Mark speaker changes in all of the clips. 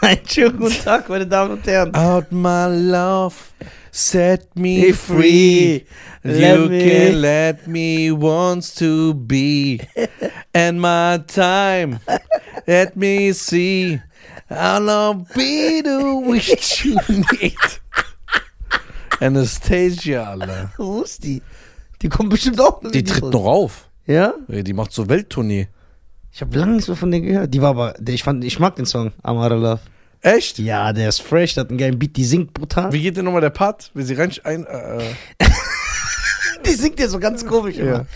Speaker 1: Einen schönen guten Tag, meine Damen und Herren.
Speaker 2: Out my love, set me
Speaker 1: Be
Speaker 2: free.
Speaker 1: free. Let
Speaker 2: you
Speaker 1: me-
Speaker 2: can let me wants to be. and my time, let me see. I'll be the wish you need. Anastasia, Alter.
Speaker 1: Wo ist die? Die kommt bestimmt auch mit
Speaker 2: Die tritt noch auf.
Speaker 1: Ja?
Speaker 2: Die macht so Welttournee.
Speaker 1: Ich habe lange nichts mehr von der gehört. Die war aber, der- ich fand, ich mag den Song, Amara Love.
Speaker 2: Echt?
Speaker 1: Ja, der ist fresh, der hat einen geilen Beat, die singt brutal.
Speaker 2: Wie geht denn nochmal der Part? Will sie rein... Ein, äh, äh.
Speaker 1: Die singt ja so ganz komisch
Speaker 2: Ja.
Speaker 1: immer.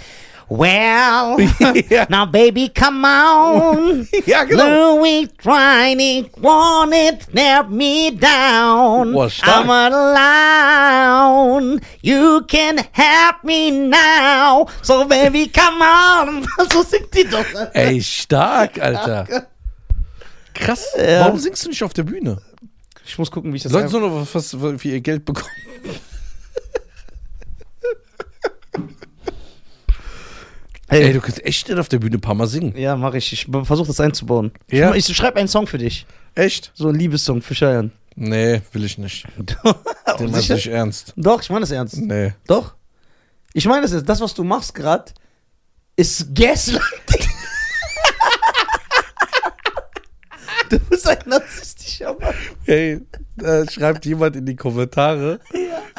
Speaker 1: Well,
Speaker 2: Ja.
Speaker 1: now baby, come on.
Speaker 2: ja, genau.
Speaker 1: Louis trying it, want it, knock me down.
Speaker 2: Boah, stark.
Speaker 1: I'm alone. You can help me now. So baby, come on. so singt die doch.
Speaker 2: Ey, stark, Alter. Krass.
Speaker 1: Ja.
Speaker 2: Warum singst du nicht auf der Bühne?
Speaker 1: Ich muss gucken, wie ich das
Speaker 2: Solltest du noch was, was was- für ihr Geld bekommen? Ey, du kannst echt nicht auf der Bühne ein paar Mal singen.
Speaker 1: Äh, Ja, mache ich. Ich versuche das einzubauen.
Speaker 2: Ja.
Speaker 1: Ich, ich schreibe einen Song für dich.
Speaker 2: Echt?
Speaker 1: So ein Liebessong für Scheiern.
Speaker 2: Nee, will ich nicht. Den meinst du nicht ernst.
Speaker 1: Doch, ich meine das ernst.
Speaker 2: Nee.
Speaker 1: Doch. Ich meine das ernst. Das, was du machst gerade, ist Gaslighting. du bist ein narzisstischer Mann.
Speaker 2: Hey, da schreibt jemand in die Kommentare.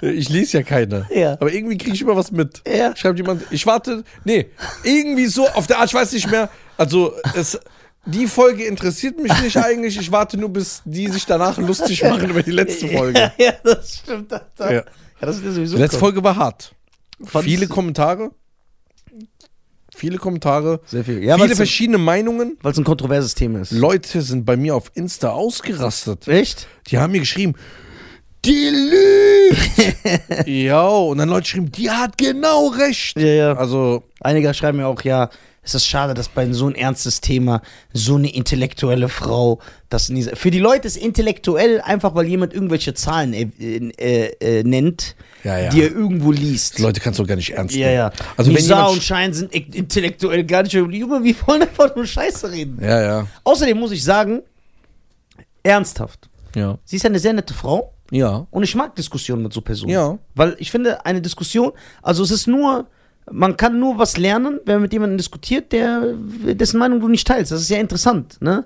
Speaker 2: Ich lese ja keine.
Speaker 1: Ja.
Speaker 2: Aber irgendwie kriege ich immer was mit.
Speaker 1: Ja.
Speaker 2: Schreibt jemand, ich warte. Nee, irgendwie so auf der Art, ich weiß nicht mehr. Also, es, die Folge interessiert mich nicht eigentlich. Ich warte nur, bis die sich danach lustig machen über die letzte Folge.
Speaker 1: ja, das stimmt. Alter.
Speaker 2: Ja.
Speaker 1: das ist ja sowieso
Speaker 2: Die letzte Folge war hart.
Speaker 1: Fandest
Speaker 2: viele
Speaker 1: du-
Speaker 2: Kommentare. Viele Kommentare.
Speaker 1: Sehr viel. Ja,
Speaker 2: viele
Speaker 1: weil's-
Speaker 2: verschiedene Meinungen.
Speaker 1: Weil es ein kontroverses Thema ist.
Speaker 2: Leute sind bei mir auf Insta ausgerastet.
Speaker 1: Echt?
Speaker 2: Die haben mir geschrieben, die lügt. ja, und dann Leute geschrieben, die hat genau recht.
Speaker 1: Ja, ja.
Speaker 2: Also,
Speaker 1: Einige schreiben mir auch, ja, es ist schade, dass bei so ein ernstes Thema so eine intellektuelle Frau das nie. Für die Leute ist intellektuell einfach, weil jemand irgendwelche Zahlen äh, äh, äh, nennt,
Speaker 2: Ja, ja.
Speaker 1: die er irgendwo liest.
Speaker 2: Leute kannst du gar nicht ernst
Speaker 1: Ja, ja.
Speaker 2: Also, wenn
Speaker 1: Nisa
Speaker 2: jemand
Speaker 1: und Schein sind i- intellektuell gar nicht über Junge, wir wollen einfach nur Scheiße reden.
Speaker 2: Ja, ja.
Speaker 1: Außerdem muss ich sagen, ernsthaft,
Speaker 2: Ja.
Speaker 1: sie ist eine sehr nette Frau.
Speaker 2: Ja.
Speaker 1: Und ich mag Diskussionen mit so Personen.
Speaker 2: Ja.
Speaker 1: Weil ich finde, eine Diskussion, also es ist nur, man kann nur was lernen, wenn man mit jemandem diskutiert, der, dessen Meinung du nicht teilst. Das ist ja interessant, ne?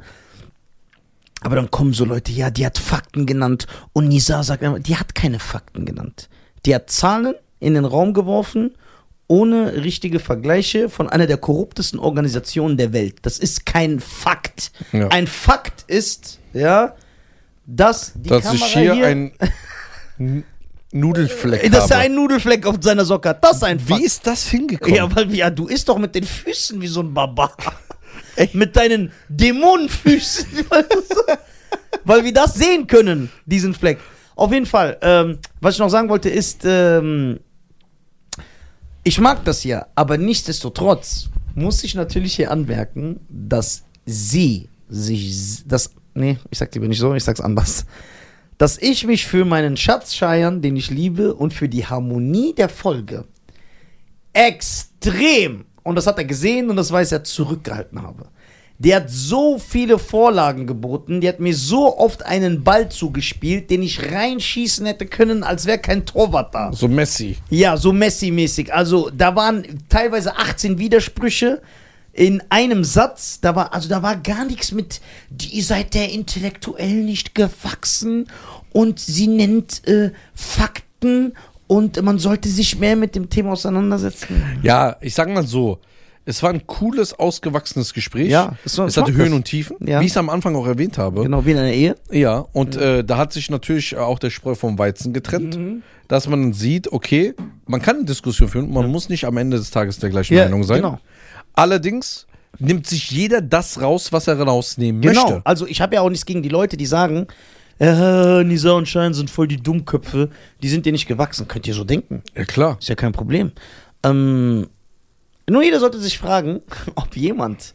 Speaker 1: Aber dann kommen so Leute, ja, die hat Fakten genannt und Nisa sagt einfach, die hat keine Fakten genannt. Die hat Zahlen in den Raum geworfen, ohne richtige Vergleiche von einer der korruptesten Organisationen der Welt. Das ist kein Fakt.
Speaker 2: Ja.
Speaker 1: Ein Fakt ist, ja, dass die
Speaker 2: Dass
Speaker 1: Kamera
Speaker 2: ich hier,
Speaker 1: hier
Speaker 2: ein N- Nudelfleck
Speaker 1: Ey, Dass er
Speaker 2: habe.
Speaker 1: einen Nudelfleck auf seiner Socke hat. Das ist ein
Speaker 2: Wie
Speaker 1: Fakt.
Speaker 2: ist das hingekommen?
Speaker 1: Ja, weil, ja, du isst doch mit den Füßen wie so ein Barbar. Mit deinen Dämonenfüßen. weil wir das sehen können, diesen Fleck. Auf jeden Fall. Ähm, was ich noch sagen wollte ist, ähm, ich mag das ja, aber nichtsdestotrotz muss ich natürlich hier anmerken, dass sie sich, das, nee, ich sag lieber nicht so, ich sag's anders. Dass ich mich für meinen Schatz scheiern, den ich liebe, und für die Harmonie der Folge extrem, und das hat er gesehen und das weiß er, zurückgehalten habe. Die hat so viele Vorlagen geboten, die hat mir so oft einen Ball zugespielt, den ich reinschießen hätte können, als wäre kein Torwart da.
Speaker 2: So Messi.
Speaker 1: Ja, so Messi-mäßig. Also da waren teilweise 18 Widersprüche in einem Satz. Da war, also da war gar nichts mit, die ihr seid der intellektuell nicht gewachsen und sie nennt äh, Fakten und man sollte sich mehr mit dem Thema auseinandersetzen.
Speaker 2: Ja, ich sag mal so. Es war ein cooles, ausgewachsenes Gespräch.
Speaker 1: Ja, es war-
Speaker 2: es
Speaker 1: ich mag
Speaker 2: hatte Höhen
Speaker 1: das.
Speaker 2: und Tiefen,
Speaker 1: Ja.
Speaker 2: wie ich es am Anfang auch erwähnt habe.
Speaker 1: Genau, wie in einer Ehe.
Speaker 2: Ja, und äh, da hat sich natürlich auch der Spreu vom Weizen getrennt,
Speaker 1: Mhm.
Speaker 2: dass man sieht, okay, man kann eine Diskussion führen, man muss nicht am Ende des Tages der gleichen
Speaker 1: Ja,
Speaker 2: Meinung sein.
Speaker 1: genau.
Speaker 2: Allerdings nimmt sich jeder das raus, was er rausnehmen möchte.
Speaker 1: Also ich habe ja auch nichts gegen die Leute, die sagen, äh, Nisa und Schein sind voll die Dummköpfe, die sind dir nicht gewachsen. Könnt ihr so denken?
Speaker 2: Ja, klar.
Speaker 1: Ist ja kein Problem. Ähm, nur jeder sollte sich fragen, ob jemand,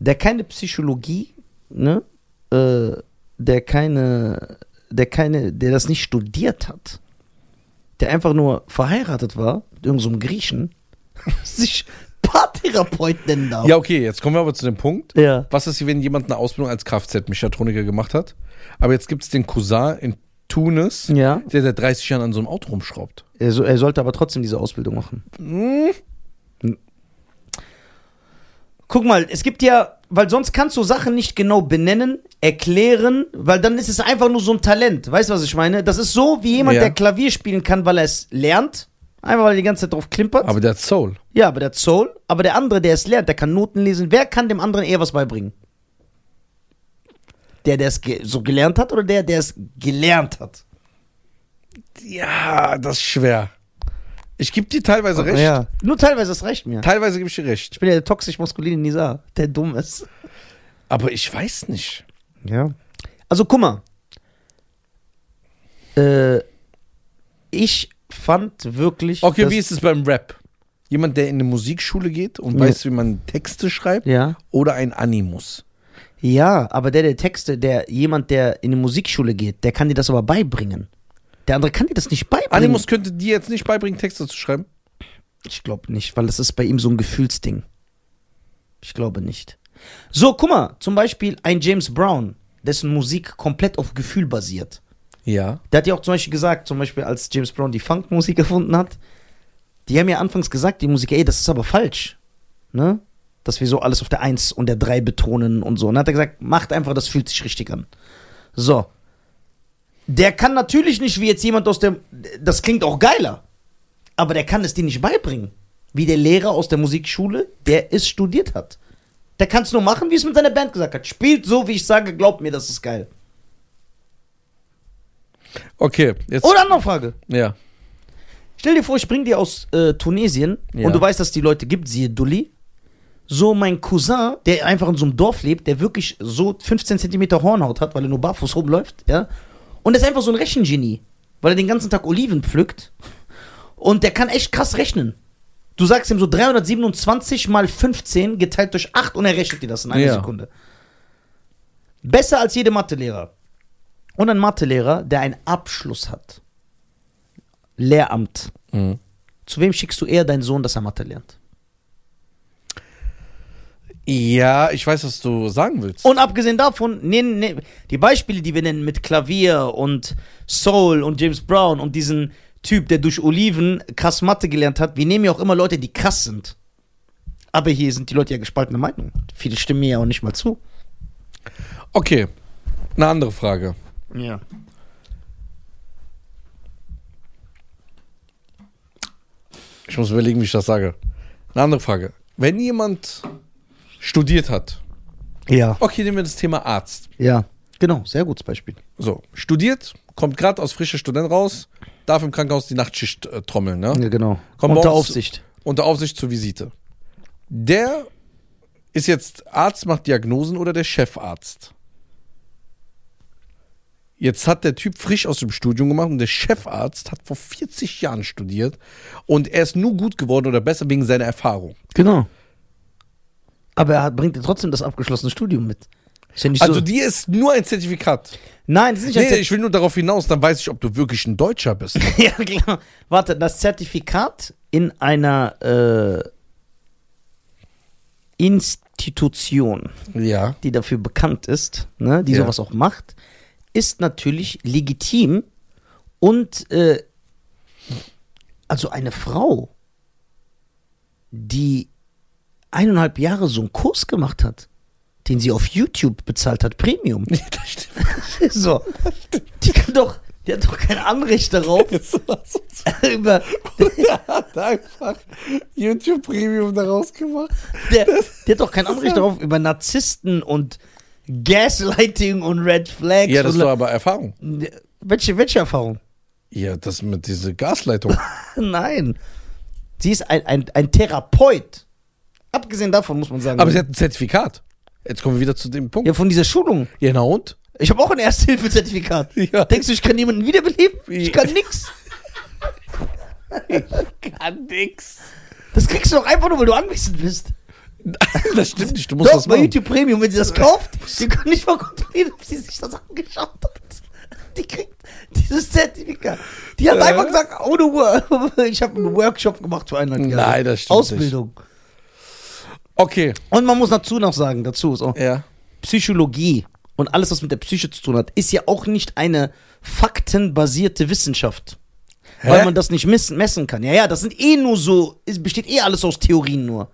Speaker 1: der keine Psychologie, ne, äh, der keine, der keine, der das nicht studiert hat, der einfach nur verheiratet war, mit irgendeinem Griechen, sich Party Therapeut nennen darf.
Speaker 2: Ja, okay, jetzt kommen wir aber zu dem Punkt.
Speaker 1: Ja.
Speaker 2: Was ist, wenn jemand eine Ausbildung als Kfz-Mechatroniker gemacht hat? Aber jetzt gibt es den Cousin in Tunis,
Speaker 1: Ja.
Speaker 2: der seit 30 Jahren an so einem Auto rumschraubt.
Speaker 1: Er, so, er sollte aber trotzdem diese Ausbildung machen.
Speaker 2: Hm?
Speaker 1: Guck mal, es gibt ja, weil sonst kannst du Sachen nicht genau benennen, erklären, weil dann ist es einfach nur so ein Talent. Weißt du, was ich meine? Das ist so wie jemand,
Speaker 2: Ja.
Speaker 1: der Klavier spielen kann, weil er es lernt. Einfach weil er die ganze Zeit drauf klimpert.
Speaker 2: Aber der hat Soul.
Speaker 1: ja, aber der hat Soul. Aber der andere, der es lernt, der kann Noten lesen. Wer kann dem anderen eher was beibringen? Der, der es ge so gelernt hat oder der, der es gelernt hat?
Speaker 2: Ja, das ist schwer. Ah, Ich gebe dir teilweise recht.
Speaker 1: Ja. Nur teilweise, das reicht mir.
Speaker 2: Teilweise gebe ich dir recht.
Speaker 1: Ich bin ja der toxisch maskuline Nisa, der dumm ist.
Speaker 2: Aber ich weiß nicht.
Speaker 1: Ja. Also guck mal. Äh, ich fand wirklich.
Speaker 2: Okay,
Speaker 1: dass-
Speaker 2: wie ist es beim Rap? Jemand, der in eine Musikschule geht und
Speaker 1: Ja.
Speaker 2: weiß, wie man Texte schreibt,
Speaker 1: Ja.
Speaker 2: oder ein Animus?
Speaker 1: Ja, aber der, der Texte, der jemand, der in die Musikschule geht, der kann dir das aber beibringen. Der andere kann dir das nicht beibringen.
Speaker 2: Animus könnte dir jetzt nicht beibringen, Texte zu schreiben.
Speaker 1: Ich glaube nicht, weil das ist bei ihm so ein Gefühlsding. Ich glaube nicht. So, guck mal, zum Beispiel ein James Brown, dessen Musik komplett auf Gefühl basiert.
Speaker 2: Ja.
Speaker 1: Der hat ja auch zum Beispiel gesagt, zum Beispiel als James Brown die Funkmusik erfunden hat, die haben ja anfangs gesagt, die Musiker, ey, das ist aber falsch. Ne? Dass wir so alles auf der 1 und der 3 betonen und so. Und dann hat er gesagt, macht einfach, das fühlt sich richtig an. So. Der kann natürlich nicht wie jetzt jemand aus der. Das klingt auch geiler. Aber der kann es dir nicht beibringen. Wie der Lehrer aus der Musikschule, der es studiert hat. Der kann es nur machen, wie es mit seiner Band gesagt hat. Spielt so, wie ich sage, glaubt mir, das ist geil.
Speaker 2: Okay, jetzt.
Speaker 1: Oder andere Frage.
Speaker 2: Ja.
Speaker 1: Stell dir vor, ich bring dir aus äh, Tunesien
Speaker 2: Ja.
Speaker 1: und du weißt, dass die Leute gibt, siehe Dulli. So mein Cousin, der einfach in so einem Dorf lebt, der wirklich so 15 Zentimeter Hornhaut hat, weil er nur barfuß rumläuft, ja. Und der ist einfach so ein Rechengenie, weil er den ganzen Tag Oliven pflückt. Und der kann echt krass rechnen. Du sagst ihm so 327 mal 15 geteilt durch 8 und er rechnet dir das in einer
Speaker 2: Ja.
Speaker 1: Sekunde. Besser als jede Mathelehrer. Und ein Mathelehrer, der einen Abschluss hat. Lehramt.
Speaker 2: Mhm.
Speaker 1: Zu wem schickst du eher deinen Sohn, dass er Mathe lernt?
Speaker 2: Ja, ich weiß, was du sagen willst.
Speaker 1: Und abgesehen davon, nee, nee, die Beispiele, die wir nennen mit Klavier und Soul und James Brown und diesen Typ, der durch Oliven krass Mathe gelernt hat, wir nehmen ja auch immer Leute, die krass sind. Aber hier sind die Leute ja gespaltener Meinung. Viele stimmen mir ja auch nicht mal zu.
Speaker 2: Okay, eine andere Frage.
Speaker 1: Ja.
Speaker 2: Ich muss überlegen, wie ich das sage. Eine andere Frage. Wenn jemand studiert hat,
Speaker 1: Ja.
Speaker 2: okay, nehmen wir das Thema Arzt.
Speaker 1: Ja. Genau, sehr gutes Beispiel.
Speaker 2: So, studiert, kommt gerade aus frischer Student raus, darf im Krankenhaus die Nachtschicht äh, trommeln, ne?
Speaker 1: Ja, genau.
Speaker 2: Komm,
Speaker 1: Unter
Speaker 2: morgens-
Speaker 1: Aufsicht.
Speaker 2: Unter Aufsicht zur Visite. Der ist jetzt Arzt, macht Diagnosen oder der Chefarzt? Jetzt hat der Typ frisch aus dem Studium gemacht und der Chefarzt hat vor 40 Jahren studiert und er ist nur gut geworden oder besser wegen seiner Erfahrung.
Speaker 1: Genau. Aber er hat, bringt dir trotzdem das abgeschlossene Studium mit. Ist ja nicht
Speaker 2: Also
Speaker 1: so.
Speaker 2: dir ist nur ein Zertifikat.
Speaker 1: Nein, das ist nicht ein
Speaker 2: Nee,
Speaker 1: Zer-
Speaker 2: ich will nur darauf hinaus, dann weiß ich, ob du wirklich ein Deutscher bist.
Speaker 1: Ja, klar. Warte, das Zertifikat in einer äh, Institution,
Speaker 2: ja.
Speaker 1: die dafür bekannt ist, ne, die
Speaker 2: Ja.
Speaker 1: sowas auch macht, ist natürlich legitim und äh, also eine Frau, die eineinhalb Jahre so einen Kurs gemacht hat, den sie auf YouTube bezahlt hat, Premium. so, die kann doch, die hat doch kein Anrecht darauf, über
Speaker 2: Der hat einfach YouTube Premium daraus gemacht.
Speaker 1: der, der hat doch kein Anrecht darauf, über Narzissten und Gaslighting und Red Flags.
Speaker 2: Ja, das
Speaker 1: und
Speaker 2: war aber Erfahrung.
Speaker 1: welche, welche Erfahrung? Ah,
Speaker 2: Ja, das mit dieser Gasleitung.
Speaker 1: Nein. Sie ist ein, ein, ein Therapeut. Abgesehen davon muss man sagen.
Speaker 2: Aber sie hat ein Zertifikat. Jetzt kommen wir wieder zu dem Punkt.
Speaker 1: ja, von dieser Schulung.
Speaker 2: Ja, na und?
Speaker 1: Ich habe auch ein Ersthilfezertifikat.
Speaker 2: Ja.
Speaker 1: Denkst du, ich kann jemanden wiederbeleben?
Speaker 2: Ja.
Speaker 1: Ich kann nix.
Speaker 2: Kann nix.
Speaker 1: Das kriegst du doch einfach nur, weil du anwesend bist.
Speaker 2: Das stimmt nicht, du musst
Speaker 1: doch,
Speaker 2: das
Speaker 1: bei
Speaker 2: machen.
Speaker 1: YouTube Premium, wenn sie das kauft, sie können nicht mal kontrollieren, ob sie sich das angeschaut hat. Die kriegt dieses Zertifikat. Die hat
Speaker 2: Ja.
Speaker 1: einfach gesagt, ohne Uhr. Ich habe einen Workshop gemacht für eineinhalb Jahre.
Speaker 2: Nein, das stimmt
Speaker 1: Ausbildung.
Speaker 2: Okay.
Speaker 1: Und man muss dazu noch sagen, dazu ist auch
Speaker 2: Ja.
Speaker 1: Psychologie und alles, was mit der Psyche zu tun hat, ist ja auch nicht eine faktenbasierte Wissenschaft.
Speaker 2: Hä?
Speaker 1: Weil man das nicht missen, messen kann. Ja, ja, das sind eh nur so, es besteht eh alles aus Theorien nur.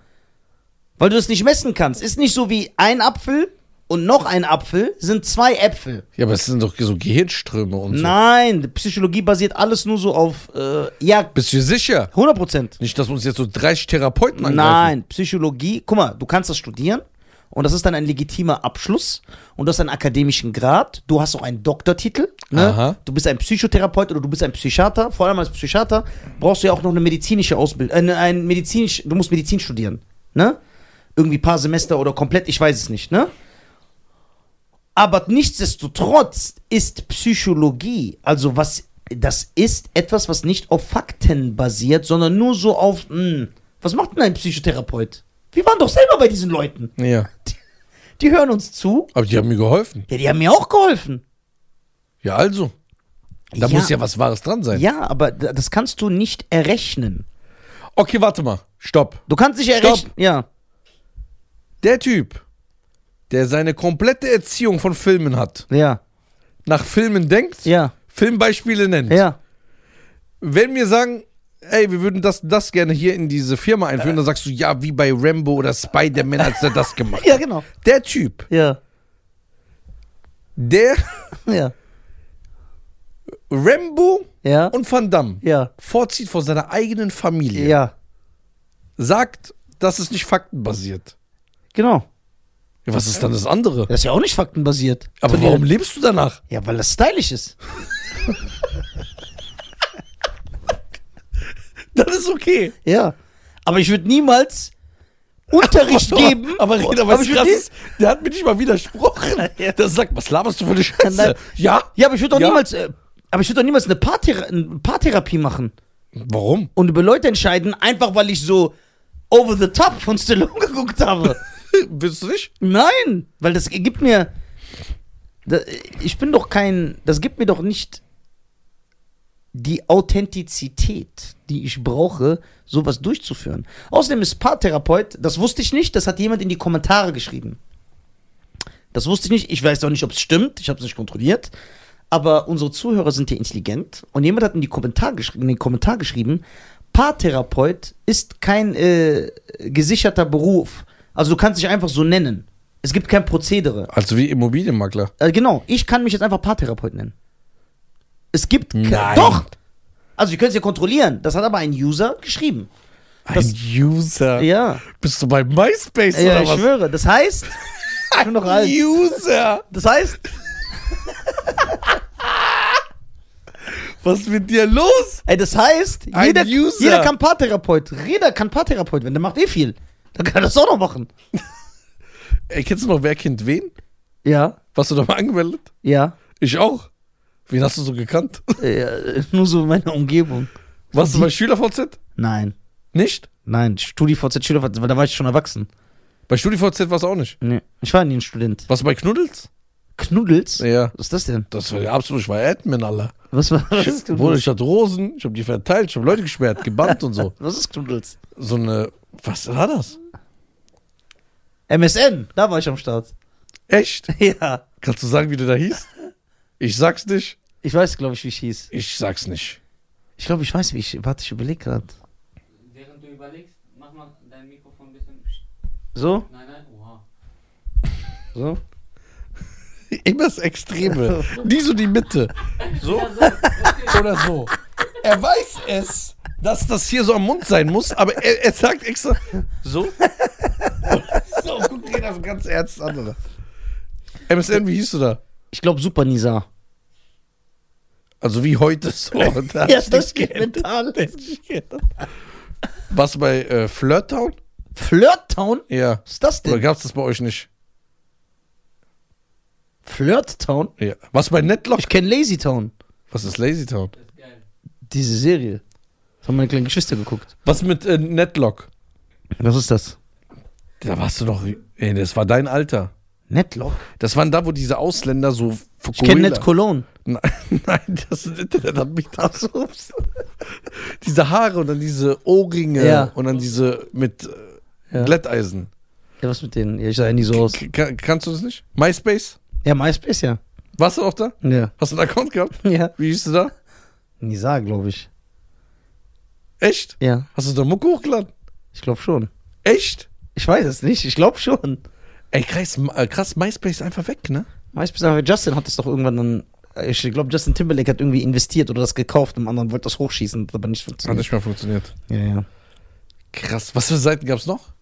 Speaker 1: Weil du das nicht messen kannst. Ist nicht so wie ein Apfel und noch ein Apfel sind zwei Äpfel.
Speaker 2: Ja, aber es sind doch so Gehirnströme und so.
Speaker 1: Nein, die Psychologie basiert alles nur so auf, äh, ja,
Speaker 2: Bist du sicher?
Speaker 1: 100 Prozent.
Speaker 2: Nicht, dass uns jetzt so 30 Therapeuten angreifen.
Speaker 1: Nein, Psychologie, guck mal, du kannst das studieren und das ist dann ein legitimer Abschluss und du hast einen akademischen Grad, du hast auch einen Doktortitel, ne?
Speaker 2: Aha.
Speaker 1: du bist ein Psychotherapeut oder du bist ein Psychiater, vor allem als Psychiater brauchst du ja auch noch eine medizinische Ausbildung, äh, ein medizinisch, du musst Medizin studieren, ne? Irgendwie paar Semester oder komplett, ich weiß es nicht, ne? Aber nichtsdestotrotz ist Psychologie, also was das ist etwas, was nicht auf Fakten basiert, sondern nur so auf, hm, was macht denn ein Psychotherapeut? Wir waren doch selber bei diesen Leuten.
Speaker 2: Ja.
Speaker 1: Die hören uns zu.
Speaker 2: Aber die haben mir geholfen.
Speaker 1: Ja, die haben mir auch geholfen.
Speaker 2: Ja, also. Da
Speaker 1: Ja.
Speaker 2: muss ja was Wahres dran sein.
Speaker 1: Ja, aber d- das kannst du nicht errechnen.
Speaker 2: Okay, warte mal. Stopp.
Speaker 1: Du kannst nicht errechnen. Ja.
Speaker 2: Der Typ, der seine komplette Erziehung von Filmen hat,
Speaker 1: Ja.
Speaker 2: nach Filmen denkt,
Speaker 1: Ja.
Speaker 2: Filmbeispiele nennt.
Speaker 1: Ja.
Speaker 2: Wenn wir sagen, ey, wir würden das, das gerne hier in diese Firma einführen, dann sagst du, ja, wie bei Rambo oder Spider-Man, als der das gemacht
Speaker 1: Ja,
Speaker 2: hat.
Speaker 1: genau.
Speaker 2: Der Typ,
Speaker 1: Ja.
Speaker 2: der
Speaker 1: Ja.
Speaker 2: Rambo
Speaker 1: Ja.
Speaker 2: und Van Damme
Speaker 1: Ja.
Speaker 2: vorzieht vor seiner eigenen Familie,
Speaker 1: Ja.
Speaker 2: sagt, das ist nicht faktenbasiert.
Speaker 1: Genau.
Speaker 2: Ja, was ist dann das andere?
Speaker 1: Das ist ja auch nicht faktenbasiert.
Speaker 2: Aber
Speaker 1: Sondern-
Speaker 2: warum lebst du danach?
Speaker 1: Ja, weil das stylisch ist.
Speaker 2: Das ist okay.
Speaker 1: Ja. Aber ich würde niemals Unterricht geben.
Speaker 2: Aber Reda, was
Speaker 1: ich würd
Speaker 2: krass
Speaker 1: nie-
Speaker 2: ist, der hat mir nicht mal widersprochen. Der sagt, was laberst du für eine Scheiße?
Speaker 1: Nein.
Speaker 2: Ja?
Speaker 1: Ja, aber ich würde doch
Speaker 2: Ja.
Speaker 1: niemals, äh, aber ich würde doch niemals eine Paarthera eine Paartherapie machen
Speaker 2: Warum?
Speaker 1: und über Leute entscheiden, einfach weil ich so over the top von Stallone geguckt habe.
Speaker 2: Willst du nicht?
Speaker 1: Nein, weil das gibt mir, da- ich bin doch kein, das gibt mir doch nicht die Authentizität, die ich brauche, sowas durchzuführen. Außerdem ist Paartherapeut, das wusste ich nicht, das hat jemand in die Kommentare geschrieben. Das wusste ich nicht, ich weiß auch nicht, ob es stimmt, ich habe es nicht kontrolliert. Aber unsere Zuhörer sind ja intelligent und jemand hat in, die Kommentar geschri- in den Kommentar geschrieben, Paartherapeut ist kein äh, gesicherter Beruf. Also du kannst dich einfach so nennen. Es gibt kein Prozedere.
Speaker 2: Also wie Immobilienmakler.
Speaker 1: Äh, genau, ich kann mich jetzt einfach Paartherapeut nennen. Es gibt ke-
Speaker 2: Nein.
Speaker 1: doch. Also, ich könnte es ja kontrollieren. Das hat aber ein User geschrieben.
Speaker 2: Ein
Speaker 1: Das-
Speaker 2: User.
Speaker 1: Ja.
Speaker 2: Bist du bei MySpace
Speaker 1: Ja,
Speaker 2: oder
Speaker 1: ich halt.
Speaker 2: was?
Speaker 1: schwöre. Das heißt, ich bin noch alt.
Speaker 2: User.
Speaker 1: Das heißt,
Speaker 2: Was ist mit dir los?
Speaker 1: ey, das heißt,
Speaker 2: Ein
Speaker 1: jeder,
Speaker 2: User.
Speaker 1: jeder kann Paartherapeut. Jeder kann Paartherapeut werden. Der macht eh viel. Dann kann er das auch noch machen.
Speaker 2: Ey, kennst du noch Wer kennt wen?
Speaker 1: Ja,
Speaker 2: Warst du da mal angemeldet?
Speaker 1: ja.
Speaker 2: Ich auch. Wen hast du so gekannt?
Speaker 1: Äh, nur so in meiner Umgebung.
Speaker 2: Warst du bei SchülerVZ?
Speaker 1: Nein,
Speaker 2: Nicht?
Speaker 1: nein. StudiVZ, SchülerVZ, weil da war ich schon erwachsen.
Speaker 2: Bei StudiVZ warst du auch nicht.
Speaker 1: Nee. Ich war nie ein Student.
Speaker 2: Warst du bei Knuddels?
Speaker 1: Knuddels?
Speaker 2: Ja.
Speaker 1: Was ist das denn?
Speaker 2: Das war ja absolut, ich war Admin, Alter.
Speaker 1: Was war was
Speaker 2: Ich,
Speaker 1: ist
Speaker 2: wurde,
Speaker 1: Knuddels?
Speaker 2: ich hatte Rosen, ich habe die verteilt, ich habe Leute gesperrt, gebannt und so.
Speaker 1: Was ist Knuddels?
Speaker 2: So eine, was war das?
Speaker 1: MSN, da war ich am Start.
Speaker 2: Echt?
Speaker 1: Ja.
Speaker 2: Kannst du sagen, wie du da hießt? Ich sag's nicht.
Speaker 1: Ich weiß, glaube ich, wie ich hieß.
Speaker 2: Ich sag's nicht.
Speaker 1: Ich glaube, ich weiß, wie ich. Warte, ich überlege gerade.
Speaker 3: Während du überlegst, mach mal dein Mikrofon ein bisschen. psch-
Speaker 1: So?
Speaker 3: Nein, nein, oha.
Speaker 1: So?
Speaker 2: Immer das Extreme. Nie so die Mitte. So
Speaker 3: Ja, so, okay.
Speaker 2: oder so. Er weiß es, dass das hier so am Mund sein muss, aber er, er sagt extra so. So, guck dir das ganz ernst an, oder? MSN, wie hieß du da?
Speaker 1: Ich glaube, Super Nisa.
Speaker 2: Also wie heute so. Da
Speaker 1: Ja, das
Speaker 2: hat's nichts
Speaker 1: geht
Speaker 2: geändert.
Speaker 1: mental.
Speaker 2: Da hat's nichts geändert. Warst du bei äh, Flirt Town?
Speaker 1: Flirttown?
Speaker 2: Ja.
Speaker 1: Was ist das
Speaker 2: Oder
Speaker 1: denn?
Speaker 2: gab's das bei euch nicht?
Speaker 1: Flirttown?
Speaker 2: Ja. Warst du bei Netlock?
Speaker 1: Ich kenne Lazy Town.
Speaker 2: Was ist Lazy Town?
Speaker 3: das ist geil.
Speaker 1: Diese Serie. Das haben meine kleinen Geschwister geguckt.
Speaker 2: Was mit äh, Netlock?
Speaker 1: Was ist das?
Speaker 2: Da warst du noch. Ey, das war dein Alter.
Speaker 1: Netlock?
Speaker 2: Das waren da, wo diese Ausländer so.
Speaker 1: Ich kenne
Speaker 2: Gorilla-
Speaker 1: Net Cologne.
Speaker 2: Nein, nein, das Internet hat mich da.
Speaker 1: Achso.
Speaker 2: Diese Haare und dann diese Ohrringe
Speaker 1: Ja.
Speaker 2: und dann diese mit äh,
Speaker 1: Ja.
Speaker 2: Glätteisen.
Speaker 1: Ja, was mit denen? Ja, ich sah ja nie so aus.
Speaker 2: K- Kann, kannst du das nicht? MySpace?
Speaker 1: Ja, MySpace, ja.
Speaker 2: Warst du auch da?
Speaker 1: Ja.
Speaker 2: Hast du einen Account gehabt?
Speaker 1: Ja.
Speaker 2: Wie hieß du da?
Speaker 1: Nisa, glaube ich.
Speaker 2: Echt?
Speaker 1: Ja,
Speaker 2: Hast du da Mucke hochgeladen?
Speaker 1: ich glaube schon.
Speaker 2: Echt?
Speaker 1: Ich weiß es nicht, ich glaube schon.
Speaker 2: Ey, krass, äh, krass, MySpace ist einfach weg, ne?
Speaker 1: MySpace, aber Justin hat es doch irgendwann dann. äh, Ich glaube, Justin Timberlake hat irgendwie investiert oder das gekauft und anderen wollte das hochschießen, hat aber nicht
Speaker 2: Hat
Speaker 1: funktioniert.
Speaker 2: nicht mehr funktioniert.
Speaker 1: Ja, ja.
Speaker 2: Krass. Was für Seiten gab's noch?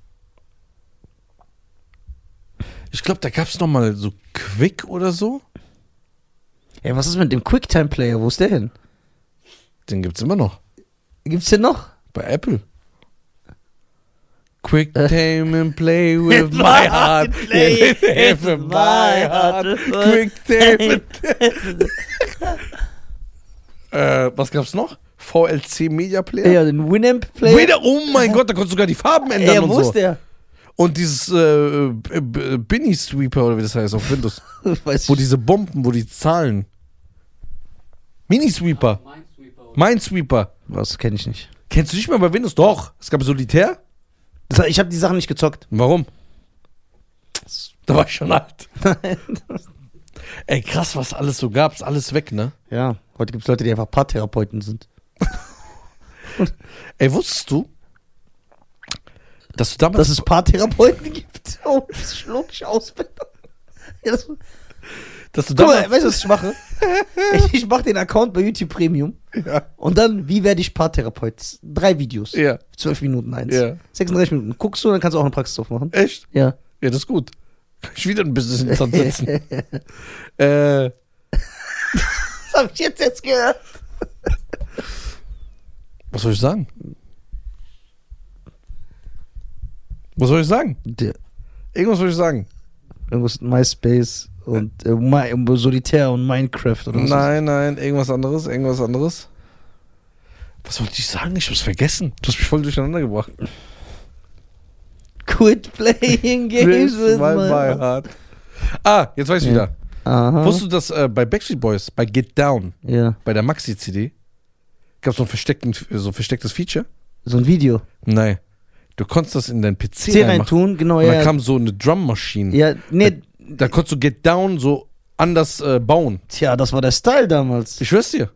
Speaker 2: Ich glaube, da gab's noch mal so Quick oder so.
Speaker 1: Ey, was ist mit dem Quicktime-Player? Wo ist der hin?
Speaker 2: Den gibt's immer noch.
Speaker 1: Gibt's den noch?
Speaker 2: Bei Apple. Quick time and play with my heart.
Speaker 1: play
Speaker 2: with my heart. Quick time and äh, Was gab's noch? VLC Media Player?
Speaker 1: Ja, den Winamp-Player.
Speaker 2: Weder, oh mein Gott, da konntest du sogar die Farben ändern
Speaker 1: Ja,
Speaker 2: und
Speaker 1: wo
Speaker 2: so.
Speaker 1: ist der?
Speaker 2: Und dieses äh, B- B- Binny Sweeper oder wie das heißt auf Windows.
Speaker 1: Weiß
Speaker 2: wo
Speaker 1: ich.
Speaker 2: diese Bomben, wo die Zahlen. Mini Sweeper.
Speaker 3: Minesweeper oder
Speaker 2: Minesweeper.
Speaker 1: Was kenne ich nicht.
Speaker 2: Kennst du nicht mal bei Windows? Doch. Es gab Solitär.
Speaker 1: Das- Ich habe die Sachen nicht gezockt.
Speaker 2: Warum? Da war ich schon alt. Ey, krass, was alles so gab. Ist alles weg, ne?
Speaker 1: ja, heute gibt's Leute, die einfach Paartherapeuten sind.
Speaker 2: Ey, wusstest du, dass du damals.
Speaker 1: Dass es Paartherapeuten gibt. Oh, das schlug ich aus. Ja, das, guck
Speaker 2: dass du
Speaker 1: mal,
Speaker 2: damals
Speaker 1: weißt du, was ich mache? Ich, ich mache den Account bei YouTube Premium
Speaker 2: ja.
Speaker 1: und dann, wie werde ich Paartherapeut? Drei Videos.
Speaker 2: ja.
Speaker 1: 12 Minuten eins.
Speaker 2: Ja.
Speaker 1: 36 Minuten. Guckst du, dann kannst du auch eine Praxis aufmachen.
Speaker 2: Echt?
Speaker 1: Ja.
Speaker 2: Ja, das ist gut. Kann ich wieder ein bisschen in den setzen. äh,
Speaker 1: Das habe ich jetzt, jetzt gehört.
Speaker 2: was soll ich sagen? Was soll ich sagen?
Speaker 1: Der,
Speaker 2: Irgendwas soll ich sagen.
Speaker 1: irgendwas mit MySpace und äh, Mi- Solitär und Minecraft oder was weiß
Speaker 2: Nein, nein, irgendwas anderes, irgendwas anderes. Was wollte ich sagen? Ich hab's vergessen. Du hast mich voll durcheinander gebracht.
Speaker 1: ich. Quit playing games with
Speaker 2: my, my
Speaker 1: my...
Speaker 2: heart. Ah, jetzt weiß ich
Speaker 1: Ja.
Speaker 2: wieder.
Speaker 1: Aha.
Speaker 2: Wusstest du, dass äh, bei Backstreet Boys, bei Get Down,
Speaker 1: Ja.
Speaker 2: bei der Maxi-CD, gab es so, ein versteckten- äh, so ein verstecktes Feature?
Speaker 1: So ein Video.
Speaker 2: Nein. Du konntest das in deinen PC
Speaker 1: C
Speaker 2: reinmachen.
Speaker 1: reintun, genau,
Speaker 2: Und
Speaker 1: ja.
Speaker 2: da kam so eine Drum-Maschine.
Speaker 1: ja, nee,
Speaker 2: Da konntest du Get Down so anders äh, bauen.
Speaker 1: tja, das war der Style damals.
Speaker 2: Ich schwör's dir.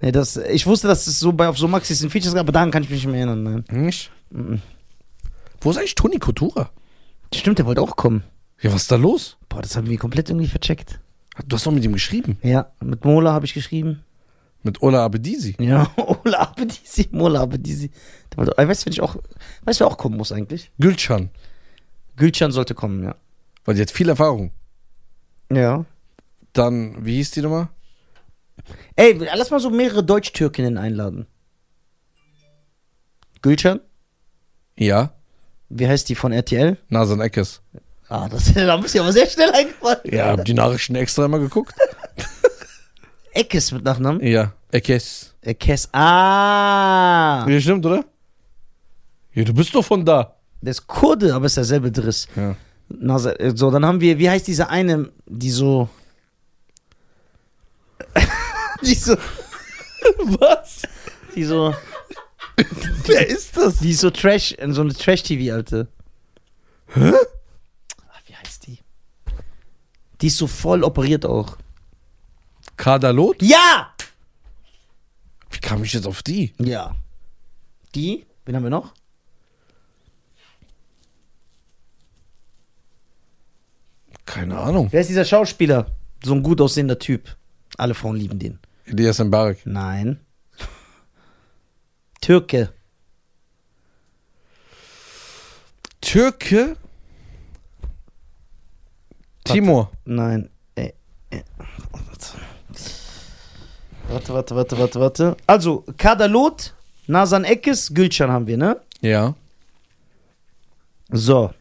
Speaker 1: Nee, das, ich wusste, dass es so bei, auf so Maxis ein Features gab, aber daran kann ich mich nicht mehr erinnern, nein.
Speaker 2: Nicht?
Speaker 1: Mhm.
Speaker 2: Wo ist eigentlich Toni Kotura?
Speaker 1: Stimmt, der wollte auch kommen.
Speaker 2: Ja, was ist da los?
Speaker 1: Boah, das haben wir komplett irgendwie vercheckt.
Speaker 2: Du hast doch mit ihm geschrieben.
Speaker 1: Ja, mit Mola habe ich geschrieben.
Speaker 2: Mit Ola Abedisi.
Speaker 1: Ja, Ola Abedisi, Mola Abedisi. Der wollte, Ah, weißt du, wenn ich auch, weißt du, wer auch kommen muss eigentlich?
Speaker 2: Gülcan.
Speaker 1: Gülcan sollte kommen, ja.
Speaker 2: Weil die hat viel Erfahrung.
Speaker 1: Ja.
Speaker 2: Dann, wie hieß die nochmal?
Speaker 1: Ey, lass mal so mehrere Deutsch-Türkinnen einladen. Gülcan?
Speaker 2: Ja.
Speaker 1: Wie heißt die von RTL?
Speaker 2: Nasan Eckes.
Speaker 1: Ah, das, da bist du aber sehr schnell eingefallen.
Speaker 2: Ja, hab die Nachrichten extra immer geguckt.
Speaker 1: Eckes mit Nachnamen.
Speaker 2: ja. Eckes.
Speaker 1: Äh, Kess. Ah!
Speaker 2: Ja, stimmt, oder? Ja, du bist doch von da.
Speaker 1: Der ist Kurde, aber ist derselbe Driss.
Speaker 2: Ja.
Speaker 1: Na, se- äh, so, dann haben wir, wie heißt diese eine, die so. die so.
Speaker 2: Was?
Speaker 1: Die so.
Speaker 2: Wer ist das?
Speaker 1: Die ist so Trash, so eine Trash-TV-Alte.
Speaker 2: Hä?
Speaker 1: Ah, Wie heißt die? Die ist so voll operiert auch.
Speaker 2: Kadalot?
Speaker 1: Ja!
Speaker 2: Wie kam ich jetzt auf die?
Speaker 1: Ja. Die? Wen haben wir noch?
Speaker 2: Keine Ahnung.
Speaker 1: Wer ist dieser Schauspieler? So ein gut aussehender Typ. Alle Frauen lieben den.
Speaker 2: Elias Mbarek.
Speaker 1: Nein. Türke.
Speaker 2: Türke? Timur.
Speaker 1: Nein. Äh, äh, Warte, warte, warte, warte, warte. Also, Kadalot, Nasan Eckes, Gülcan haben wir, ne?
Speaker 2: Ja.
Speaker 1: So.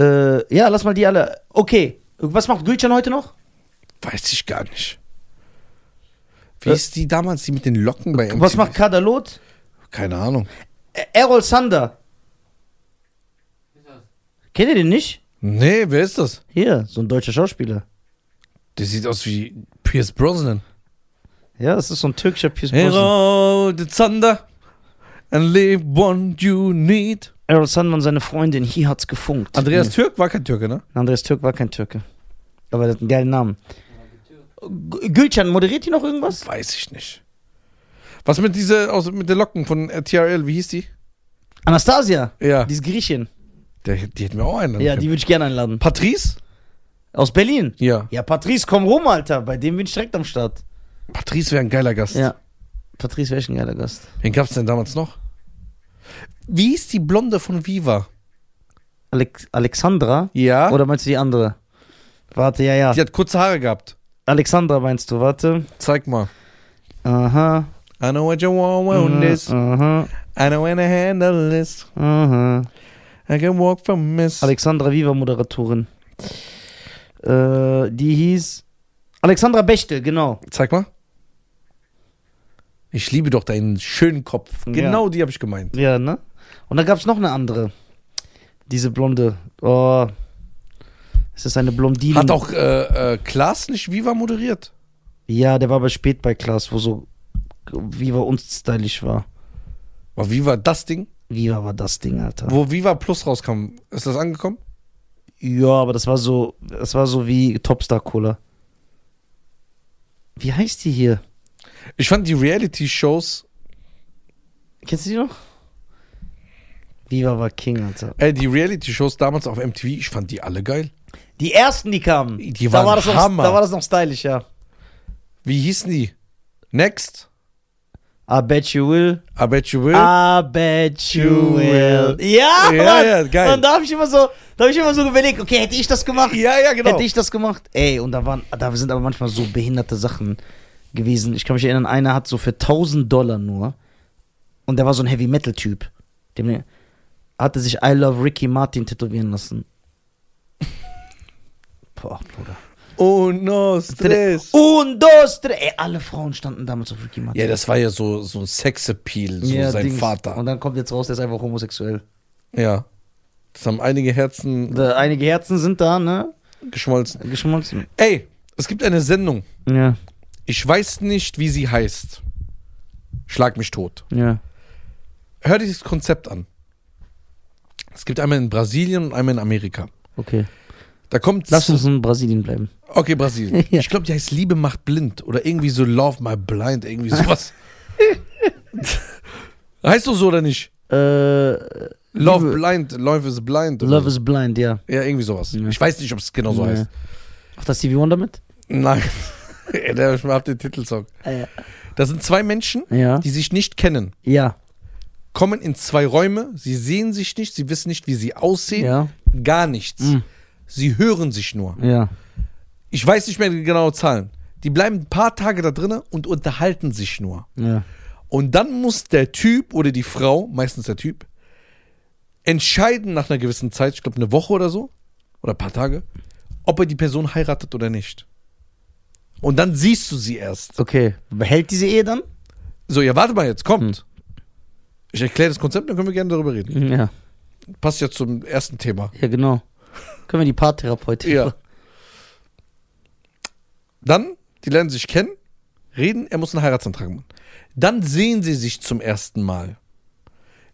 Speaker 1: Äh, ja, lass mal die alle. Okay. Was macht Gülcan heute noch?
Speaker 2: Weiß ich gar nicht. Wie ist die damals, die mit den Locken bei MTV?
Speaker 1: Was macht Kadalot?
Speaker 2: Keine Ahnung.
Speaker 1: Ä- Errol Sander.
Speaker 3: ist das?
Speaker 1: Kennt ihr den nicht?
Speaker 2: Nee, wer ist das?
Speaker 1: Hier, so ein deutscher Schauspieler.
Speaker 2: Der sieht aus wie Pierce Brosnan.
Speaker 1: Ja, das ist so ein türkischer Pierce Brosnan.
Speaker 2: Hero the Thunder and live one you need.
Speaker 1: Errol Sandmann, seine Freundin, hier hat's gefunkt.
Speaker 2: Andreas Türk war kein Türke, ne?
Speaker 1: Nee. Andreas Türk war kein Türke. Aber der hat einen geilen Namen. G- Gülcan, moderiert die noch irgendwas?
Speaker 2: Weiß ich nicht. Was mit dieser, aus, mit der Locken von äh, TRL, wie hieß die?
Speaker 1: Anastasia,
Speaker 2: Ja.
Speaker 1: die ist Griechin.
Speaker 2: Der, die hätten wir auch einen.
Speaker 1: Ja, die würde ich gerne einladen.
Speaker 2: Patrice?
Speaker 1: Aus Berlin.
Speaker 2: Ja.
Speaker 1: Ja, Patrice, komm rum, Alter. Bei dem bin ich direkt am Start.
Speaker 2: Patrice wäre ein geiler Gast.
Speaker 1: Ja. Patrice wäre ein geiler Gast.
Speaker 2: Wen gab's denn damals noch? Wie hieß die Blonde von Viva?
Speaker 1: Alex Alexandra?
Speaker 2: Ja.
Speaker 1: Oder meinst du die andere? Warte, ja, Ah? ja.
Speaker 2: Die hat kurze Haare gehabt.
Speaker 1: Alexandra meinst du, warte.
Speaker 2: Zeig mal.
Speaker 1: Aha. Mhm,
Speaker 2: I know what you want, want this.
Speaker 1: Aha.
Speaker 2: I know when to handle this.
Speaker 1: Aha.
Speaker 2: I can walk from this.
Speaker 1: Alexandra Viva Moderatorin. Äh, die hieß Alexandra Bechtel, genau.
Speaker 2: Zeig mal. Ich liebe doch deinen schönen Kopf.
Speaker 1: Ja.
Speaker 2: Genau die habe ich gemeint.
Speaker 1: Ja, ne? Und dann gab es noch eine andere. Diese blonde. Oh. Es ist eine Blondine.
Speaker 2: Hat auch äh, äh, Klaas nicht Viva moderiert?
Speaker 1: Ja, der war aber spät bei Klaas, wo so Viva unstylisch war.
Speaker 2: War Viva das Ding?
Speaker 1: Viva war das Ding, Alter.
Speaker 2: Wo Viva Plus rauskam. Ist das angekommen?
Speaker 1: Ja, aber das war so, das war so wie Topstar Cola. Wie heißt die hier?
Speaker 2: Ich fand die Reality-Shows,
Speaker 1: Kennst du die noch? Viva war King, Alter.
Speaker 2: äh, die Reality-Shows damals auf MTV, ich fand die alle geil.
Speaker 1: Die ersten, die kamen.
Speaker 2: Die
Speaker 1: da
Speaker 2: waren
Speaker 1: war das noch,
Speaker 2: Hammer.
Speaker 1: Da war das noch stylisch, ja.
Speaker 2: Wie hießen die? Next?
Speaker 1: I bet you will.
Speaker 2: I bet you will.
Speaker 1: I bet you
Speaker 2: You
Speaker 1: will.
Speaker 2: will.
Speaker 1: Ja,
Speaker 2: Ja,
Speaker 1: Mann.
Speaker 2: ja, geil.
Speaker 1: Und da habe ich immer so, da habe ich immer so überlegt, okay, hätte ich das gemacht?
Speaker 2: Ja, ja, genau.
Speaker 1: Hätte ich das gemacht? Ey, und da waren, da sind aber manchmal so behinderte Sachen gewesen. Ich kann mich erinnern, einer hat so für 1000 Dollar nur, und der war so ein Heavy Metal Typ, dem hatte sich I Love Ricky Martin tätowieren lassen. Boah, Bruder.
Speaker 2: Oh no, Stress.
Speaker 1: Un, dos, tres. Ey, alle Frauen standen damals auf Ricky Martin.
Speaker 2: Ja, das war ja so, so ein Sexappeal, so sein
Speaker 1: Dings. Und
Speaker 2: Vater.
Speaker 1: dann kommt jetzt raus, der ist einfach homosexuell.
Speaker 2: Ja. Das haben einige Herzen
Speaker 1: Da, einige Herzen sind da, ne?
Speaker 2: geschmolzen.
Speaker 1: Geschmolzen.
Speaker 2: Ey, es gibt eine Sendung.
Speaker 1: Ja,
Speaker 2: Ich weiß nicht, wie sie heißt. Schlag mich tot.
Speaker 1: ja.
Speaker 2: Hör dir das Konzept an. Es gibt einmal in Brasilien und einmal in Amerika.
Speaker 1: Okay.
Speaker 2: Da kommt.
Speaker 1: Lass uns in Brasilien bleiben.
Speaker 2: Okay, Brasilien.
Speaker 1: Ja.
Speaker 2: Ich glaube, die heißt Liebe macht blind oder irgendwie so Love My Blind, irgendwie sowas. heißt doch so oder nicht?
Speaker 1: Äh,
Speaker 2: Love
Speaker 1: Liebe-
Speaker 2: Blind, Love is Blind. oder
Speaker 1: Love
Speaker 2: so.
Speaker 1: is Blind, ja.
Speaker 2: Ja, irgendwie sowas.
Speaker 1: Ja.
Speaker 2: Ich weiß nicht, ob es genau so
Speaker 1: Nee.
Speaker 2: heißt.
Speaker 1: Ach, das TV Wonder mit?
Speaker 2: Nein. Ey, Der ich mal ab den Titelsong.
Speaker 1: Ah, Ja.
Speaker 2: Das sind zwei Menschen,
Speaker 1: Ja.
Speaker 2: die sich nicht kennen,
Speaker 1: Ja.
Speaker 2: kommen in zwei Räume, sie sehen sich nicht, sie wissen nicht, wie sie aussehen,
Speaker 1: Ja. Mhm.
Speaker 2: gar nichts. Sie hören sich nur.
Speaker 1: Ja.
Speaker 2: Ich weiß nicht mehr die genauen Zahlen. Die bleiben ein paar Tage da drinnen und unterhalten sich nur.
Speaker 1: Ja.
Speaker 2: Und dann muss der Typ oder die Frau, meistens der Typ, entscheiden nach einer gewissen Zeit, ich glaube eine Woche oder so, oder ein paar Tage, ob er die Person heiratet oder nicht. Und dann siehst du sie erst.
Speaker 1: Okay. Behält diese Ehe dann?
Speaker 2: So, ja, warte mal jetzt, kommt. Ich erkläre das Konzept, dann können wir gerne darüber reden.
Speaker 1: Ja.
Speaker 2: Passt ja zum ersten Thema.
Speaker 1: Ja, genau. Können wir die Paartherapeutin?
Speaker 2: Ja. Dann, die lernen sich kennen, reden, er muss einen Heiratsantrag machen. Dann sehen sie sich zum ersten Mal.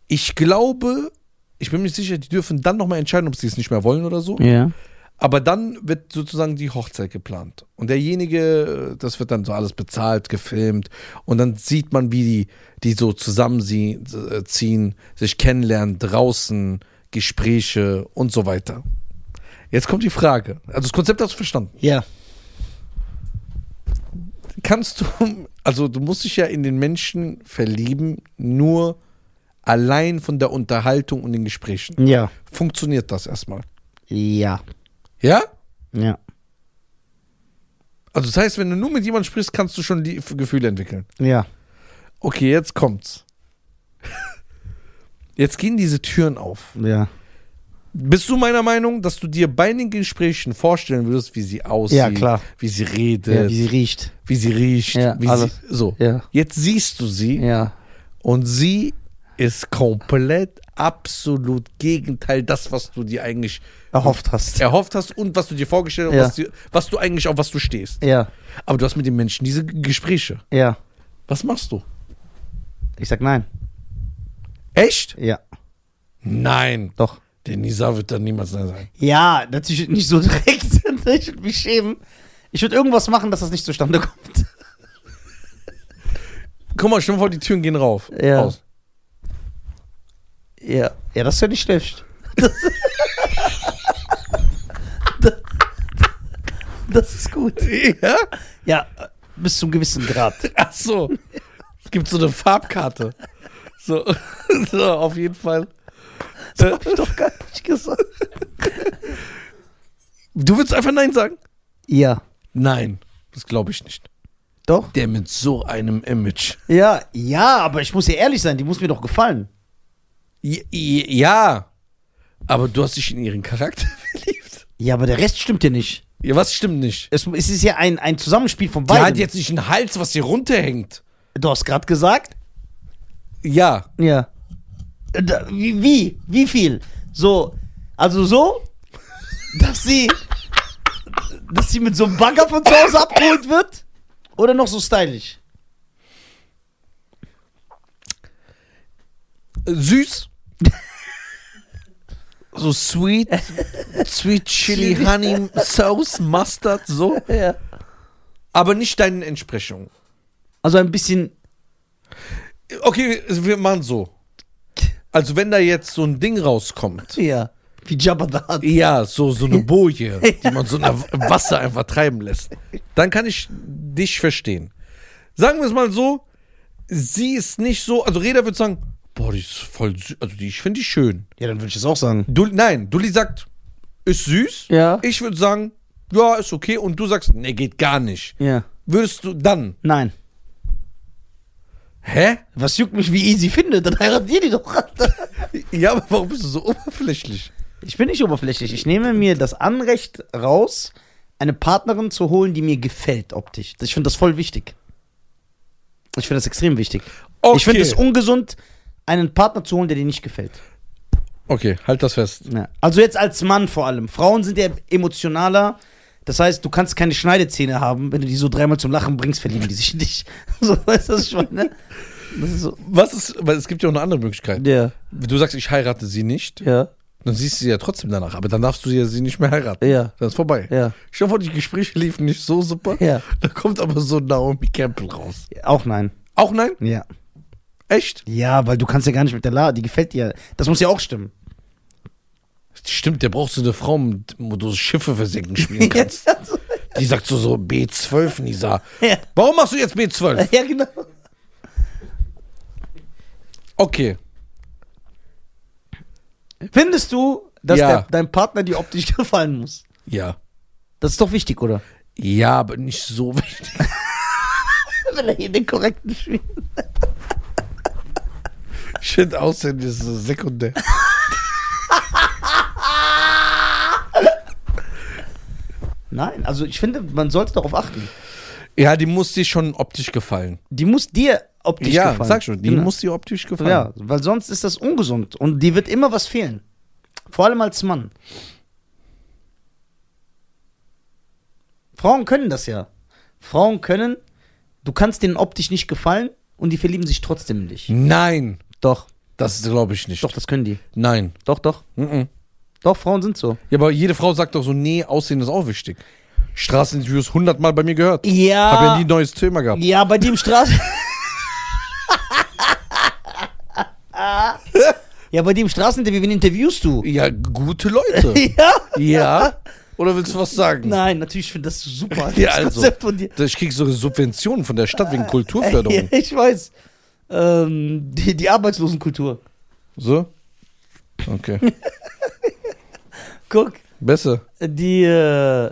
Speaker 2: Ich glaube, ich bin mir nicht sicher, die dürfen dann nochmal entscheiden, ob sie es nicht mehr wollen oder so.
Speaker 1: Ja.
Speaker 2: Aber dann wird sozusagen die Hochzeit geplant. Und derjenige, äh, das wird dann so alles bezahlt, gefilmt. Und dann sieht man, wie die, die so zusammenziehen, sich kennenlernen, draußen, Gespräche und so weiter. Jetzt kommt die Frage. Also das Konzept hast du verstanden.
Speaker 1: Ja.
Speaker 2: Kannst du, also du musst dich ja in den Menschen verlieben, nur allein von der Unterhaltung und den Gesprächen.
Speaker 1: Ja.
Speaker 2: Funktioniert das erstmal?
Speaker 1: Ja.
Speaker 2: Ja?
Speaker 1: Ja.
Speaker 2: Also das heißt, wenn du nur mit jemandem sprichst, kannst du schon die F- Gefühle entwickeln.
Speaker 1: Ja.
Speaker 2: Okay, jetzt kommt's. Jetzt gehen diese Türen auf.
Speaker 1: Ja.
Speaker 2: Bist du meiner Meinung, dass du dir bei den Gesprächen vorstellen würdest, wie sie aussieht,
Speaker 1: Ja, klar.
Speaker 2: wie sie
Speaker 1: Ja,
Speaker 2: redet,
Speaker 1: wie
Speaker 2: wie,
Speaker 1: sie riecht.
Speaker 2: sie riecht,
Speaker 1: Ja,
Speaker 2: wie sie,
Speaker 1: alles.
Speaker 2: so.
Speaker 1: Ja.
Speaker 2: Jetzt siehst du sie
Speaker 1: Ja.
Speaker 2: und sie ist komplett absolut Gegenteil das, was du dir eigentlich
Speaker 1: Erhofft hast.
Speaker 2: erhofft hast und was du dir vorgestellt hast,
Speaker 1: Ja.
Speaker 2: was, dir, was du eigentlich auf was du stehst.
Speaker 1: Ja.
Speaker 2: Aber du hast mit den Menschen diese G- Gespräche.
Speaker 1: Ja.
Speaker 2: Was machst du?
Speaker 1: Ich sag nein.
Speaker 2: Echt?
Speaker 1: Ja.
Speaker 2: Nein.
Speaker 1: Doch.
Speaker 2: Der Nisa wird dann niemals Nein sagen.
Speaker 1: Ja, natürlich nicht so direkt. ich würde mich schämen. Ich würde irgendwas machen, dass das nicht zustande kommt.
Speaker 2: Guck mal, stell dir vor, die Türen gehen rauf.
Speaker 1: Ja.
Speaker 2: Aus.
Speaker 1: Ja. Ja, das ist ja nicht schlecht. Das, das ist gut.
Speaker 2: Ja?
Speaker 1: Ja, bis zum gewissen Grad.
Speaker 2: Ach so. Es gibt so eine Farbkarte. So, so auf jeden Fall. Äh,
Speaker 1: Das habe ich doch gar nicht gesagt.
Speaker 2: Du willst einfach Nein sagen?
Speaker 1: Ja.
Speaker 2: Nein. Das glaube ich nicht.
Speaker 1: Doch?
Speaker 2: Der mit so einem Image.
Speaker 1: Ja, ja, aber ich muss ja ehrlich sein, die muss mir doch gefallen.
Speaker 2: J- j- Ja. Aber du hast dich in ihren Charakter verliebt.
Speaker 1: Ja, aber der Rest stimmt ja nicht.
Speaker 2: Ja, was stimmt nicht?
Speaker 1: Es, es ist ja ein, ein Zusammenspiel von
Speaker 2: Die
Speaker 1: beiden.
Speaker 2: hat jetzt nicht einen Hals, was hier runterhängt.
Speaker 1: du hast gerade gesagt.
Speaker 2: Ja.
Speaker 1: Ja. Äh, Da, wie, wie? Wie viel? So, also so, dass sie, dass sie mit so einem Bagger von zu Hause abgeholt wird? Oder noch so stylisch?
Speaker 2: Süß. so sweet. Sweet Chili Honey Sauce Mustard, so.
Speaker 1: Ja.
Speaker 2: Aber nicht deinen Entsprechungen.
Speaker 1: Also ein bisschen,
Speaker 2: Okay, wir machen so. Also wenn da jetzt so ein Ding rauskommt,
Speaker 1: ja, wie Jabba da hat.
Speaker 2: ja, so, so eine Boje, die man so in der- im Wasser einfach treiben lässt, dann kann ich dich verstehen. Sagen wir es mal so, sie ist nicht so, also Reda wird sagen, boah, die ist voll süß, also die, ich finde die schön.
Speaker 1: Ja, dann würde ich es auch sagen.
Speaker 2: Du, nein, Dulli sagt, ist süß.
Speaker 1: Ja.
Speaker 2: Ich würde sagen, ja, ist okay. Und du sagst, nee, geht gar nicht.
Speaker 1: Ja.
Speaker 2: Würdest du dann,
Speaker 1: Nein.
Speaker 2: hä?
Speaker 1: Was juckt mich, wie ihr sie findet? Dann heiratet ihr die doch. Alter.
Speaker 2: Ja, aber warum bist du so oberflächlich?
Speaker 1: Ich bin nicht oberflächlich. Ich nehme mir das Anrecht raus, eine Partnerin zu holen, die mir gefällt optisch. Ich finde das voll wichtig. Ich finde das extrem wichtig.
Speaker 2: Okay.
Speaker 1: Ich finde es ungesund, einen Partner zu holen, der dir nicht gefällt.
Speaker 2: Okay, halt das fest.
Speaker 1: Ja. Also jetzt als Mann vor allem. Frauen sind ja emotionaler. Das heißt, du kannst keine Schneidezähne haben. Wenn du die so dreimal zum Lachen bringst, verlieben die sich in dich. So, weißt du, was ich meine? Das ist so.
Speaker 2: Was ist, weil es gibt ja auch eine andere Möglichkeit.
Speaker 1: Ja,
Speaker 2: Du sagst, ich heirate sie nicht,
Speaker 1: ja,
Speaker 2: dann siehst du sie ja trotzdem danach, aber dann darfst du ja sie nicht mehr heiraten.
Speaker 1: Ja.
Speaker 2: Dann ist vorbei.
Speaker 1: ja.
Speaker 2: Ich hoffe, die Gespräche liefen nicht so super.
Speaker 1: Ja.
Speaker 2: Da kommt aber so Naomi Campbell raus.
Speaker 1: Auch nein.
Speaker 2: Auch nein?
Speaker 1: Ja.
Speaker 2: Echt?
Speaker 1: Ja, weil du kannst ja gar nicht mit der La, die gefällt dir. Das muss ja auch stimmen.
Speaker 2: Stimmt, der brauchst du eine Frau, mit- wo du Schiffe versenken spielen kannst. Die sagt so, so B12, Nisa.
Speaker 1: Ja.
Speaker 2: Warum machst du jetzt B12?
Speaker 1: ja, genau.
Speaker 2: Okay.
Speaker 1: Findest du, dass
Speaker 2: Ja.
Speaker 1: der, dein Partner dir optisch gefallen muss?
Speaker 2: Ja.
Speaker 1: Das ist doch wichtig, oder?
Speaker 2: Ja, aber nicht so wichtig.
Speaker 1: Wenn er hier den korrekten spielt.
Speaker 2: Ich finde, Aussehen ist so sekundär.
Speaker 1: Nein, also ich finde, man sollte darauf achten.
Speaker 2: Ja, die muss dir schon optisch gefallen.
Speaker 1: Die muss dir optisch
Speaker 2: ja,
Speaker 1: gefallen.
Speaker 2: sag schon, die
Speaker 1: Genau.
Speaker 2: muss dir optisch gefallen.
Speaker 1: Ja, weil sonst ist das ungesund und dir wird immer was fehlen. Vor allem als Mann. Frauen können das ja. Frauen können, du kannst denen optisch nicht gefallen und die verlieben sich trotzdem in
Speaker 2: Hm.
Speaker 1: dich.
Speaker 2: Nein,
Speaker 1: Doch,
Speaker 2: das glaube ich nicht.
Speaker 1: doch, das können die.
Speaker 2: Nein.
Speaker 1: Doch, doch.
Speaker 2: Mhm.
Speaker 1: Doch, Frauen sind so.
Speaker 2: Ja, aber jede Frau sagt doch so, nee, Aussehen ist auch wichtig. Straßeninterviews hundertmal bei mir gehört.
Speaker 1: Ja.
Speaker 2: Hab ja nie ein neues Thema gehabt.
Speaker 1: Ja, bei dem Straß. ja, bei dem Straßeninterview, wen interviewst du?
Speaker 2: Ja, gute Leute.
Speaker 1: Ja?
Speaker 2: ja. Oder willst du was sagen?
Speaker 1: Nein, natürlich, ich finde das super.
Speaker 2: Ja,
Speaker 1: das
Speaker 2: also.
Speaker 1: Konzept von dir.
Speaker 2: Ich krieg so Subventionen von der Stadt wegen Kulturförderung.
Speaker 1: ich weiß. Ähm, die, die Arbeitslosenkultur.
Speaker 2: So? Okay.
Speaker 1: Guck,
Speaker 2: Besser.
Speaker 1: die. Äh,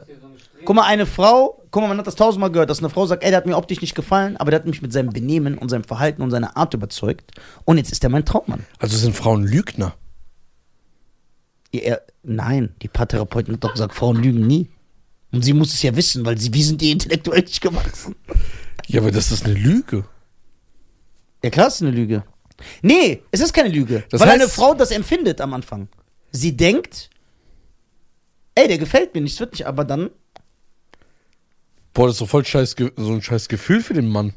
Speaker 3: Ist hier so ein Strich.
Speaker 1: guck mal, eine Frau. Guck mal, man hat das tausendmal gehört, dass eine Frau sagt: Ey, der hat mir optisch nicht gefallen, aber der hat mich mit seinem Benehmen und seinem Verhalten und seiner Art überzeugt. Und jetzt ist er mein Traummann.
Speaker 2: Also sind Frauen Lügner.
Speaker 1: Ja, er, nein, die Paartherapeutin hat doch gesagt: Frauen lügen nie. Und sie muss es ja wissen, weil sie, wie sind die intellektuell nicht gewachsen?
Speaker 2: Ja, aber das ist eine Lüge.
Speaker 1: Ja, klar, ist eine Lüge. Nee, es ist keine Lüge.
Speaker 2: Das
Speaker 1: weil
Speaker 2: heißt-
Speaker 1: eine Frau das empfindet am Anfang. Sie denkt, ey, der gefällt mir nicht, es wird nicht, aber dann,
Speaker 2: Boah, das ist so voll scheiß, Ge- so ein scheiß Gefühl für den Mann.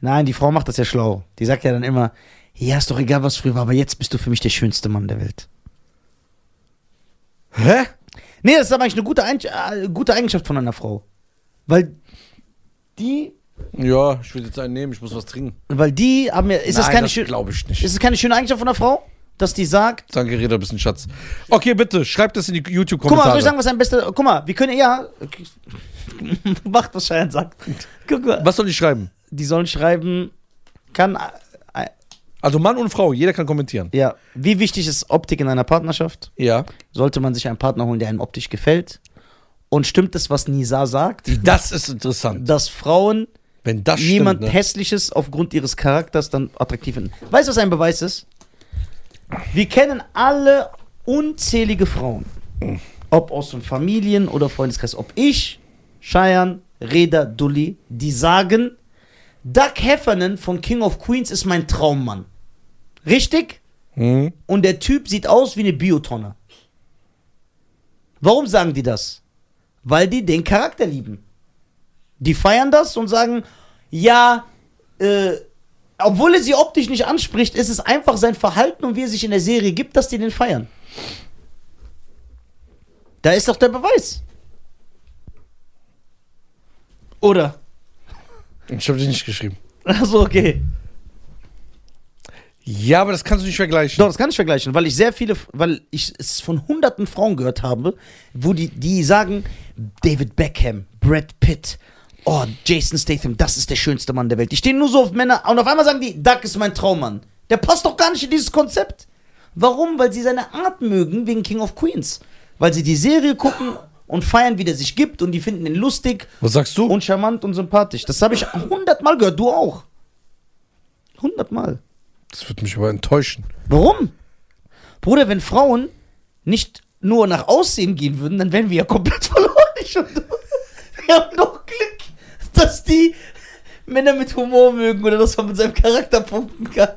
Speaker 1: nein, die Frau macht das ja schlau. Die sagt ja dann immer, ja, ist doch egal, was früher war, aber jetzt bist du für mich der schönste Mann der Welt.
Speaker 2: Hä?
Speaker 1: Nee, das ist aber eigentlich eine gute, Eig- äh, gute Eigenschaft von einer Frau. Weil die,
Speaker 2: Ja, ich will jetzt einen nehmen, ich muss was trinken.
Speaker 1: weil die haben ja, ist das
Speaker 2: Nein,
Speaker 1: keine,
Speaker 2: das
Speaker 1: schö-
Speaker 2: glaube ich nicht.
Speaker 1: ist das keine schöne Eigenschaft von einer Frau, dass die sagt,
Speaker 2: Danke, Reda, bist ein Schatz. Okay, bitte, schreibt das in die
Speaker 1: guck mal, soll
Speaker 2: YouTube-Kommentare.
Speaker 1: ich sagen, was ein bester, guck mal, wir können, ja, okay, macht, was Schein sagt. Guck mal,
Speaker 2: was soll ich schreiben?
Speaker 1: die sollen schreiben, kann, äh, äh,
Speaker 2: Also Mann und Frau, jeder kann kommentieren.
Speaker 1: ja, wie wichtig ist Optik in einer Partnerschaft?
Speaker 2: Ja.
Speaker 1: Sollte man sich einen Partner holen, der einem optisch gefällt? Und stimmt es, was Nisa sagt,
Speaker 2: Das ist interessant.
Speaker 1: dass Frauen
Speaker 2: Wenn das
Speaker 1: jemand
Speaker 2: stimmt, ne?
Speaker 1: Hässliches aufgrund ihres Charakters dann attraktiv finden. Weißt du, was ein Beweis ist? Wir kennen alle unzählige Frauen. Ob aus dem Familien- oder Freundeskreis. Ob ich, Cheyenne, Reda, Dulli, die sagen, Doug Heffernan von King of Queens ist mein Traummann. Richtig?
Speaker 2: Hm?
Speaker 1: Und der Typ sieht aus wie eine Biotonne. Warum sagen die das? Weil die den Charakter lieben. Die feiern das und sagen, ja, äh, obwohl er sie optisch nicht anspricht, ist es einfach sein Verhalten und wie er sich in der Serie gibt, dass die den feiern. Da ist doch der Beweis. Oder?
Speaker 2: Ich habe dich nicht geschrieben.
Speaker 1: Achso, okay.
Speaker 2: Ja, aber das kannst du nicht vergleichen.
Speaker 1: Doch, das kann ich vergleichen, weil ich sehr viele, weil ich es von hunderten Frauen gehört habe, wo die, die sagen, David Beckham, Brad Pitt, oh, Jason Statham, das ist der schönste Mann der Welt. Die stehen nur so auf Männer und auf einmal sagen die, Duck ist mein Traummann. Der passt doch gar nicht in dieses Konzept. Warum? Weil sie seine Art mögen wegen King of Queens. Weil sie die Serie gucken und feiern, wie der sich gibt und die finden ihn lustig
Speaker 2: Was sagst du?
Speaker 1: und charmant und sympathisch. Das habe ich hundertmal gehört, du auch. Hundertmal.
Speaker 2: das wird mich aber enttäuschen.
Speaker 1: Warum? Bruder, wenn Frauen nicht nur nach Aussehen gehen würden, dann wären wir ja komplett verloren. Ich und du. Wir haben noch Glück, dass die Männer mit Humor mögen oder dass man mit seinem Charakter punkten kann.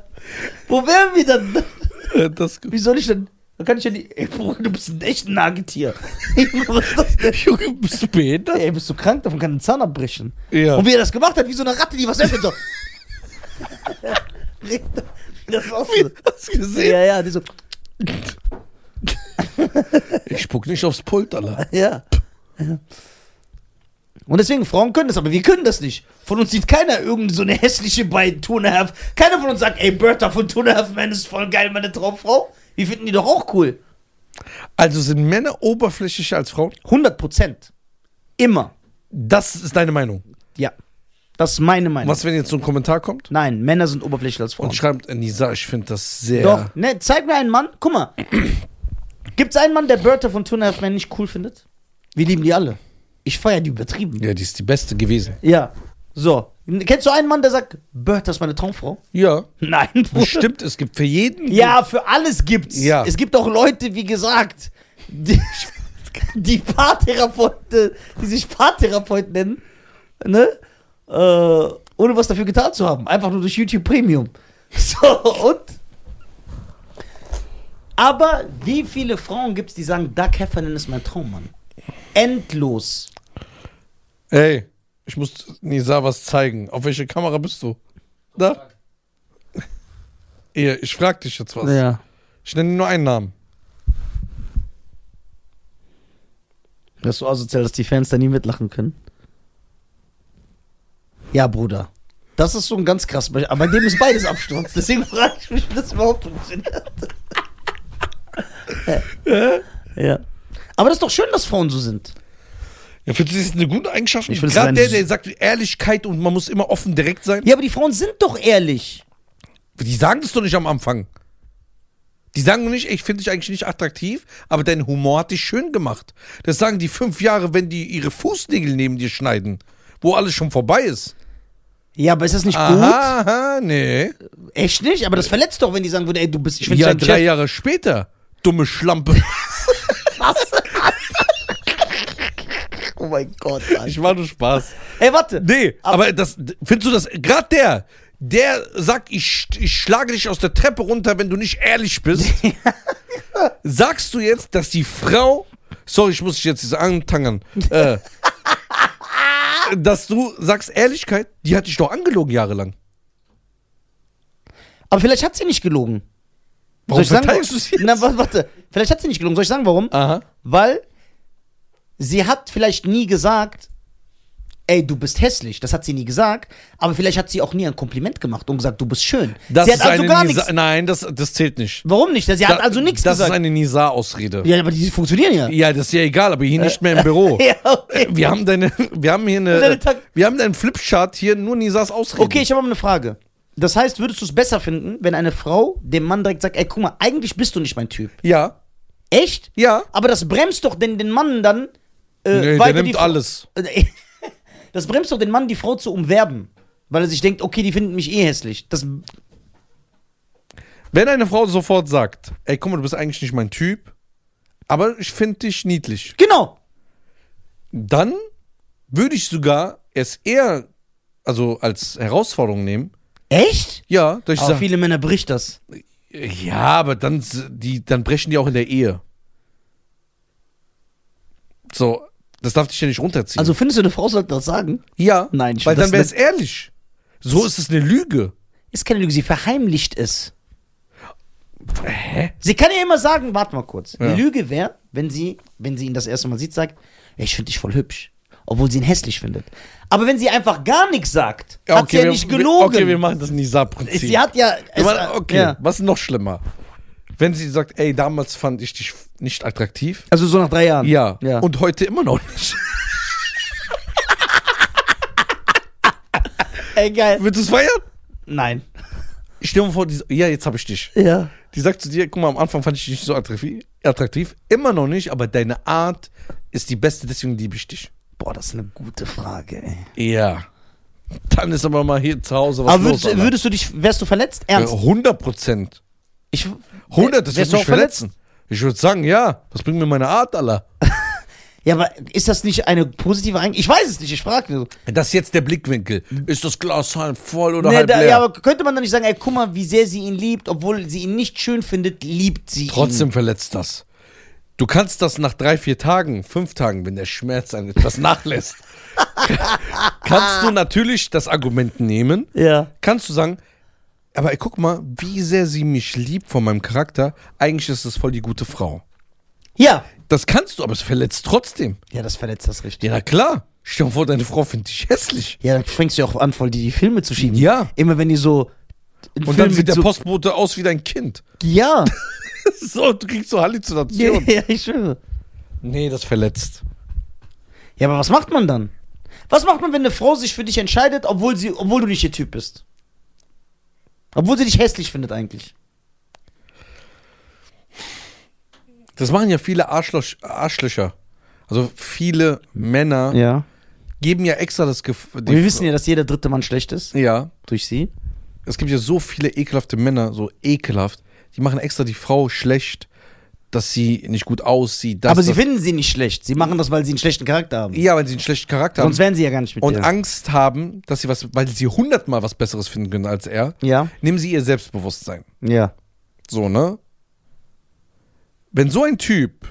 Speaker 1: Wo wären wir dann?
Speaker 2: Das
Speaker 1: Wie soll ich denn? Da kann ich ja nicht. Ey, Bruder, du bist ein echt Nagetier. Junge, Was ist das denn?
Speaker 2: Junge, bist du behindert?
Speaker 1: Ey, bist du krank? Davon kann ein Zahn abbrechen.
Speaker 2: Ja.
Speaker 1: Und wie er das gemacht hat, wie so eine Ratte, die was öffnet. So. das war auch so.
Speaker 2: Hast du gesehen?
Speaker 1: Ja, ja, die so.
Speaker 2: Ich spuck nicht aufs Pult, Alter.
Speaker 1: Ja. ja. Und deswegen, Frauen können das, aber wir können das nicht. Von uns sieht keiner irgend so eine hässliche bei Two and a Half. Keiner von uns sagt, ey, Bertha von Two and a Half Man ist voll geil, meine Traumfrau. Wir finden die doch auch cool.
Speaker 2: Also sind Männer oberflächlicher als Frauen?
Speaker 1: 100 Prozent. Immer.
Speaker 2: Das ist deine Meinung.
Speaker 1: Ja. Das ist meine Meinung.
Speaker 2: Was, wenn jetzt so ein Kommentar kommt
Speaker 1: Nein, Männer sind oberflächlich als Frauen.
Speaker 2: und schreibt, äh, Nisa, ich finde das sehr.
Speaker 1: Doch, ne, zeig mir einen Mann. Guck mal. Gibt's einen Mann, der Bertha von Two and a Half Man nicht cool findet? Wir lieben die alle. Ich feiere die übertrieben.
Speaker 2: Ja, die ist die beste gewesen.
Speaker 1: Ja. So. Kennst du einen Mann, der sagt, Bertha ist meine Traumfrau?
Speaker 2: Ja.
Speaker 1: Nein, Bruder.
Speaker 2: Bestimmt, es gibt für jeden.
Speaker 1: Ja, für alles gibt's.
Speaker 2: Ja.
Speaker 1: Es gibt auch Leute, wie gesagt, die, die Paartherapeuten, die sich Paartherapeuten nennen, ne? Äh, ohne was dafür getan zu haben. Einfach nur durch YouTube Premium. So, und? Aber wie viele Frauen gibt's, die sagen, Doug Heffernan ist mein Traummann? Endlos.
Speaker 2: Ey, ich muss Nisa was zeigen. Auf welche Kamera bist du? Da? Ehe, ich frag dich jetzt was. Ich nenne nur einen Namen.
Speaker 1: Das ist so asozial, dass die Fans da nie mitlachen können. Ja, Bruder. Das ist so ein ganz krass. Beispiel. Aber bei dem ist beides Absturz. Deswegen frage ich mich, wie das überhaupt funktioniert. ja. Aber das ist doch schön, dass Frauen so sind.
Speaker 2: Ja, findest du das ist eine gute Eigenschaft?
Speaker 1: Ich finde,
Speaker 2: Gerade
Speaker 1: das
Speaker 2: der,
Speaker 1: ist eine-
Speaker 2: der sagt Ehrlichkeit und man muss immer offen direkt sein.
Speaker 1: Ja, aber die Frauen sind doch ehrlich.
Speaker 2: Die sagen das doch nicht am Anfang. Die sagen nicht, ey, ich finde dich eigentlich nicht attraktiv, aber dein Humor hat dich schön gemacht. Das sagen die fünf Jahre, wenn die ihre Fußnägel neben dir schneiden, wo alles schon vorbei ist.
Speaker 1: Ja, aber ist das nicht
Speaker 2: Aha, aha nee.
Speaker 1: gut? Echt nicht? Aber das verletzt doch, wenn die sagen würden, ey, du bist, ich finde
Speaker 2: ja,
Speaker 1: dich ein
Speaker 2: drei Jahre später. Dumme Schlampe.
Speaker 1: Chef. Oh mein Gott, Mann.
Speaker 2: Ich war nur Spaß.
Speaker 1: Ey, warte.
Speaker 2: Nee, aber das, findest du das, gerade der, der sagt, ich, sch- ich schlage dich aus der Treppe runter, wenn du nicht ehrlich bist. Sagst du jetzt, dass die Frau, sorry, ich muss dich jetzt diese antangern, äh, dass du sagst, Ehrlichkeit, die hat dich doch angelogen jahrelang.
Speaker 1: Aber vielleicht hat sie nicht gelogen.
Speaker 2: Warum
Speaker 1: Soll ich sagen,
Speaker 2: verteidigst du's jetzt? Ah.
Speaker 1: Na, wa- warte. Vielleicht hat sie nicht gelogen. Soll ich sagen, warum?
Speaker 2: Aha.
Speaker 1: Weil sie hat vielleicht nie gesagt, ey, du bist hässlich. Das hat sie nie gesagt. Aber vielleicht hat sie auch nie ein Kompliment gemacht und gesagt, du bist schön.
Speaker 2: Das
Speaker 1: sie hat
Speaker 2: ist
Speaker 1: also
Speaker 2: eine
Speaker 1: gar
Speaker 2: Nisa-
Speaker 1: nichts.
Speaker 2: Nein, das, das zählt nicht.
Speaker 1: Warum nicht? Sie hat
Speaker 2: Da-
Speaker 1: also nichts
Speaker 2: Das
Speaker 1: gesagt.
Speaker 2: ist eine Nisa-Ausrede.
Speaker 1: ja, aber die funktionieren ja.
Speaker 2: Ja, das ist ja egal, aber hier nicht mehr im Büro.
Speaker 1: Ja, okay.
Speaker 2: Wir haben deine, wir haben hier
Speaker 1: Deine
Speaker 2: eine,
Speaker 1: Tak-
Speaker 2: wir haben einen Flipchart hier nur Nisas Ausreden.
Speaker 1: Okay, ich habe aber eine Frage. Das heißt, würdest du es besser finden, wenn eine Frau dem Mann direkt sagt, ey, guck mal, eigentlich bist du nicht mein Typ.
Speaker 2: Ja,
Speaker 1: Echt?
Speaker 2: ja.
Speaker 1: Aber das bremst doch den, den Mann dann äh,
Speaker 2: nee, der
Speaker 1: weiter die
Speaker 2: nimmt
Speaker 1: Frau-
Speaker 2: alles.
Speaker 1: Das bremst doch den Mann, die Frau zu umwerben. Weil er sich denkt, okay, die finden mich eh hässlich. Das,
Speaker 2: Wenn eine Frau sofort sagt, ey, guck mal, du bist eigentlich nicht mein Typ, aber ich finde dich niedlich,
Speaker 1: genau.
Speaker 2: dann würde ich sogar es eher, also als Herausforderung nehmen.
Speaker 1: Echt?
Speaker 2: Ja, dass ich
Speaker 1: Aber
Speaker 2: sage,
Speaker 1: Ah, viele Männer bricht das.
Speaker 2: ja, aber dann, s- die, dann brechen die auch in der Ehe. So, das darf dich ja nicht runterziehen.
Speaker 1: Also findest du, eine Frau sollte das sagen?
Speaker 2: Ja.
Speaker 1: Nein, ich
Speaker 2: Weil
Speaker 1: find
Speaker 2: dann wäre
Speaker 1: das ne-
Speaker 2: es ehrlich. So ist es eine Lüge.
Speaker 1: Ist keine Lüge, sie verheimlicht es.
Speaker 2: Hä?
Speaker 1: Sie kann ja immer sagen, warte mal kurz.
Speaker 2: Ja.
Speaker 1: Eine Lüge wäre, wenn sie, wenn sie ihn das erste Mal sieht, sagt, "Ey, ich finde dich voll hübsch. Obwohl sie ihn hässlich findet. Aber wenn sie einfach gar nichts sagt, hat sie ja
Speaker 2: wir-
Speaker 1: nicht
Speaker 2: wir-
Speaker 1: gelogen.
Speaker 2: Okay, wir machen das Nisa-Prinzip.
Speaker 1: sie hat ja. es- äh,
Speaker 2: Aber okay,
Speaker 1: ja.
Speaker 2: was ist noch schlimmer? Wenn sie sagt, ey, damals fand ich dich nicht attraktiv.
Speaker 1: Also so nach drei Jahren.
Speaker 2: Ja.
Speaker 1: ja.
Speaker 2: Und heute immer noch nicht.
Speaker 1: Ey, geil.
Speaker 2: Wird es feiern?
Speaker 1: Nein.
Speaker 2: Ich stelle mir vor, die, so- ja, jetzt habe ich dich.
Speaker 1: Ja.
Speaker 2: Die sagt zu dir, guck mal, am Anfang fand ich dich nicht so attraktiv. attraktiv. Immer noch nicht, aber deine Art ist die beste, deswegen liebe ich dich.
Speaker 1: Boah, das ist eine gute Frage, ey.
Speaker 2: Ja. Dann ist aber mal hier zu Hause was
Speaker 1: Aber
Speaker 2: los.
Speaker 1: würdest,
Speaker 2: Alter.
Speaker 1: würdest du dich, wärst du verletzt?
Speaker 2: Ja,
Speaker 1: Ernst?
Speaker 2: 100 Prozent.
Speaker 1: Ich,
Speaker 2: 100, das
Speaker 1: wärst
Speaker 2: wird
Speaker 1: du
Speaker 2: mich
Speaker 1: auch verletzt?
Speaker 2: verletzen. Ich würde sagen, ja. Was bringt mir meine Art, Alter?
Speaker 1: Ja, aber ist das nicht eine positive Eigenschaft? Ich weiß es nicht, ich frage nur.
Speaker 2: Das ist jetzt der Blickwinkel. Ist das Glas halb voll oder
Speaker 1: Nee,
Speaker 2: halb
Speaker 1: da,
Speaker 2: leer?
Speaker 1: ja, aber könnte man doch nicht sagen, ey, guck mal, wie sehr sie ihn liebt, obwohl sie ihn nicht schön findet, liebt sie ihn.
Speaker 2: Trotzdem verletzt das. Du kannst das nach drei, vier Tagen, fünf Tagen, wenn der Schmerz an etwas nachlässt, kannst du natürlich das Argument nehmen.
Speaker 1: Ja.
Speaker 2: Kannst du sagen, aber ey, guck mal, wie sehr sie mich liebt von meinem Charakter. Eigentlich ist das voll die gute Frau.
Speaker 1: Ja.
Speaker 2: Das kannst du, aber es verletzt trotzdem.
Speaker 1: Ja, das verletzt das richtig.
Speaker 2: Ja, na klar. Stell dir vor, deine Frau findet dich hässlich.
Speaker 1: Ja, dann fängst du ja auch an, voll die, die Filme zu schieben.
Speaker 2: Ja.
Speaker 1: Immer wenn die so.
Speaker 2: Und dann sieht der Postbote aus wie dein Kind.
Speaker 1: Ja.
Speaker 2: So, du kriegst so
Speaker 1: ja,
Speaker 2: Halluzination.
Speaker 1: ja, ich schwöre.
Speaker 2: Nee, das verletzt.
Speaker 1: Ja, aber was macht man dann? Was macht man, wenn eine Frau sich für dich entscheidet, obwohl, sie, obwohl du nicht ihr Typ bist? Obwohl sie dich hässlich findet eigentlich.
Speaker 2: Das machen ja viele Arschloch, Arschlöcher. Also viele Männer
Speaker 1: Ja.
Speaker 2: geben ja extra das Gefühl.
Speaker 1: Wir wissen ja, dass jeder dritte Mann schlecht ist.
Speaker 2: Ja.
Speaker 1: Durch sie.
Speaker 2: Es gibt ja so viele ekelhafte Männer, so ekelhaft. Die machen extra die Frau schlecht, dass sie nicht gut aussieht. Dass
Speaker 1: aber sie
Speaker 2: das,
Speaker 1: finden sie nicht schlecht. Sie machen das, weil sie einen schlechten Charakter haben.
Speaker 2: Ja, weil sie einen schlechten Charakter
Speaker 1: Sonst
Speaker 2: haben.
Speaker 1: wären sie ja gar nicht mit
Speaker 2: Und
Speaker 1: dir.
Speaker 2: Angst haben, dass sie was, weil sie hundertmal was Besseres finden können als er.
Speaker 1: Ja.
Speaker 2: Nehmen sie ihr Selbstbewusstsein.
Speaker 1: Ja.
Speaker 2: So, ne? Wenn so ein Typ,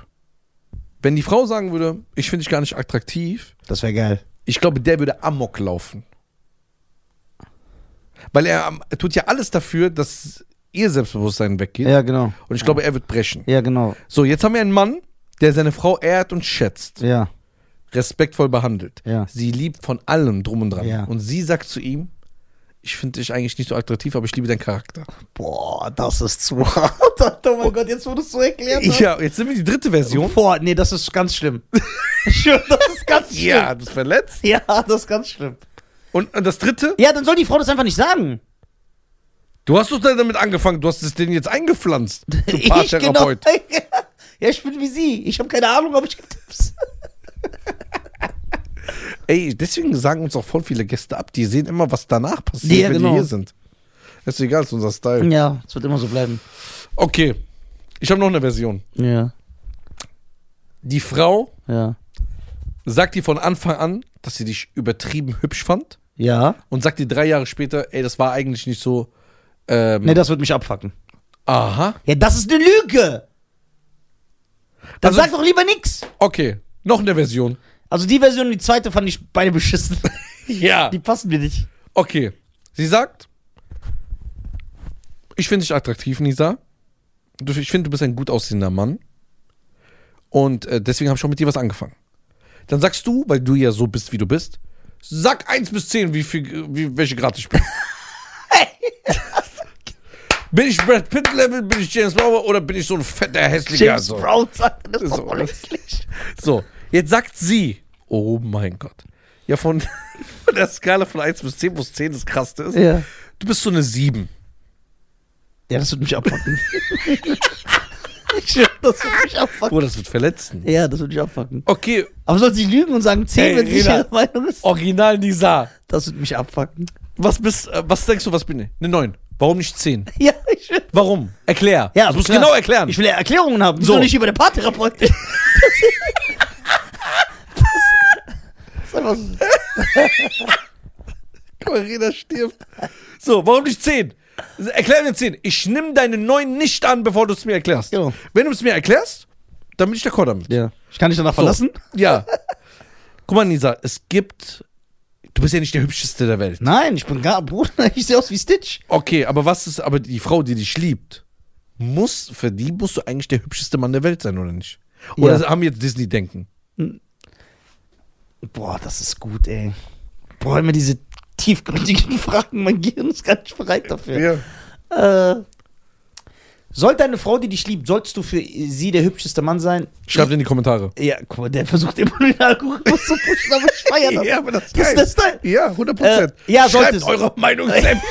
Speaker 2: wenn die Frau sagen würde, ich finde dich gar nicht attraktiv,
Speaker 1: Das wäre geil.
Speaker 2: ich glaube, der würde Amok laufen. Weil er, am- er tut ja alles dafür, dass ihr Selbstbewusstsein weggeht.
Speaker 1: Ja, genau.
Speaker 2: Und ich glaube, er wird brechen.
Speaker 1: Ja, genau.
Speaker 2: So, jetzt haben wir einen Mann, der seine Frau ehrt und schätzt,
Speaker 1: Ja.
Speaker 2: respektvoll behandelt.
Speaker 1: Ja.
Speaker 2: Sie liebt von allem drum und dran.
Speaker 1: Ja.
Speaker 2: Und sie sagt zu ihm, ich finde dich eigentlich nicht so attraktiv, aber ich liebe deinen Charakter.
Speaker 1: Boah, das ist zu hart. Oh mein Gott, jetzt wurde es so erklärt. hast.
Speaker 2: Ja, jetzt sind wir die dritte Version.
Speaker 1: Boah, nee, das ist ganz schlimm. Ich schwör, das ist ganz schlimm.
Speaker 2: Ja, das verletzt.
Speaker 1: ja, das ist ganz schlimm.
Speaker 2: Und und das dritte,
Speaker 1: Ja, dann soll die Frau das einfach nicht sagen.
Speaker 2: du hast doch dann damit angefangen, du hast es denen jetzt eingepflanzt. Du
Speaker 1: Ich genau.
Speaker 2: Paartherapeut.
Speaker 1: Ja, ich bin wie sie. Ich habe keine Ahnung, ob ich Tipps.
Speaker 2: Ey, deswegen sagen uns auch voll viele Gäste ab. Die sehen immer, was danach passiert,
Speaker 1: Ja,
Speaker 2: wenn
Speaker 1: genau. Mhm.
Speaker 2: die hier sind. Ist egal, ist unser Style.
Speaker 1: Ja, es wird immer so bleiben.
Speaker 2: Okay, ich habe noch eine Version.
Speaker 1: Ja,
Speaker 2: Die Frau
Speaker 1: ja.
Speaker 2: sagt dir von Anfang an, dass sie dich übertrieben hübsch fand
Speaker 1: Ja.
Speaker 2: und sagt dir drei Jahre später, ey, das war eigentlich nicht so. Ähm,
Speaker 1: Nee, das wird mich abfacken.
Speaker 2: aha.
Speaker 1: Ja, das ist eine Lüge. Dann
Speaker 2: Also-
Speaker 1: sag doch lieber nix.
Speaker 2: Okay, noch eine Version.
Speaker 1: Also die Version und die zweite fand ich beide beschissen.
Speaker 2: Ja.
Speaker 1: Die passen mir nicht.
Speaker 2: Okay. Sie sagt, Ich finde dich attraktiv, Nisa. Du- Ich finde, du bist ein gut aussehender Mann. Und äh, deswegen habe ich auch mit dir was angefangen. Dann sagst du, weil du ja so bist, wie du bist, sag 1 bis 10, wie viel, wie, welche Grad ich bin. bin ich Brad Pitt-Level, bin ich James Bauer oder bin ich so ein fetter, hässlicher?
Speaker 1: James
Speaker 2: so?
Speaker 1: Brown sagt das
Speaker 2: Ist
Speaker 1: doch
Speaker 2: so.
Speaker 1: mal wirklich.
Speaker 2: So, jetzt sagt sie, oh mein Gott. Ja, von, von der Skala von 1 bis 10, wo es 10 das krasseste ist,
Speaker 1: Ja.
Speaker 2: du bist so eine 7.
Speaker 1: ja, das wird mich abfacken. Ich schwör, das wird mich abfacken.
Speaker 2: Boah, das wird verletzen.
Speaker 1: Ja, das wird mich abfacken.
Speaker 2: Okay,
Speaker 1: Aber soll sie lügen und sagen 10,
Speaker 2: Ey,
Speaker 1: wenn sie nicht
Speaker 2: Rina.
Speaker 1: ihre Meinung ist?
Speaker 2: original Nisa.
Speaker 1: Das wird mich abfacken.
Speaker 2: Was bist, äh, was denkst du, was bin ich? Eine 9. Warum nicht 10?
Speaker 1: Ja, ich will.
Speaker 2: Warum? Erklär.
Speaker 1: Ja,
Speaker 2: du musst
Speaker 1: klar.
Speaker 2: genau erklären.
Speaker 1: Ich will ja Erklärungen haben. Wieso
Speaker 2: So.
Speaker 1: nicht über der Paartherapeutin? das ist einfach so.
Speaker 2: Marina stirbt. So, warum nicht 10? Erklär mir 10. Ich nimm deine 9 nicht an, bevor du es mir erklärst.
Speaker 1: Genau.
Speaker 2: Wenn du es mir erklärst, dann bin ich d'accord damit.
Speaker 1: Ja. Ich kann dich danach verlassen?
Speaker 2: Ja. Guck mal, Nisa, es gibt. Du bist ja nicht der hübscheste der Welt.
Speaker 1: Nein, ich bin gar Bruder. Ich sehe aus wie Stitch.
Speaker 2: Okay, aber was ist, aber die Frau, die dich liebt, muss, für die musst du eigentlich der hübscheste Mann der Welt sein, oder nicht? Oder
Speaker 1: Ja.
Speaker 2: haben wir jetzt Disney-Denken?
Speaker 1: Boah, das ist gut, ey. Boah, immer diese tiefgründigen Fragen. Mein Gehirn ist gar nicht bereit dafür. Äh, sollte eine Frau, die dich liebt, sollst du für sie der hübscheste Mann sein?
Speaker 2: Schreibt in die Kommentare.
Speaker 1: Ja, guck mal, der versucht immer den Algorithmus zu pushen, aber ich feier das.
Speaker 2: aber das
Speaker 1: Das ist der Style.
Speaker 2: Ja, 100%.
Speaker 1: Äh, ja, sollte
Speaker 2: Schreibt
Speaker 1: es.
Speaker 2: eure Meinung selbst.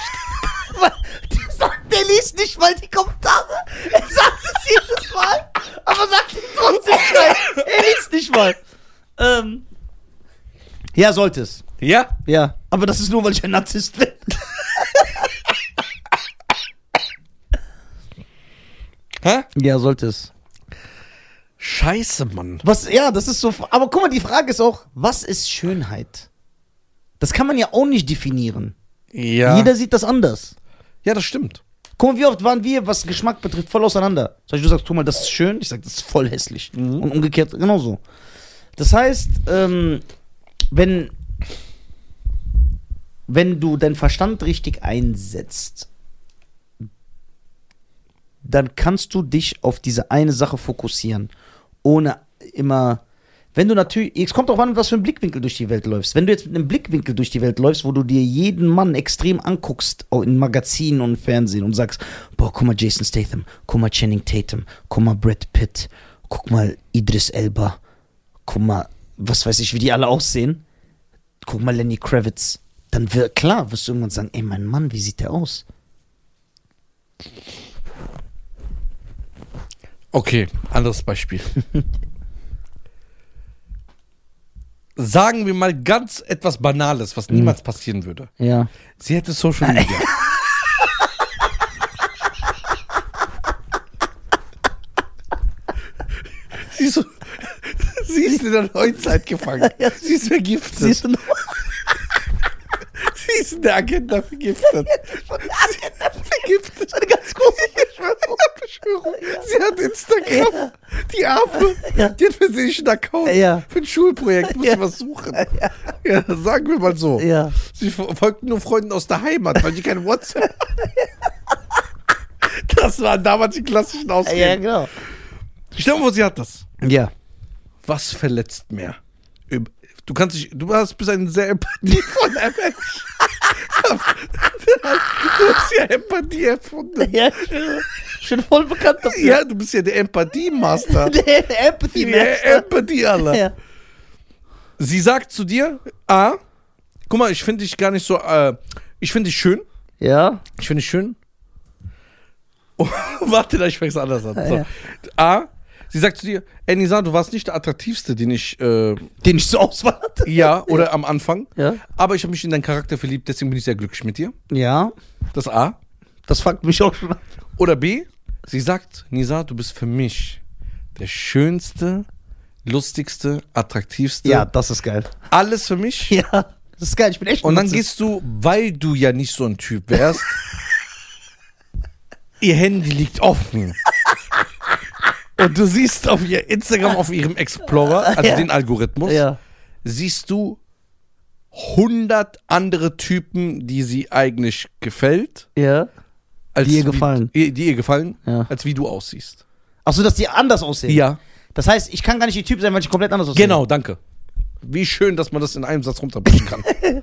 Speaker 1: Weil Der, sagt, der liest nicht mal die Kommentare. Er sagt es jedes Mal, aber sagt es trotzdem schnell. Er liest nicht mal. Ähm, ja, sollte es.
Speaker 2: ja?
Speaker 1: Ja. Aber das ist nur, weil ich ein Narzisst bin.
Speaker 2: Hä?
Speaker 1: Ja, sollte es.
Speaker 2: Scheiße, Mann.
Speaker 1: Was, ja, das ist so. Aber guck mal, die Frage ist auch, was ist Schönheit? Das kann man ja auch nicht definieren.
Speaker 2: Ja.
Speaker 1: Jeder sieht das anders.
Speaker 2: ja, das stimmt.
Speaker 1: Guck mal, wie oft waren wir, was Geschmack betrifft, voll auseinander. Zum Beispiel, du sagst, guck mal, das ist schön, ich sag, das ist voll hässlich. Und umgekehrt genauso. Das heißt, ähm, wenn, wenn du deinen Verstand richtig einsetzt, dann kannst du dich auf diese eine Sache fokussieren, ohne immer. Wenn du natürlich, es kommt auch an, was für einen Blickwinkel durch die Welt läufst. Wenn du jetzt mit einem Blickwinkel durch die Welt läufst, wo du dir jeden Mann extrem anguckst, auch in Magazinen und Fernsehen und sagst, boah, guck mal Jason Statham, guck mal Channing Tatum, guck mal Brad Pitt, guck mal Idris Elba, guck mal, was weiß ich, wie die alle aussehen, guck mal Lenny Kravitz, dann wird klar, wirst du irgendwann sagen, ey, mein Mann, wie sieht der aus?
Speaker 2: Okay, anderes Beispiel. Sagen wir mal ganz etwas Banales, was niemals passieren würde.
Speaker 1: Ja.
Speaker 2: Sie hätte Social Media. sie, ist so, sie ist in der Neuzeit gefangen.
Speaker 1: Ja.
Speaker 2: Sie ist vergiftet. Sie ist,
Speaker 1: Siehst du noch?
Speaker 2: in der Agenda vergiftet.
Speaker 1: Vergiftet. Eine ganz große Beschwörung.
Speaker 2: Verschwörung. Sie hat Instagram. Die Arme.
Speaker 1: Ja.
Speaker 2: Die hat für sich einen Account.
Speaker 1: Ja.
Speaker 2: Für ein Schulprojekt muss
Speaker 1: Ja.
Speaker 2: sie was suchen. Ja. sagen wir mal so.
Speaker 1: Ja.
Speaker 2: Sie fo- folgten nur Freunden aus der Heimat, weil die kein WhatsApp. Das waren damals die klassischen Ausreden.
Speaker 1: Ja, genau.
Speaker 2: Stell dir mal vor, sie hat das.
Speaker 1: Ja.
Speaker 2: Was verletzt mehr? Üb- Du kannst dich, du hast, bist ein sehr empathievoller Mensch. Du hast ja Empathie erfunden.
Speaker 1: Ja, schon voll bekannt dafür.
Speaker 2: Ja, du bist ja der Empathie-Master.
Speaker 1: Der Empathy
Speaker 2: Der
Speaker 1: Master.
Speaker 2: Empathie, Allah.
Speaker 1: ne? Ja.
Speaker 2: Sie sagt zu dir, A, guck mal, ich finde dich gar nicht so, äh, ich finde dich schön.
Speaker 1: ja.
Speaker 2: Ich finde es schön. Oh, warte, da ich fange es anders an. So.
Speaker 1: Ja.
Speaker 2: A, sie sagt zu dir, ey Nisa, du warst nicht der attraktivste, den ich, äh,
Speaker 1: Den ich zur Auswahl hatte.
Speaker 2: ja, oder am Anfang.
Speaker 1: Ja.
Speaker 2: Aber ich habe mich in deinen Charakter verliebt, deswegen bin ich sehr glücklich mit dir.
Speaker 1: Ja.
Speaker 2: Das A.
Speaker 1: Das fuckt mich auch schon an.
Speaker 2: Oder B, sie sagt, Nisa, du bist für mich der schönste, lustigste, attraktivste.
Speaker 1: Ja, das ist geil.
Speaker 2: Alles für mich.
Speaker 1: Ja. Das ist geil, ich bin echt
Speaker 2: Und dann
Speaker 1: gehst
Speaker 2: gehst du, weil du ja nicht so ein Typ wärst, ihr Handy liegt offen. Und du siehst auf ihr Instagram, auf ihrem Explorer, also
Speaker 1: Ja.
Speaker 2: den Algorithmus,
Speaker 1: Ja.
Speaker 2: siehst du 100 andere Typen, die sie eigentlich gefällt,
Speaker 1: Ja.
Speaker 2: als
Speaker 1: Die ihr
Speaker 2: wie-
Speaker 1: gefallen.
Speaker 2: Die, die ihr gefallen,
Speaker 1: Ja.
Speaker 2: als wie du aussiehst.
Speaker 1: Achso, dass die anders aussehen.
Speaker 2: Ja,
Speaker 1: Das heißt, ich kann gar nicht die Typ sein, weil ich komplett anders aussehe.
Speaker 2: genau, danke. Wie schön, dass man das in einem Satz runterbrechen kann.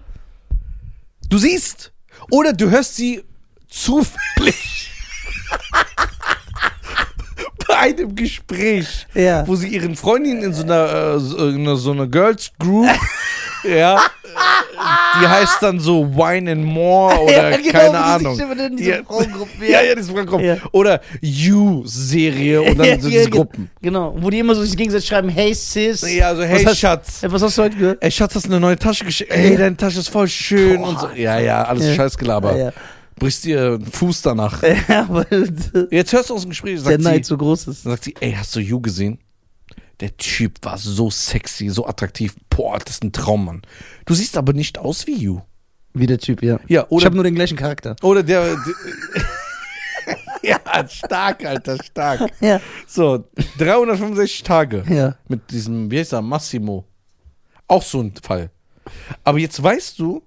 Speaker 2: du siehst oder du hörst sie zufällig bei einem Gespräch.
Speaker 1: Ja.
Speaker 2: wo sie ihren Freundinnen in so einer, äh, so- in so einer Girls Group, ja, äh, die heißt dann so Wine and More oder
Speaker 1: Ja, genau,
Speaker 2: keine
Speaker 1: diese
Speaker 2: Ahnung.
Speaker 1: Stimme, die in diese
Speaker 2: ja.
Speaker 1: Frauengruppe, ja.
Speaker 2: ja, ja, diese Frauengruppe.
Speaker 1: Ja.
Speaker 2: Oder You-Serie und dann so
Speaker 1: ge-
Speaker 2: diese Gruppen.
Speaker 1: Genau, wo die immer so sich gegenseitig schreiben, hey Sis.
Speaker 2: Ja, also hey
Speaker 1: was hast,
Speaker 2: Schatz.
Speaker 1: Ey, was hast du heute gehört?
Speaker 2: Ey, Schatz, hast du eine neue Tasche geschickt? Ey, deine Tasche ist voll schön und so. Ja, ja, alles
Speaker 1: Ja.
Speaker 2: Scheißgelaber.
Speaker 1: Ja, ja.
Speaker 2: Brichst dir einen Fuß danach.
Speaker 1: Ja, weil der
Speaker 2: Jetzt hörst du aus dem Gespräch, sagt sie,
Speaker 1: Neid so groß ist.
Speaker 2: Dann sagt sie, ey, hast du You gesehen? Der Typ war so sexy, so attraktiv. Boah, das ist ein Traum, Mann. Du siehst aber nicht aus wie You.
Speaker 1: Wie der Typ, ja.
Speaker 2: Ja, oder-
Speaker 1: ich habe nur den gleichen Charakter.
Speaker 2: Oder der. ja, stark, Alter, stark.
Speaker 1: Ja.
Speaker 2: So, 365 Tage.
Speaker 1: Ja.
Speaker 2: Mit diesem, wie heißt er, Massimo. Auch so ein Fall. Aber jetzt weißt du,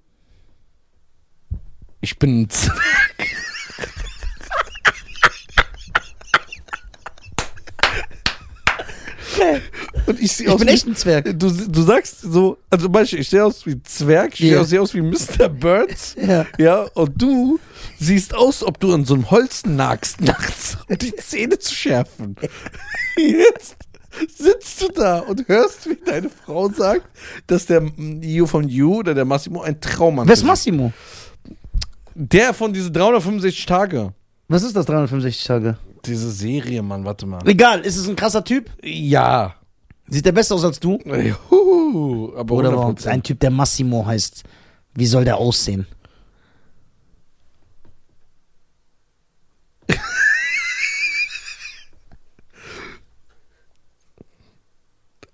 Speaker 2: ich bin ein Zwerg. Und ich, seh
Speaker 1: Ich
Speaker 2: aus
Speaker 1: bin
Speaker 2: wie-
Speaker 1: echt ein Zwerg.
Speaker 2: Du, du sagst so, also zum Beispiel, ich sehe aus wie ein Zwerg, ich
Speaker 1: Ja.
Speaker 2: yeah. sehe aus wie Mr. Burns.
Speaker 1: Ja.
Speaker 2: ja. Und du siehst aus, ob du an so einem Holz nagst nachts, um die Zähne zu schärfen. Jetzt sitzt du da und hörst, wie deine Frau sagt, dass der You von You oder der Massimo ein Traum an
Speaker 1: Wer ist
Speaker 2: sich-
Speaker 1: Massimo?
Speaker 2: Der von diesen 365 Tage.
Speaker 1: Was ist das, 365 Tage?
Speaker 2: Diese Serie, Mann, warte mal.
Speaker 1: Egal, ist es ein krasser Typ?
Speaker 2: Ja.
Speaker 1: Sieht der besser aus als du?
Speaker 2: Juhu, aber
Speaker 1: Oder
Speaker 2: 100%.
Speaker 1: warum? Ein Typ, der Massimo heißt. Wie soll der aussehen?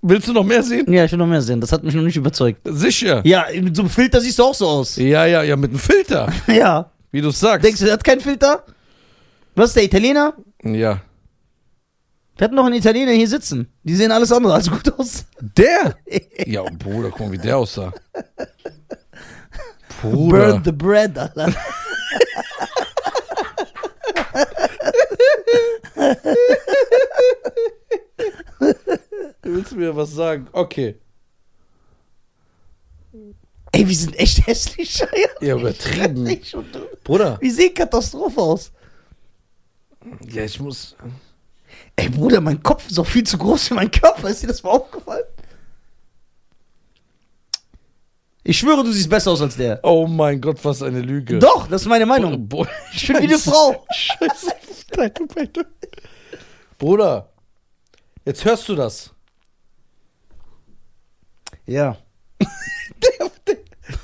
Speaker 2: Willst du noch mehr sehen?
Speaker 1: Ja, ich will noch mehr sehen. Das hat mich noch nicht überzeugt.
Speaker 2: Sicher.
Speaker 1: Ja, mit so einem Filter siehst du auch so aus.
Speaker 2: Ja, ja, ja, mit einem Filter,
Speaker 1: Ja.
Speaker 2: wie du es sagst.
Speaker 1: Denkst du, der hat keinen Filter? Was ist der Italiener?
Speaker 2: ja.
Speaker 1: Wir hatten noch einen Italiener hier sitzen. Die sehen alles andere als gut aus.
Speaker 2: Der? Ja, oh, Bruder, guck mal, wie der aussah. Bruder.
Speaker 1: Burn the bread, Alter.
Speaker 2: Willst du mir was sagen? Okay.
Speaker 1: Ey, wir sind echt hässlich, Scheiße.
Speaker 2: Ja, übertrieben.
Speaker 1: Ich schon drüber.
Speaker 2: Bruder.
Speaker 1: Wir sehen Katastrophe aus.
Speaker 2: Ja, ich muss.
Speaker 1: Ey, Bruder, mein Kopf ist auch viel zu groß für meinen Körper. Ist dir das mal aufgefallen? Ich schwöre, du siehst besser aus als der.
Speaker 2: Oh mein Gott, was eine Lüge.
Speaker 1: Doch, das ist meine Meinung.
Speaker 2: Br- Br-
Speaker 1: Ich bin wie eine Frau.
Speaker 2: Scheiße, deine Meinung. Bruder, jetzt hörst du das.
Speaker 1: Ja.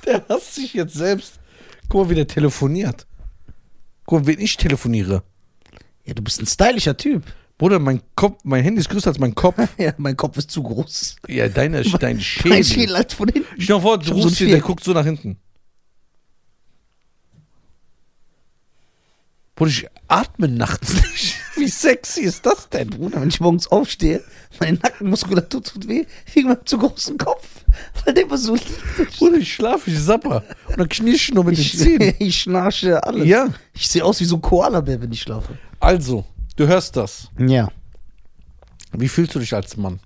Speaker 2: Der hasst sich jetzt selbst. Guck mal, wie der telefoniert. Guck mal, wen ich telefoniere.
Speaker 1: Ja, du bist ein stylischer Typ.
Speaker 2: Bruder, mein Kopf, mein Handy ist größer als mein Kopf.
Speaker 1: Ja, mein Kopf ist zu groß.
Speaker 2: Ja, deine, dein Schädel.
Speaker 1: Mein Schädel halt von hinten.
Speaker 2: Stell dir vor, du
Speaker 1: hab so
Speaker 2: rufst
Speaker 1: ein
Speaker 2: hier, der
Speaker 1: Vier.
Speaker 2: guckt so nach hinten. Bruder, ich atme nachts nicht. Wie sexy ist das denn, Bruder?
Speaker 1: Bruder, wenn ich morgens aufstehe, meine Nackenmuskulatur tut weh, wegen meinem zu großen Kopf. Weil der immer so liegt.
Speaker 2: Bruder, ich schlafe, ich sapper. Und dann knirsch ich nur mit den
Speaker 1: Ich,
Speaker 2: Zähnen.
Speaker 1: ich schnarche alles.
Speaker 2: Ja.
Speaker 1: Ich sehe aus wie so ein Koala-Bär, wenn ich schlafe.
Speaker 2: Also, du hörst das.
Speaker 1: Ja,
Speaker 2: Wie fühlst du dich als Mann?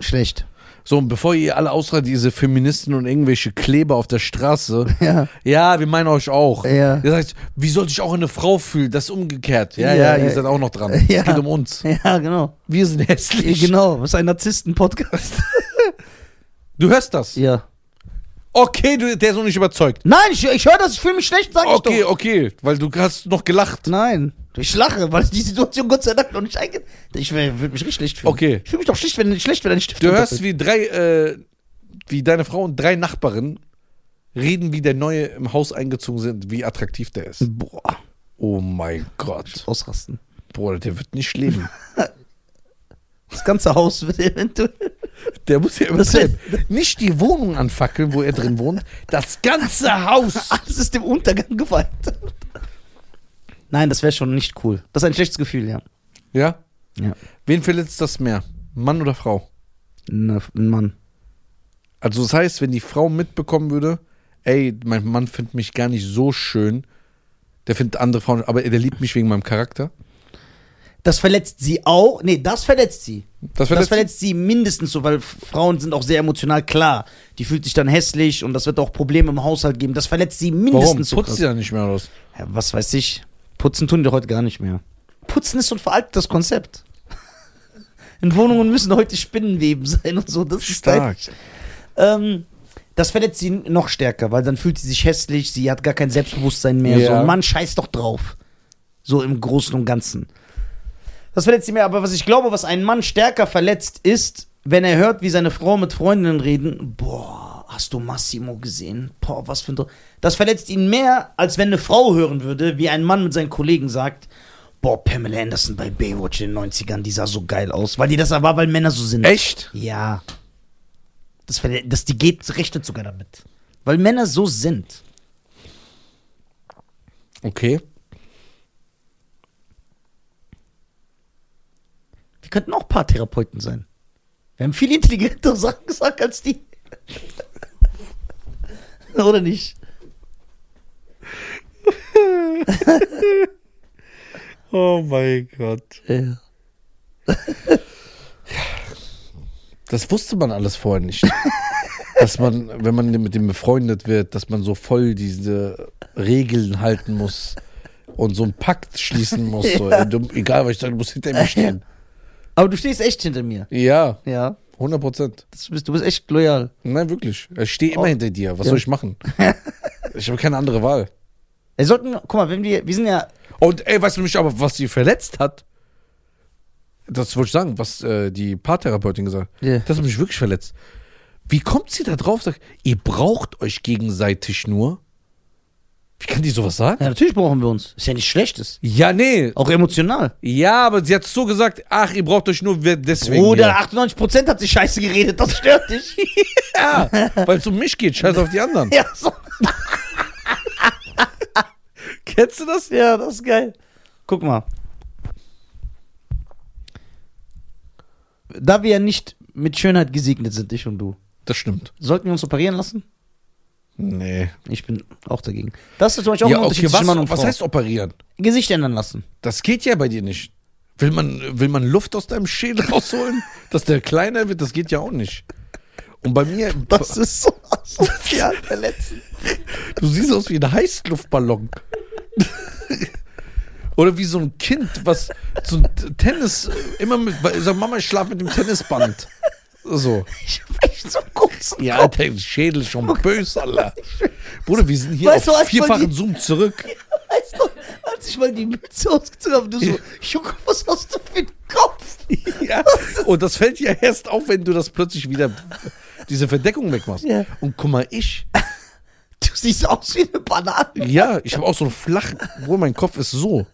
Speaker 1: schlecht.
Speaker 2: So, und bevor ihr alle ausreitet, diese Feministen und irgendwelche Kleber auf der Straße.
Speaker 1: Ja.
Speaker 2: Ja, wir meinen euch auch.
Speaker 1: Ja.
Speaker 2: Ihr sagt, wie sollte ich auch eine Frau fühlen? Das ist umgekehrt. Ja, ja,
Speaker 1: Ja,
Speaker 2: ihr
Speaker 1: ja.
Speaker 2: seid auch noch dran.
Speaker 1: Ja.
Speaker 2: Es geht um uns.
Speaker 1: Ja, genau.
Speaker 2: Wir sind
Speaker 1: Ja,
Speaker 2: hässlich.
Speaker 1: genau, was ist ein Narzissten-Podcast?
Speaker 2: Du hörst das.
Speaker 1: ja.
Speaker 2: Okay, du, der ist noch nicht überzeugt.
Speaker 1: Nein, ich, ich höre das, ich fühle mich schlecht, sag ich
Speaker 2: Okay,
Speaker 1: doch.
Speaker 2: okay, weil du hast noch gelacht.
Speaker 1: Nein, ich lache, weil die Situation Gott sei Dank noch nicht eingeht. Ich würde mich richtig schlecht fühlen.
Speaker 2: Okay.
Speaker 1: Ich fühle mich doch schlecht, wenn, schlecht, wenn ein Stift
Speaker 2: Du hörst,
Speaker 1: runterfällt.
Speaker 2: wie drei, äh, wie deine Frau und drei Nachbarinnen reden, wie der Neue im Haus eingezogen sind, wie attraktiv der
Speaker 1: Mhm.
Speaker 2: ist.
Speaker 1: Boah,
Speaker 2: Oh mein Gott.
Speaker 1: ausrasten.
Speaker 2: Bruder, der wird nicht leben.
Speaker 1: Das ganze Haus wird eventuell.
Speaker 2: Der muss ja
Speaker 1: Das
Speaker 2: überzeugen. Nicht die Wohnung anfackeln, wo er drin wohnt, das ganze Haus.
Speaker 1: Alles ist dem Untergang geweiht. Nein, das wäre schon nicht cool. Das ist ein schlechtes Gefühl, ja.
Speaker 2: Ja?
Speaker 1: Ja.
Speaker 2: Wen verletzt das mehr? Mann oder Frau? Ne,
Speaker 1: Na, Ein Mann.
Speaker 2: Also das heißt, wenn die Frau mitbekommen würde, ey, mein Mann findet mich gar nicht so schön, Der findet andere Frauen, aber der liebt mich wegen meinem Charakter.
Speaker 1: Das verletzt sie auch. Nee, das verletzt sie.
Speaker 2: Das verletzt
Speaker 1: das verletzt sie mindestens so, weil Frauen sind auch sehr emotional klar. Die fühlt sich dann hässlich und das wird auch Probleme im Haushalt geben. Das verletzt sie
Speaker 2: Warum?
Speaker 1: mindestens so.
Speaker 2: Putzt
Speaker 1: krass.
Speaker 2: sie dann nicht mehr raus?
Speaker 1: Ja, was weiß ich. Putzen tun die heute gar nicht mehr. Putzen ist so ein veraltetes Konzept. In Wohnungen müssen heute Spinnenweben sein und so. Das
Speaker 2: Stark.
Speaker 1: ist halt, ähm, das verletzt sie noch stärker, weil dann fühlt sie sich hässlich, sie hat gar kein Selbstbewusstsein mehr.
Speaker 2: Ja.
Speaker 1: So, Mann, scheiß doch drauf. So im Großen und Ganzen. Das verletzt sie mehr, aber was ich glaube, was einen Mann stärker verletzt, ist, wenn er hört, wie seine Frau mit Freundinnen reden, boah, hast du Massimo gesehen? Boah, was für ein. Dr das verletzt ihn mehr, als wenn eine Frau hören würde, wie ein Mann mit seinen Kollegen sagt, boah, Pamela Anderson bei Baywatch in den 90ern, die sah so geil aus, weil die das war, weil Männer so sind.
Speaker 2: Echt?
Speaker 1: Ja. Das, verle- das die geht, rechnet sogar damit. Weil Männer so sind.
Speaker 2: Okay.
Speaker 1: Wir könnten auch Paartherapeuten sein. Wir haben viel intelligentere Sachen gesagt als die. Oder nicht?
Speaker 2: Oh mein Gott.
Speaker 1: Ja.
Speaker 2: Das wusste man alles vorher nicht. dass man, wenn man mit dem befreundet wird, dass man so voll diese Regeln halten muss und so einen Pakt schließen muss. So. Ey, Du, egal, was ich sage, du musst hinter mir stehen.
Speaker 1: Aber du stehst echt hinter mir.
Speaker 2: Ja,
Speaker 1: Ja.
Speaker 2: 100 Prozent.
Speaker 1: Das bist, du bist echt loyal.
Speaker 2: Nein, wirklich. Ich stehe immer
Speaker 1: Oh.
Speaker 2: hinter dir. Was
Speaker 1: Ja.
Speaker 2: soll ich machen? Ich habe keine andere Wahl.
Speaker 1: Wir sollten, guck mal, wenn wir, wir sind ja,
Speaker 2: Und ey, weißt du mich aber, was sie verletzt hat? Das wollte ich sagen, was äh, die Paartherapeutin gesagt hat.
Speaker 1: Ja.
Speaker 2: Das hat mich wirklich verletzt. Wie kommt sie da drauf? Sagt, ihr braucht euch gegenseitig nur. Wie kann die sowas sagen?
Speaker 1: ja, natürlich brauchen wir uns. Ist ja nichts Schlechtes.
Speaker 2: Ja, nee.
Speaker 1: Auch emotional.
Speaker 2: Ja, aber sie hat so gesagt, ach, ihr braucht euch nur we- deswegen.
Speaker 1: Bruder,
Speaker 2: ja.
Speaker 1: 98% hat sich scheiße geredet, das stört dich.
Speaker 2: ja, weil es um mich geht, scheiß auf die anderen.
Speaker 1: ja, so.
Speaker 2: Kennst du das?
Speaker 1: ja, das ist geil. Guck mal. Da wir ja nicht mit Schönheit gesegnet sind, ich und du,
Speaker 2: Das stimmt.
Speaker 1: sollten wir uns operieren lassen?
Speaker 2: Nee.
Speaker 1: Ich bin auch dagegen. Das ist zum Beispiel auch
Speaker 2: Ja,
Speaker 1: ein Unterschied
Speaker 2: okay,
Speaker 1: zwischen Mann und
Speaker 2: was,
Speaker 1: Frau.
Speaker 2: was heißt operieren?
Speaker 1: Gesicht ändern lassen.
Speaker 2: Das geht ja bei dir nicht. Will man, will man Luft aus deinem Schädel rausholen, dass der kleiner wird? Das geht ja auch nicht. Und bei mir,
Speaker 1: Das ist so also, asozial verletzend.
Speaker 2: du siehst aus wie ein Heißluftballon. Oder wie so ein Kind, was so ein T- Tennis immer mit, weil- sag Mama, ich schlaf mit dem Tennisband. So.
Speaker 1: Ich hab echt so kurz.
Speaker 2: Ja, Alter, Schädel schon böse, Alter. Bruder, wir sind hier
Speaker 1: Weißt du,
Speaker 2: auf
Speaker 1: als man
Speaker 2: vierfachen
Speaker 1: die-
Speaker 2: Zoom zurück.
Speaker 1: Weißt du, als ich mal die Mütze ausgezogen habe, du so, Junge, was hast du für einen Kopf?
Speaker 2: Ja, und das fällt ja erst auf, wenn du das plötzlich wieder, diese Verdeckung wegmachst.
Speaker 1: Ja.
Speaker 2: Und guck mal, ich,
Speaker 1: Du siehst aus wie eine Banane.
Speaker 2: ja, ich habe auch so einen flachen, wo mein Kopf ist so.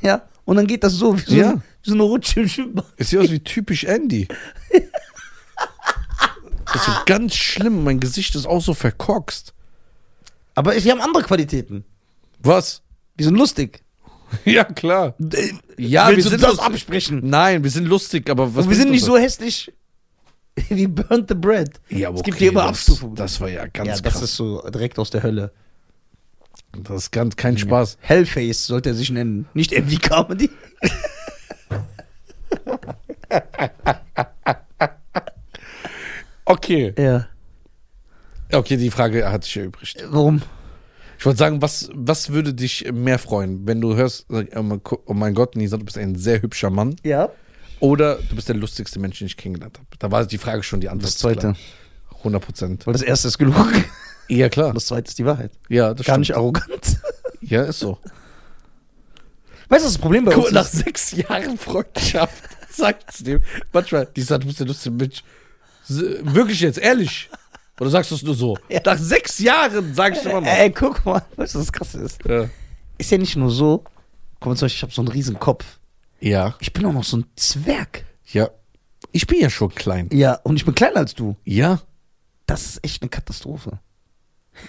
Speaker 1: Ja. Und dann geht das so, wie so,
Speaker 2: Ja.
Speaker 1: ein- wie so eine Rutsche im Schwimmbad.
Speaker 2: Es sieht aus wie typisch Andy. Das ist ganz schlimm, mein Gesicht ist auch so verkorkst.
Speaker 1: Aber wir haben andere Qualitäten.
Speaker 2: Was?
Speaker 1: Wir sind lustig.
Speaker 2: Ja, klar. Ja,
Speaker 1: Äh, Willst du
Speaker 2: wir sind
Speaker 1: das
Speaker 2: das
Speaker 1: absprechen?
Speaker 2: Nein, wir sind lustig, aber was
Speaker 1: Und wir sind
Speaker 2: bringt
Speaker 1: nicht
Speaker 2: uns
Speaker 1: so hässlich wie Burnt the Bread.
Speaker 2: das? Ja, aber
Speaker 1: es gibt
Speaker 2: okay,
Speaker 1: hier immer
Speaker 2: das-
Speaker 1: Abstufungen.
Speaker 2: Das war ja ganz
Speaker 1: ja, das
Speaker 2: krass.
Speaker 1: ist so direkt aus der Hölle.
Speaker 2: das ist ganz kein Spaß.
Speaker 1: Hellface sollte er sich nennen, nicht MV Comedy.
Speaker 2: Okay.
Speaker 1: Ja.
Speaker 2: Okay, die Frage hat sich ja übrig.
Speaker 1: Warum?
Speaker 2: Ich wollte sagen, was, was würde dich mehr freuen, wenn du hörst, sag, oh mein Ko- oh mein Gott, Nisa, du bist ein sehr hübscher Mann
Speaker 1: Ja.
Speaker 2: oder du bist der lustigste Mensch, den ich kennengelernt habe? Da war die Frage schon die Antwort.
Speaker 1: Das zweite.
Speaker 2: Klar. 100 Prozent.
Speaker 1: Weil das erste ist genug.
Speaker 2: Ja, klar.
Speaker 1: Das zweite ist die Wahrheit.
Speaker 2: Ja, das
Speaker 1: Gar
Speaker 2: stimmt.
Speaker 1: nicht arrogant.
Speaker 2: Ja, ist so.
Speaker 1: Weißt du, was das Problem bei
Speaker 2: Guck
Speaker 1: uns
Speaker 2: mal, nach
Speaker 1: ist?
Speaker 2: sechs Jahren Freundschaft sagt es dem, manchmal, Nisa, du bist der lustigste Mensch. S- Wirklich jetzt, ehrlich. Oder sagst du es nur so?
Speaker 1: Ja.
Speaker 2: Nach sechs Jahren sag ich immer noch.
Speaker 1: Ey, Äh, guck mal, weißt du, was krass ist?
Speaker 2: Ja.
Speaker 1: Ist ja nicht nur so, guck mal, zum Beispiel, ich habe so einen riesen Kopf.
Speaker 2: ja,
Speaker 1: Ich bin auch noch so ein Zwerg.
Speaker 2: ja. Ich bin ja schon klein.
Speaker 1: Ja, und ich bin kleiner als du.
Speaker 2: Ja.
Speaker 1: Das ist echt eine Katastrophe.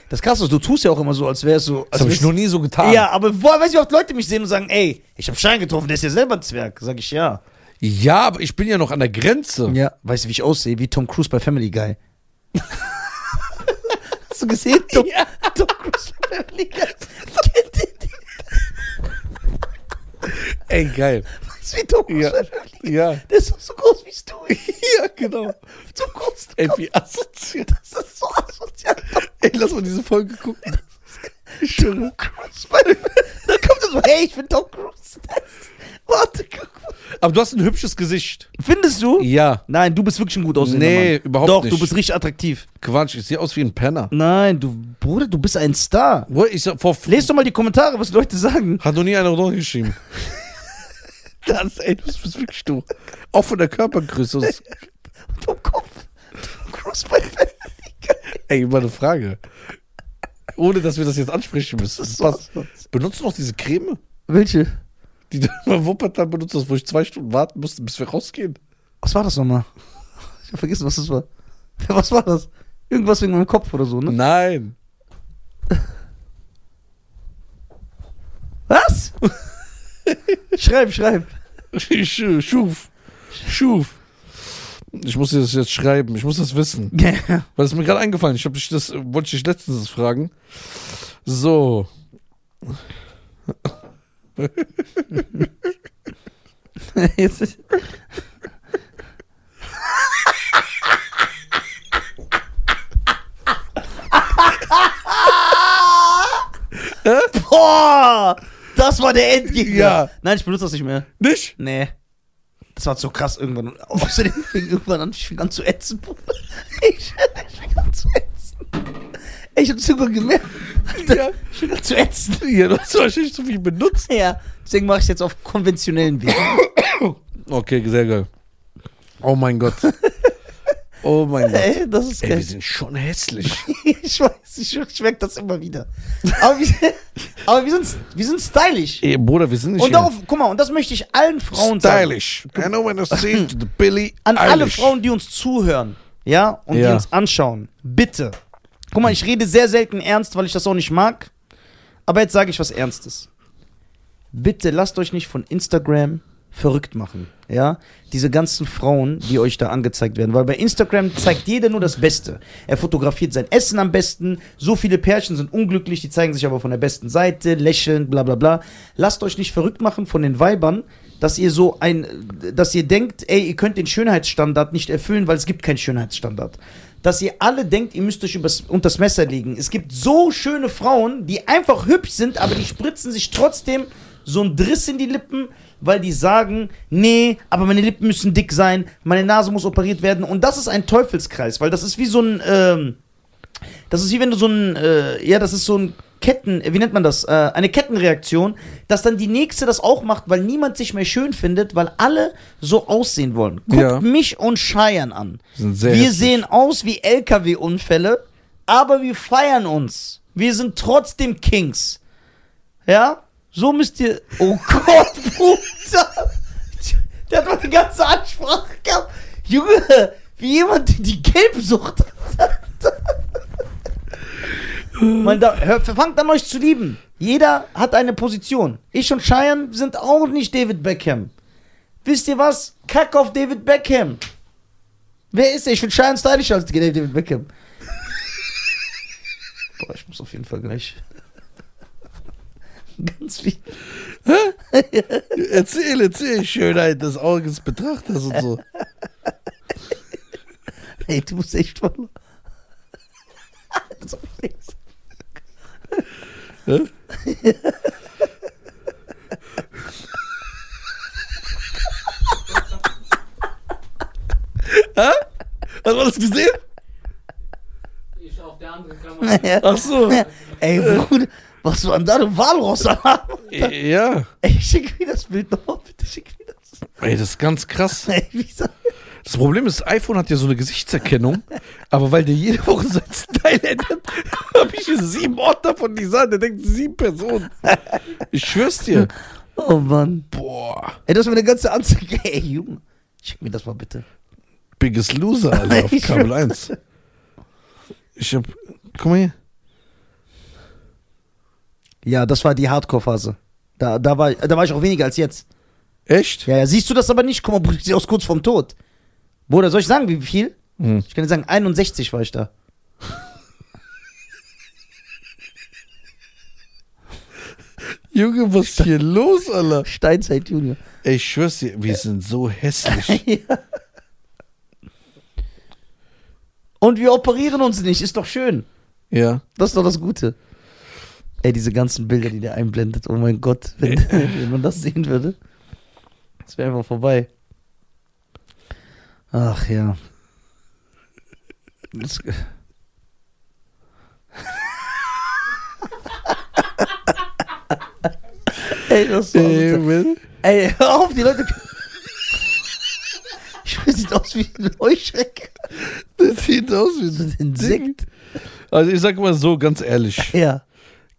Speaker 1: Das krasse ist, du tust ja auch immer so, als wärst Also du.
Speaker 2: Das habe ich noch nie so getan.
Speaker 1: Ja, aber woher weiß ich, wie oft Leute mich sehen und sagen, ey, ich habe Stein getroffen, der ist ja selber ein Zwerg. Sag ich ja.
Speaker 2: Ja, aber ich bin ja noch an der Grenze.
Speaker 1: Ja. Weißt du, wie ich aussehe? Wie Tom Cruise bei Family Guy. Hast du gesehen? Tom, Tom Cruise bei Family Guy. Kennt ihr die?
Speaker 2: Ey, geil.
Speaker 1: Weißt du, wie dumm
Speaker 2: Ja. Ja.
Speaker 1: Der ist doch so groß wie du.
Speaker 2: Ja, genau.
Speaker 1: So groß.
Speaker 2: Ey, wie asozial.
Speaker 1: Das ist so asozial.
Speaker 2: Ey, lass mal diese Folge gucken. Ich schwöre.
Speaker 1: Cruise, weil- Dann kommt er so, hey, ich bin Tom Cruise. Warte, guck mal.
Speaker 2: Aber du hast ein hübsches Gesicht.
Speaker 1: Findest du?
Speaker 2: Ja.
Speaker 1: Nein, du bist wirklich ein gut aussehender
Speaker 2: Nee,
Speaker 1: Mann.
Speaker 2: überhaupt
Speaker 1: Doch,
Speaker 2: nicht.
Speaker 1: Doch, du bist richtig attraktiv.
Speaker 2: Quatsch, ich sehe aus wie ein Penner.
Speaker 1: Nein, du, Bruder, du bist ein Star.
Speaker 2: Wo ich sag, vor
Speaker 1: Lest doch mal die Kommentare, was die Leute sagen.
Speaker 2: Hat noch nie einer runtergeschrieben. Das, ey, das bist wirklich du. Auch von der Körpergröße. aus-
Speaker 1: Tom Kopf. Tom Cruise bei Family
Speaker 2: Ey, mal eine Frage. Ohne, dass wir das jetzt ansprechen müssen.
Speaker 1: ist so
Speaker 2: Pass.
Speaker 1: absurd.
Speaker 2: Benutzt du noch diese Creme,
Speaker 1: Welche?
Speaker 2: die du beim Wuppertal benutzt hast, wo ich zwei Stunden warten musste, bis wir rausgehen?
Speaker 1: Was war das nochmal? Ich hab vergessen, was das war. Was war das? Irgendwas wegen meinem Kopf oder so, ne?
Speaker 2: Nein.
Speaker 1: Was? schreib, schreib.
Speaker 2: Sch- äh, Schuf. Schuf. Ich muss dir das jetzt schreiben. Ich muss das wissen. Weil es mir gerade eingefallen ist. Ich hab dich das, wollte ich dich letztens fragen. So.
Speaker 1: Jetzt ist- Boah! Das war der Endgegner.
Speaker 2: Ja.
Speaker 1: Nein, ich benutze das nicht mehr.
Speaker 2: Nicht?
Speaker 1: Nee. Das war zu krass irgendwann. Außerdem fing irgendwann an, ich fing an zu ätzen, Bruder. Ich, ich fing an zu ätzen. Ich hab's irgendwann gemerkt. Alter,
Speaker 2: Ja.
Speaker 1: Ich fing an zu ätzen.
Speaker 2: Ja, du hast wahrscheinlich zu viel benutzt.
Speaker 1: Ja. Deswegen mache ich jetzt auf konventionellen Weg.
Speaker 2: Okay, sehr geil. Oh mein Gott. Oh mein Gott.
Speaker 1: Ey, das ist
Speaker 2: Ey,
Speaker 1: geil.
Speaker 2: wir sind schon hässlich.
Speaker 1: ich weiß, ich, ich merke das immer wieder. Aber wir, aber wir, sind, wir sind stylisch.
Speaker 2: Ey, Bruder, wir sind nicht
Speaker 1: Und darauf, guck mal, und das möchte ich allen Frauen sagen.
Speaker 2: stylish. I know when I see to the Billy
Speaker 1: An alle
Speaker 2: Eilish.
Speaker 1: Frauen, die uns zuhören, ja, und
Speaker 2: Ja.
Speaker 1: die uns anschauen, bitte. Guck mal, ich rede sehr selten ernst, weil ich das auch nicht mag. Aber jetzt sage ich was Ernstes. Bitte lasst euch nicht von Instagram verrückt machen, ja? Diese ganzen Frauen, die euch da angezeigt werden, weil bei Instagram zeigt jeder nur das Beste. Er fotografiert sein Essen am besten. So viele Pärchen sind unglücklich, die zeigen sich aber von der besten Seite, lächeln, bla bla bla. Lasst euch nicht verrückt machen von den Weibern, dass ihr so ein, dass ihr denkt, ey, ihr könnt den Schönheitsstandard nicht erfüllen, weil es gibt keinen Schönheitsstandard. Dass ihr alle denkt, ihr müsst euch übers, unters Messer legen. Es gibt so schöne Frauen, die einfach hübsch sind, aber die spritzen sich trotzdem so ein Driss in die Lippen, weil die sagen, nee, aber meine Lippen müssen dick sein, meine Nase muss operiert werden. Und das ist ein Teufelskreis, weil das ist wie so ein, ähm, das ist wie wenn du so ein, äh, ja, das ist so ein Ketten, wie nennt man das? Äh, eine Kettenreaktion, dass dann die nächste das auch macht, weil niemand sich mehr schön findet, weil alle so aussehen wollen. Guckt
Speaker 2: Ja.
Speaker 1: mich und Scheiern an.
Speaker 2: Sind sehr
Speaker 1: wir
Speaker 2: hässlich.
Speaker 1: sehen aus wie LKW-Unfälle, aber wir feiern uns. Wir sind trotzdem Kings. Ja? So müsst ihr. Oh Gott, Bruder! Der hat mal die ganze Ansprache gehabt. Junge, wie jemand, der die Gelbsucht hat. Man da, hört, fangt an euch zu lieben. Jeder hat eine Position. Ich und Cheyenne sind auch nicht David Beckham. Wisst ihr was? Kack auf David Beckham. Wer ist er? Ich finde Cheyenne stylischer als David Beckham. Boah, ich muss auf jeden Fall gleich. Ganz viel.
Speaker 2: Erzähl, erzähl, Schönheit des Auges Betrachters und so.
Speaker 1: Ey, du musst echt mal. Das ist echt-
Speaker 2: Hä? Hä? Hast du das gesehen?
Speaker 3: Ich auf der anderen Kamera.
Speaker 1: Naja.
Speaker 2: Ach so.
Speaker 1: Ey, Bruder, was war denn da? Du Walross am Arm?
Speaker 2: Ja.
Speaker 1: Ey, schick mir das Bild nochmal, bitte schick mir das.
Speaker 2: Ey, das ist ganz krass.
Speaker 1: Ey, wie gesagt.
Speaker 2: Das Problem ist, das iPhone hat ja so eine Gesichtserkennung, aber weil der jede Woche seinen Style ändert, habe ich hier sieben Orte davon design. Der denkt sieben Personen. Ich schwör's dir.
Speaker 1: Oh Mann.
Speaker 2: Boah,
Speaker 1: Ey, das war eine ganze Anzeige. Ey, Junge, schick mir das mal bitte.
Speaker 2: Biggest Loser, Alter, auf
Speaker 1: Ich
Speaker 2: Kabel
Speaker 1: schwör's.
Speaker 2: 1. Ich hab. Guck mal hier.
Speaker 1: Ja, das war die Hardcore-Phase. Da, da, war, da war ich auch weniger als jetzt.
Speaker 2: Echt?
Speaker 1: Ja, ja, siehst du das aber nicht? Guck mal, Bruder, ich sehe aus kurz vorm Tod. Bruder, soll ich sagen, wie viel?
Speaker 2: Hm.
Speaker 1: Ich kann dir sagen, 61 war ich da.
Speaker 2: Junge, was ist hier los, Alter?
Speaker 1: Steinzeit Junior.
Speaker 2: Ey, ich schwör's dir, wir sind so hässlich.
Speaker 1: Und wir operieren uns nicht, ist doch schön.
Speaker 2: ja.
Speaker 1: Das ist doch das Gute. Ey, diese ganzen Bilder, die der einblendet. Oh mein Gott, wenn, wenn man das sehen würde. Das wäre einfach vorbei. Ach ja. Das, Ey, das war
Speaker 2: Ey, Will.
Speaker 1: Ey, hör auf, die Leute. Ich weiß nicht aus wie ein Heuschreck.
Speaker 2: Das sieht aus wie so ein Ding.
Speaker 1: Insekt.
Speaker 2: Also ich sag mal so, ganz ehrlich.
Speaker 1: Ja.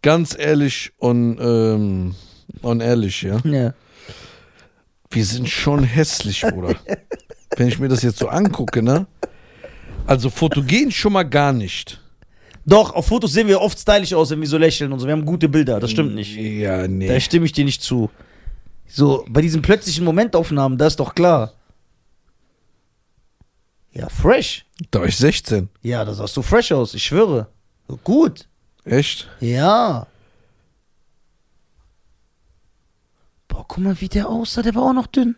Speaker 2: ganz ehrlich und, ähm, und ehrlich, ja.
Speaker 1: ja.
Speaker 2: Wir sind schon hässlich, Bruder. Wenn ich mir das jetzt so angucke, ne? Also fotogen schon mal gar nicht.
Speaker 1: Doch, auf Fotos sehen wir oft stylisch aus, wenn wir so lächeln und so. Wir haben gute Bilder, das stimmt nicht.
Speaker 2: Ja,
Speaker 1: Da
Speaker 2: nee.
Speaker 1: stimme ich dir nicht zu. So, bei diesen plötzlichen Momentaufnahmen, da ist doch klar. Ja, fresh.
Speaker 2: Da war ich 16.
Speaker 1: Ja, da sahst du fresh aus, ich schwöre. Gut.
Speaker 2: Echt?
Speaker 1: Ja. Boah, guck mal, wie der aussah, der war auch noch dünn.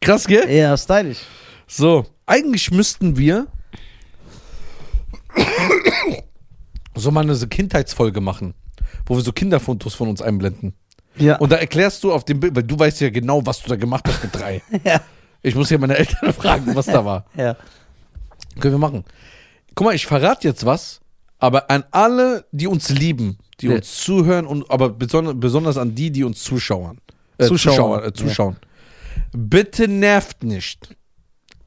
Speaker 2: Krass, gell?
Speaker 1: Ja, stylisch.
Speaker 2: So, eigentlich müssten wir so mal eine so Kindheitsfolge machen, wo wir so Kinderfotos von uns einblenden.
Speaker 1: Ja.
Speaker 2: Und da erklärst du auf dem Bild, weil du weißt ja genau, was du da gemacht hast mit drei.
Speaker 1: ja.
Speaker 2: Ich muss hier meine Eltern fragen, was da war.
Speaker 1: Ja.
Speaker 2: Können wir machen. Guck mal, ich verrate jetzt was, aber an alle, die uns lieben, die
Speaker 1: Ja.
Speaker 2: uns zuhören und aber besonders, besonders an die, die uns zuschauern, äh,
Speaker 1: Zuschauern.
Speaker 2: Zuschauer, äh, zuschauen. Bitte nervt nicht.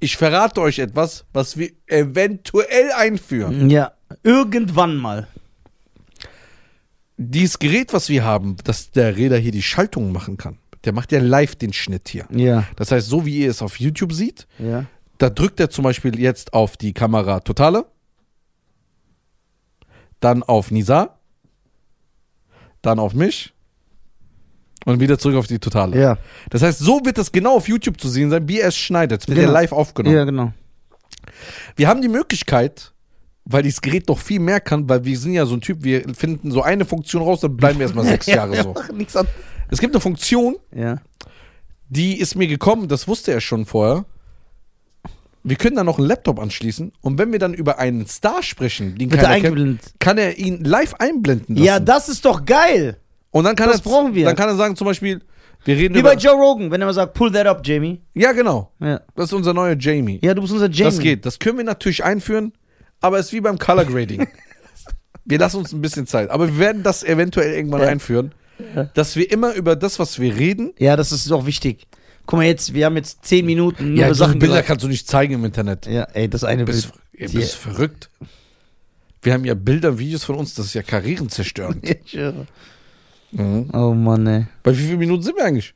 Speaker 2: Ich verrate euch etwas, was wir eventuell einführen.
Speaker 1: Ja. Irgendwann mal.
Speaker 2: Dieses Gerät, was wir haben, dass der Räder hier die Schaltung machen kann, der macht ja live den Schnitt hier.
Speaker 1: Ja.
Speaker 2: Das heißt, so wie ihr es auf YouTube seht,
Speaker 1: Ja.
Speaker 2: Da drückt er zum Beispiel jetzt auf die Kamera Totale, dann auf Nisa, dann auf mich und wieder zurück auf die Totale.
Speaker 1: Ja.
Speaker 2: Das heißt, so wird das genau auf YouTube zu sehen sein, wie er es schneidet. Es wird ja
Speaker 1: Genau.
Speaker 2: live aufgenommen.
Speaker 1: Ja, genau.
Speaker 2: Wir haben die Möglichkeit, weil dieses Gerät noch viel mehr kann, weil wir sind ja so ein Typ, wir finden so eine Funktion raus, dann bleiben wir erstmal sechs Jahre so.
Speaker 1: Nichts an.
Speaker 2: Es gibt eine Funktion,
Speaker 1: Ja.
Speaker 2: die ist mir gekommen, das wusste er schon vorher. Wir können dann noch einen Laptop anschließen und wenn wir dann über einen Star sprechen, den
Speaker 1: Bitte
Speaker 2: keiner kennt,
Speaker 1: eingeblendet.
Speaker 2: kann er ihn live einblenden lassen.
Speaker 1: Ja, das ist doch geil.
Speaker 2: und dann kann
Speaker 1: das
Speaker 2: er,
Speaker 1: brauchen wir.
Speaker 2: Dann kann er sagen zum Beispiel, wir reden
Speaker 1: Wie bei
Speaker 2: über...
Speaker 1: Joe Rogan, wenn er mal sagt, pull that up, Jamie.
Speaker 2: ja, genau.
Speaker 1: Ja.
Speaker 2: Das ist unser neuer Jamie.
Speaker 1: Ja, du bist unser Jamie.
Speaker 2: Das geht. Das können wir natürlich einführen, aber es ist wie beim Color Grading. wir lassen uns ein bisschen Zeit. Aber wir werden das eventuell irgendwann
Speaker 1: Ja.
Speaker 2: einführen,
Speaker 1: Ja.
Speaker 2: dass wir immer über das, was wir reden...
Speaker 1: Ja, das ist auch wichtig. Guck mal jetzt, wir haben jetzt 10 Minuten nur über
Speaker 2: diese
Speaker 1: Sachen
Speaker 2: Bilder
Speaker 1: gesagt.
Speaker 2: kannst du nicht zeigen im Internet.
Speaker 1: Ja, ey, das eine
Speaker 2: bist,
Speaker 1: Bild.
Speaker 2: ihr bist verrückt. Wir haben ja Bilder, Videos von uns, das ist ja Karrieren zerstören.
Speaker 1: Ich schwöre. Oh Mann, ey.
Speaker 2: Bei wie vielen Minuten sind wir eigentlich?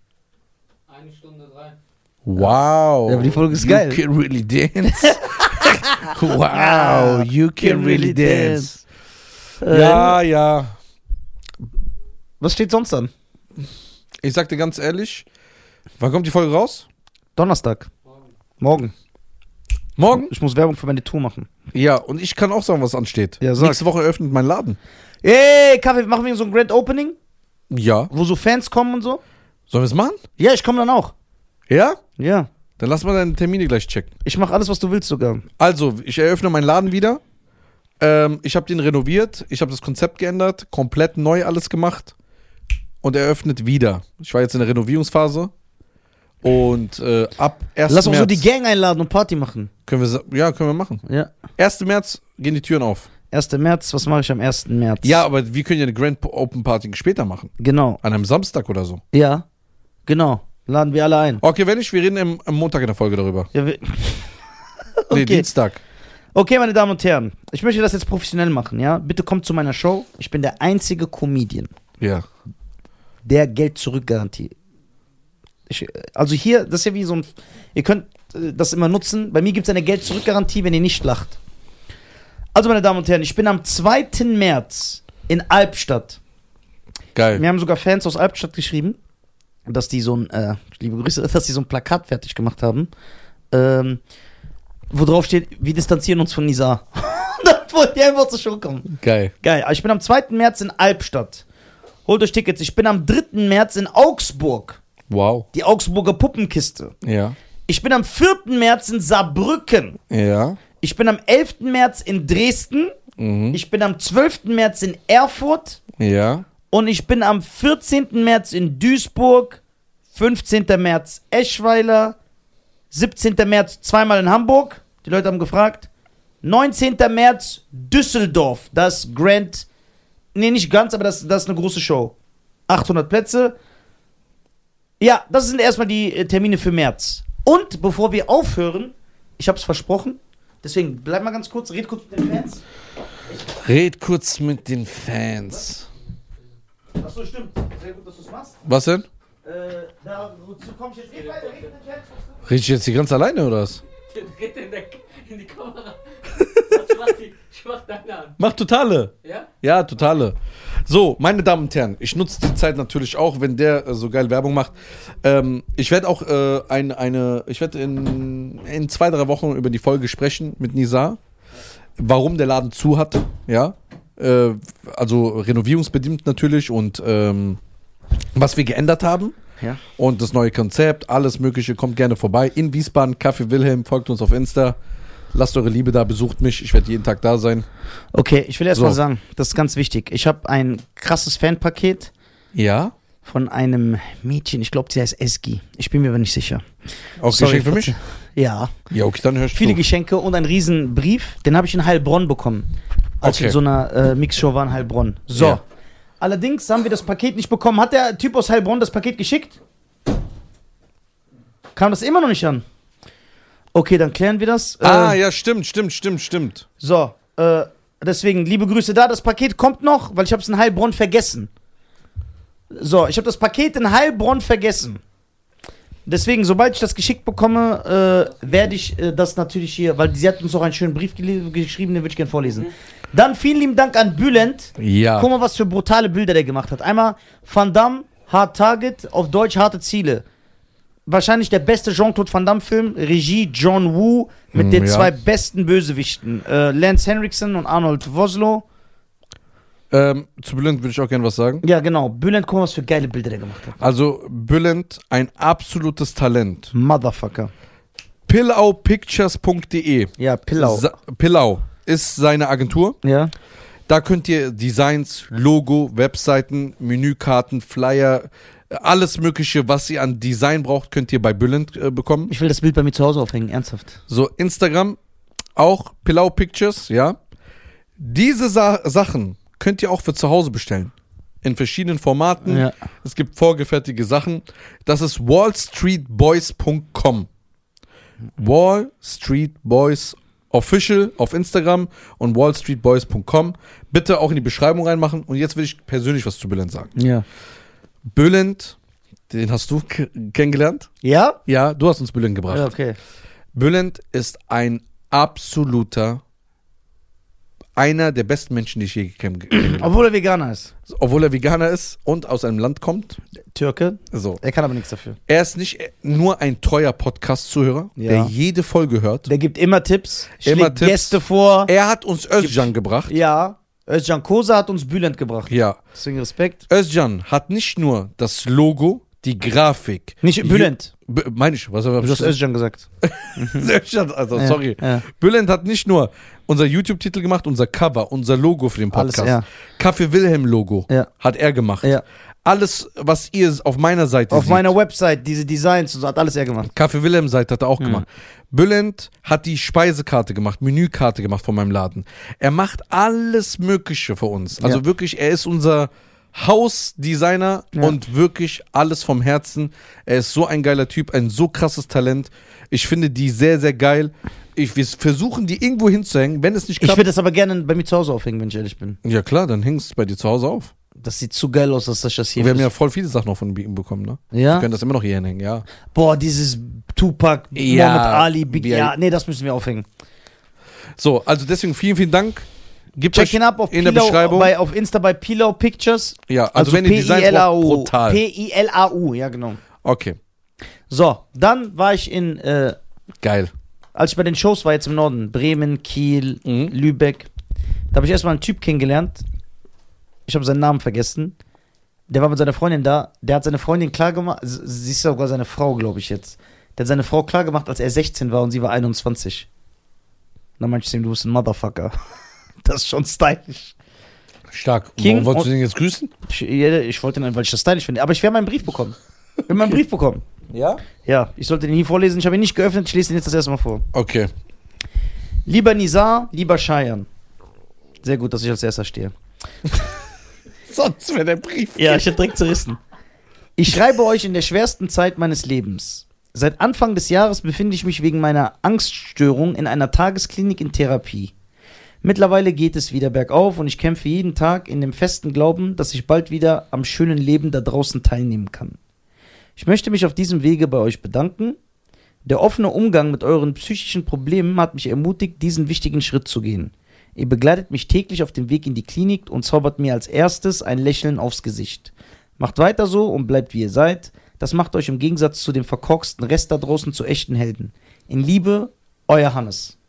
Speaker 3: Eine Stunde drei.
Speaker 2: Wow.
Speaker 1: Ja, aber die Folge ist geil.
Speaker 2: You can really dance. wow, you can really dance.
Speaker 1: Äh,
Speaker 2: Ja, ja.
Speaker 1: Was steht sonst an?
Speaker 2: Ich sag dir ganz ehrlich, wann kommt die Folge raus?
Speaker 1: Donnerstag.
Speaker 3: Morgen.
Speaker 1: Morgen.
Speaker 2: Morgen?
Speaker 1: Ich muss Werbung für meine Tour machen.
Speaker 2: Ja, und ich kann auch sagen, was ansteht.
Speaker 1: Ja, sag.
Speaker 2: Nächste Woche öffnet mein Laden.
Speaker 1: Ey, Kaffee, machen wir so ein Grand Opening,
Speaker 2: Ja.
Speaker 1: wo so Fans kommen und so?
Speaker 2: Sollen wir es machen?
Speaker 1: Ja, ich komme dann auch.
Speaker 2: Ja?
Speaker 1: Ja.
Speaker 2: Dann lass mal deine Termine gleich checken.
Speaker 1: Ich mache alles, was du willst sogar.
Speaker 2: Also, ich eröffne meinen Laden wieder. Ähm, ich habe den renoviert, ich habe das Konzept geändert, komplett neu alles gemacht und eröffnet wieder. Ich war jetzt in der Renovierungsphase und äh, ab 1.
Speaker 1: Lass uns
Speaker 2: März
Speaker 1: so die Gang einladen und Party machen.
Speaker 2: können wir sa- ja, können wir machen.
Speaker 1: Ja.
Speaker 2: 1. März gehen die Türen auf.
Speaker 1: 1. März, was mache ich am 1. März?
Speaker 2: Ja, aber wir können ja eine Grand Open Party später machen,
Speaker 1: Genau.
Speaker 2: an einem Samstag oder so.
Speaker 1: Ja. Genau. Laden wir alle ein.
Speaker 2: Okay, wenn nicht, wir reden im, am Montag in der Folge darüber.
Speaker 1: Ja, wir-
Speaker 2: Nee,
Speaker 1: Okay.
Speaker 2: Dienstag.
Speaker 1: Okay, meine Damen und Herren, ich möchte das jetzt professionell machen, ja? Bitte kommt zu meiner Show. Ich bin der einzige Comedian,
Speaker 2: Ja.
Speaker 1: der Geld zurückgarantie. Ich, also hier, das ist ja wie so ein. Ihr könnt äh, das immer nutzen. Bei mir gibt es eine Geld zurückgarantie, wenn ihr nicht lacht. Also, meine Damen und Herren, ich bin am 2. März in Albstadt.
Speaker 2: Geil.
Speaker 1: Mir haben sogar Fans aus Albstadt geschrieben, dass die so ein, äh, liebe Grüße, dass die so ein Plakat fertig gemacht haben, ähm, wo drauf steht, wir distanzieren uns von Nisa. Und dann wollte ich einfach zur Show kommen.
Speaker 2: Geil.
Speaker 1: Geil, aber ich bin am 2. März in Albstadt. Holt euch Tickets. Ich bin am 3. März in Augsburg.
Speaker 2: Wow.
Speaker 1: Die Augsburger Puppenkiste.
Speaker 2: Ja.
Speaker 1: Ich bin am 4. März in Saarbrücken.
Speaker 2: Ja.
Speaker 1: Ich bin am 11. März in Dresden.
Speaker 2: Mhm.
Speaker 1: Ich bin am 12. März in Erfurt.
Speaker 2: Ja.
Speaker 1: Und ich bin am 14. März in Duisburg. 15. März Eschweiler. 17. März zweimal in Hamburg. Die Leute haben gefragt. 19. März Düsseldorf. Das Grand. Nee, nicht ganz, aber das, das ist eine große Show. 800 Plätze. Ja, das sind erstmal die äh, Termine für März. Und bevor wir aufhören, ich habe es versprochen, deswegen bleib mal ganz kurz, red kurz mit den Fans.
Speaker 2: Red kurz mit den Fans.
Speaker 1: Achso, stimmt. Sehr gut, dass du es machst.
Speaker 2: Was denn?
Speaker 1: Äh, dazu komme ich jetzt nicht weiter. Red mit den Fans.
Speaker 2: Red ich jetzt hier ganz alleine oder was?
Speaker 3: Der dreht in, der, in die Kamera. Ich mach, die, ich mach deine an.
Speaker 2: Mach totale.
Speaker 3: Ja?
Speaker 2: Ja, totale. So, meine Damen und Herren, ich nutze die Zeit natürlich auch, wenn der äh, so geil Werbung macht. Ähm, ich werde auch äh, ein, eine, ich werde in, in zwei, drei Wochen über die Folge sprechen mit Nizar, warum der Laden zu hat, ja. Äh, also renovierungsbedingt natürlich und ähm, was wir geändert haben.
Speaker 1: Ja.
Speaker 2: Und das neue Konzept, alles Mögliche, kommt gerne vorbei. In Wiesbaden, Kaffee Wilhelm, folgt uns auf Insta. Lasst eure Liebe da, besucht mich. Ich werde jeden Tag da sein.
Speaker 1: Okay, ich will erst
Speaker 2: So.
Speaker 1: mal sagen, das ist ganz wichtig. Ich habe ein krasses Fanpaket
Speaker 2: Ja.
Speaker 1: von einem Mädchen. Ich glaube, sie heißt Eski. Ich bin mir aber nicht sicher.
Speaker 2: Auch
Speaker 1: Sorry,
Speaker 2: Geschenk für mich?
Speaker 1: Ja.
Speaker 2: Ja, okay, dann hörst
Speaker 1: Viele
Speaker 2: du.
Speaker 1: Geschenke und einen riesen Brief. Den habe ich in Heilbronn bekommen. Als wir
Speaker 2: Okay.
Speaker 1: in so einer äh, Mixshow waren in Heilbronn. So.
Speaker 2: Ja.
Speaker 1: Allerdings haben wir das Paket nicht bekommen. Hat der Typ aus Heilbronn das Paket geschickt? Kam das immer noch nicht an? Okay, dann klären wir das.
Speaker 2: Ah,
Speaker 1: Äh,
Speaker 2: ja, stimmt, stimmt, stimmt, stimmt.
Speaker 1: So, äh, deswegen liebe Grüße da. Das Paket kommt noch, weil ich habe es in Heilbronn vergessen. So, ich habe das Paket in Heilbronn vergessen. Deswegen, sobald ich das geschickt bekomme, äh, werde ich äh, das natürlich hier, weil sie hat uns auch einen schönen Brief gele- geschrieben, den würde ich gerne vorlesen. Dann vielen lieben Dank an Bülent.
Speaker 2: Ja.
Speaker 1: Guck mal, was für brutale Bilder der gemacht hat. Einmal Van Damme, Hard Target, auf Deutsch harte Ziele. Wahrscheinlich der beste Jean-Claude Van Damme-Film, Regie John Woo mit
Speaker 2: Hm,
Speaker 1: den
Speaker 2: ja.
Speaker 1: zwei besten Bösewichten, äh, Lance Henriksen und Arnold Voslo.
Speaker 2: Ähm, zu Bülent würde ich auch gerne was sagen.
Speaker 1: Ja, genau. Bülent, guck mal, was für geile Bilder der gemacht hat.
Speaker 2: Also, Bülent, ein absolutes Talent.
Speaker 1: Motherfucker.
Speaker 2: Pillaupictures.de
Speaker 1: Ja, Pillau.
Speaker 2: Sa- Pillau ist seine Agentur.
Speaker 1: ja.
Speaker 2: Da könnt ihr Designs, Logo, Webseiten, Menükarten, Flyer, äh, alles Mögliche, was ihr an Design braucht, könnt ihr bei Bülent äh, bekommen.
Speaker 1: Ich will das Bild bei mir zu Hause aufhängen, ernsthaft.
Speaker 2: So, Instagram, auch Pillau Pictures, ja. Diese Sa Sachen könnt ihr auch für zu Hause bestellen. In verschiedenen Formaten.
Speaker 1: Ja.
Speaker 2: Es gibt vorgefertigte Sachen. Das ist wallstreetboys.com. Wall Street Boys Official auf Instagram und wallstreetboys.com. Bitte auch in die Beschreibung reinmachen. Und jetzt will ich persönlich was zu Bülent sagen.
Speaker 1: Ja.
Speaker 2: Bülent, den hast du k- kennengelernt?
Speaker 1: Ja?
Speaker 2: Ja, du hast uns Bülent gebracht.
Speaker 1: Ja, okay.
Speaker 2: Bülent ist ein absoluter, einer der besten Menschen, die ich je kennengelernt habe.
Speaker 1: Obwohl er Veganer ist.
Speaker 2: Obwohl er Veganer ist und aus einem Land kommt.
Speaker 1: Türke.
Speaker 2: So.
Speaker 1: Er kann aber nichts dafür.
Speaker 2: Er ist nicht nur ein treuer Podcast-Zuhörer,
Speaker 1: Ja.
Speaker 2: der jede Folge hört.
Speaker 1: Der gibt immer Tipps, schlägt
Speaker 2: Immer Tipps.
Speaker 1: Gäste vor.
Speaker 2: Er hat uns Özcan gebracht.
Speaker 1: Ja, Özcan Kosa hat uns Bülent gebracht.
Speaker 2: Ja.
Speaker 1: Deswegen Respekt.
Speaker 2: Özcan hat nicht nur das Logo, die Grafik.
Speaker 1: Nicht Bülent.
Speaker 2: B meine ich, was habe
Speaker 1: Du hast
Speaker 2: ich
Speaker 1: Özcan gesagt.
Speaker 2: Özcan, also
Speaker 1: Ja,
Speaker 2: sorry.
Speaker 1: ja.
Speaker 2: Bülent hat nicht nur unser YouTube-Titel gemacht, unser Cover, unser Logo für den
Speaker 1: Alles, ja.
Speaker 2: Podcast. Kaffee Wilhelm-Logo
Speaker 1: Ja.
Speaker 2: hat er gemacht.
Speaker 1: Ja.
Speaker 2: Alles, was ihr auf meiner Seite
Speaker 1: Auf
Speaker 2: seht,
Speaker 1: meiner Website, diese Designs und so, hat alles er gemacht.
Speaker 2: Kaffee Wilhelm Seite hat er
Speaker 1: Hm.
Speaker 2: auch gemacht. Bülent hat die Speisekarte gemacht, Menükarte gemacht von meinem Laden. Er macht alles Mögliche für uns. Also
Speaker 1: Ja.
Speaker 2: wirklich, er ist unser Hausdesigner und wirklich alles vom Herzen. Er ist so ein geiler Typ, ein so krasses Talent. Ich finde die sehr, sehr geil. Ich, wir versuchen die irgendwo hinzuhängen, wenn es nicht
Speaker 1: Ich
Speaker 2: klappt.
Speaker 1: würde das aber gerne bei mir zu Hause aufhängen, wenn ich ehrlich bin.
Speaker 2: ja klar, dann hängst du bei dir zu Hause auf.
Speaker 1: Das sieht zu geil aus, dass ich das hier
Speaker 2: Wir haben ja
Speaker 1: fürs-
Speaker 2: voll viele Sachen noch von ihm bekommen, ne? Wir
Speaker 1: ja?
Speaker 2: können das immer noch hier hinhängen, ja.
Speaker 1: Boah, dieses Tupac,
Speaker 2: Ja.
Speaker 1: Muhammad Ali, Big,
Speaker 2: Ja.
Speaker 1: ja, nee, das müssen wir aufhängen.
Speaker 2: So, also deswegen vielen, vielen Dank. Gibt
Speaker 1: Check ihn ab auf,
Speaker 2: in der
Speaker 1: Pilau,
Speaker 2: Beschreibung.
Speaker 1: Bei, auf Insta bei Pilau Pictures.
Speaker 2: Ja, also, wenn ihr Design braucht,
Speaker 1: P-I-L-A-U.
Speaker 2: brutal.
Speaker 1: P-I-L-A-U, ja genau.
Speaker 2: okay,
Speaker 1: So, dann war ich in äh,
Speaker 2: geil.
Speaker 1: als ich bei den Shows war jetzt im Norden, Bremen, Kiel,
Speaker 2: Mhm.
Speaker 1: Lübeck, da habe ich erstmal einen Typ kennengelernt. Ich habe seinen Namen vergessen. Der war mit seiner Freundin da. Der hat seine Freundin klargemacht. s- Sie ist sogar seine Frau, glaube ich jetzt. Der hat seine Frau klargemacht, als er 16 war und sie war 21. Na, manche sehen, du bist ein Motherfucker. Das ist schon stylisch.
Speaker 2: Stark.
Speaker 1: King
Speaker 2: Warum wolltest du
Speaker 1: und-
Speaker 2: den jetzt grüßen?
Speaker 1: Ich, ich wollte ihn, weil ich das stylisch finde. Aber ich werde meinen Brief bekommen. Wir haben meinen Brief bekommen.
Speaker 2: Ja?
Speaker 1: Ja, ich sollte den hier vorlesen. Ich habe ihn nicht geöffnet. Ich lese ihn jetzt das erste Mal vor.
Speaker 2: Okay.
Speaker 1: Lieber Nizar, lieber Scheiern. Sehr gut, dass ich als erster stehe.
Speaker 2: Sonst wäre der Brief.
Speaker 1: Ja, ich hab direkt zerrissen. Ich schreibe euch in der schwersten Zeit meines Lebens. Seit Anfang des Jahres befinde ich mich wegen meiner Angststörung in einer Tagesklinik in Therapie. Mittlerweile geht es wieder bergauf und ich kämpfe jeden Tag in dem festen Glauben, dass ich bald wieder am schönen Leben da draußen teilnehmen kann. Ich möchte mich auf diesem Wege bei euch bedanken. Der offene Umgang mit euren psychischen Problemen hat mich ermutigt, diesen wichtigen Schritt zu gehen. Ihr begleitet mich täglich auf dem Weg in die Klinik und zaubert mir als erstes ein Lächeln aufs Gesicht. Macht weiter so und bleibt wie ihr seid. Das macht euch im Gegensatz zu dem verkorksten Rest da draußen zu echten Helden. In Liebe, euer Hannes.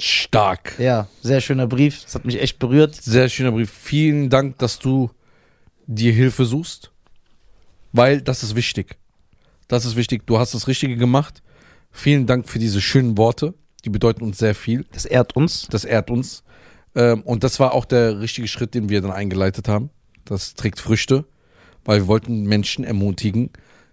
Speaker 2: Stark.
Speaker 1: Ja, sehr schöner Brief. Das hat mich echt berührt.
Speaker 2: Sehr schöner Brief. Vielen Dank, dass du dir Hilfe suchst, weil das ist wichtig. Das ist wichtig. Du hast das Richtige gemacht. Vielen Dank für diese schönen Worte. Die bedeuten uns sehr viel.
Speaker 1: Das ehrt uns.
Speaker 2: Das ehrt uns. Ähm, und das war auch der richtige Schritt, den wir dann eingeleitet haben. Das trägt Früchte, weil wir wollten Menschen ermutigen,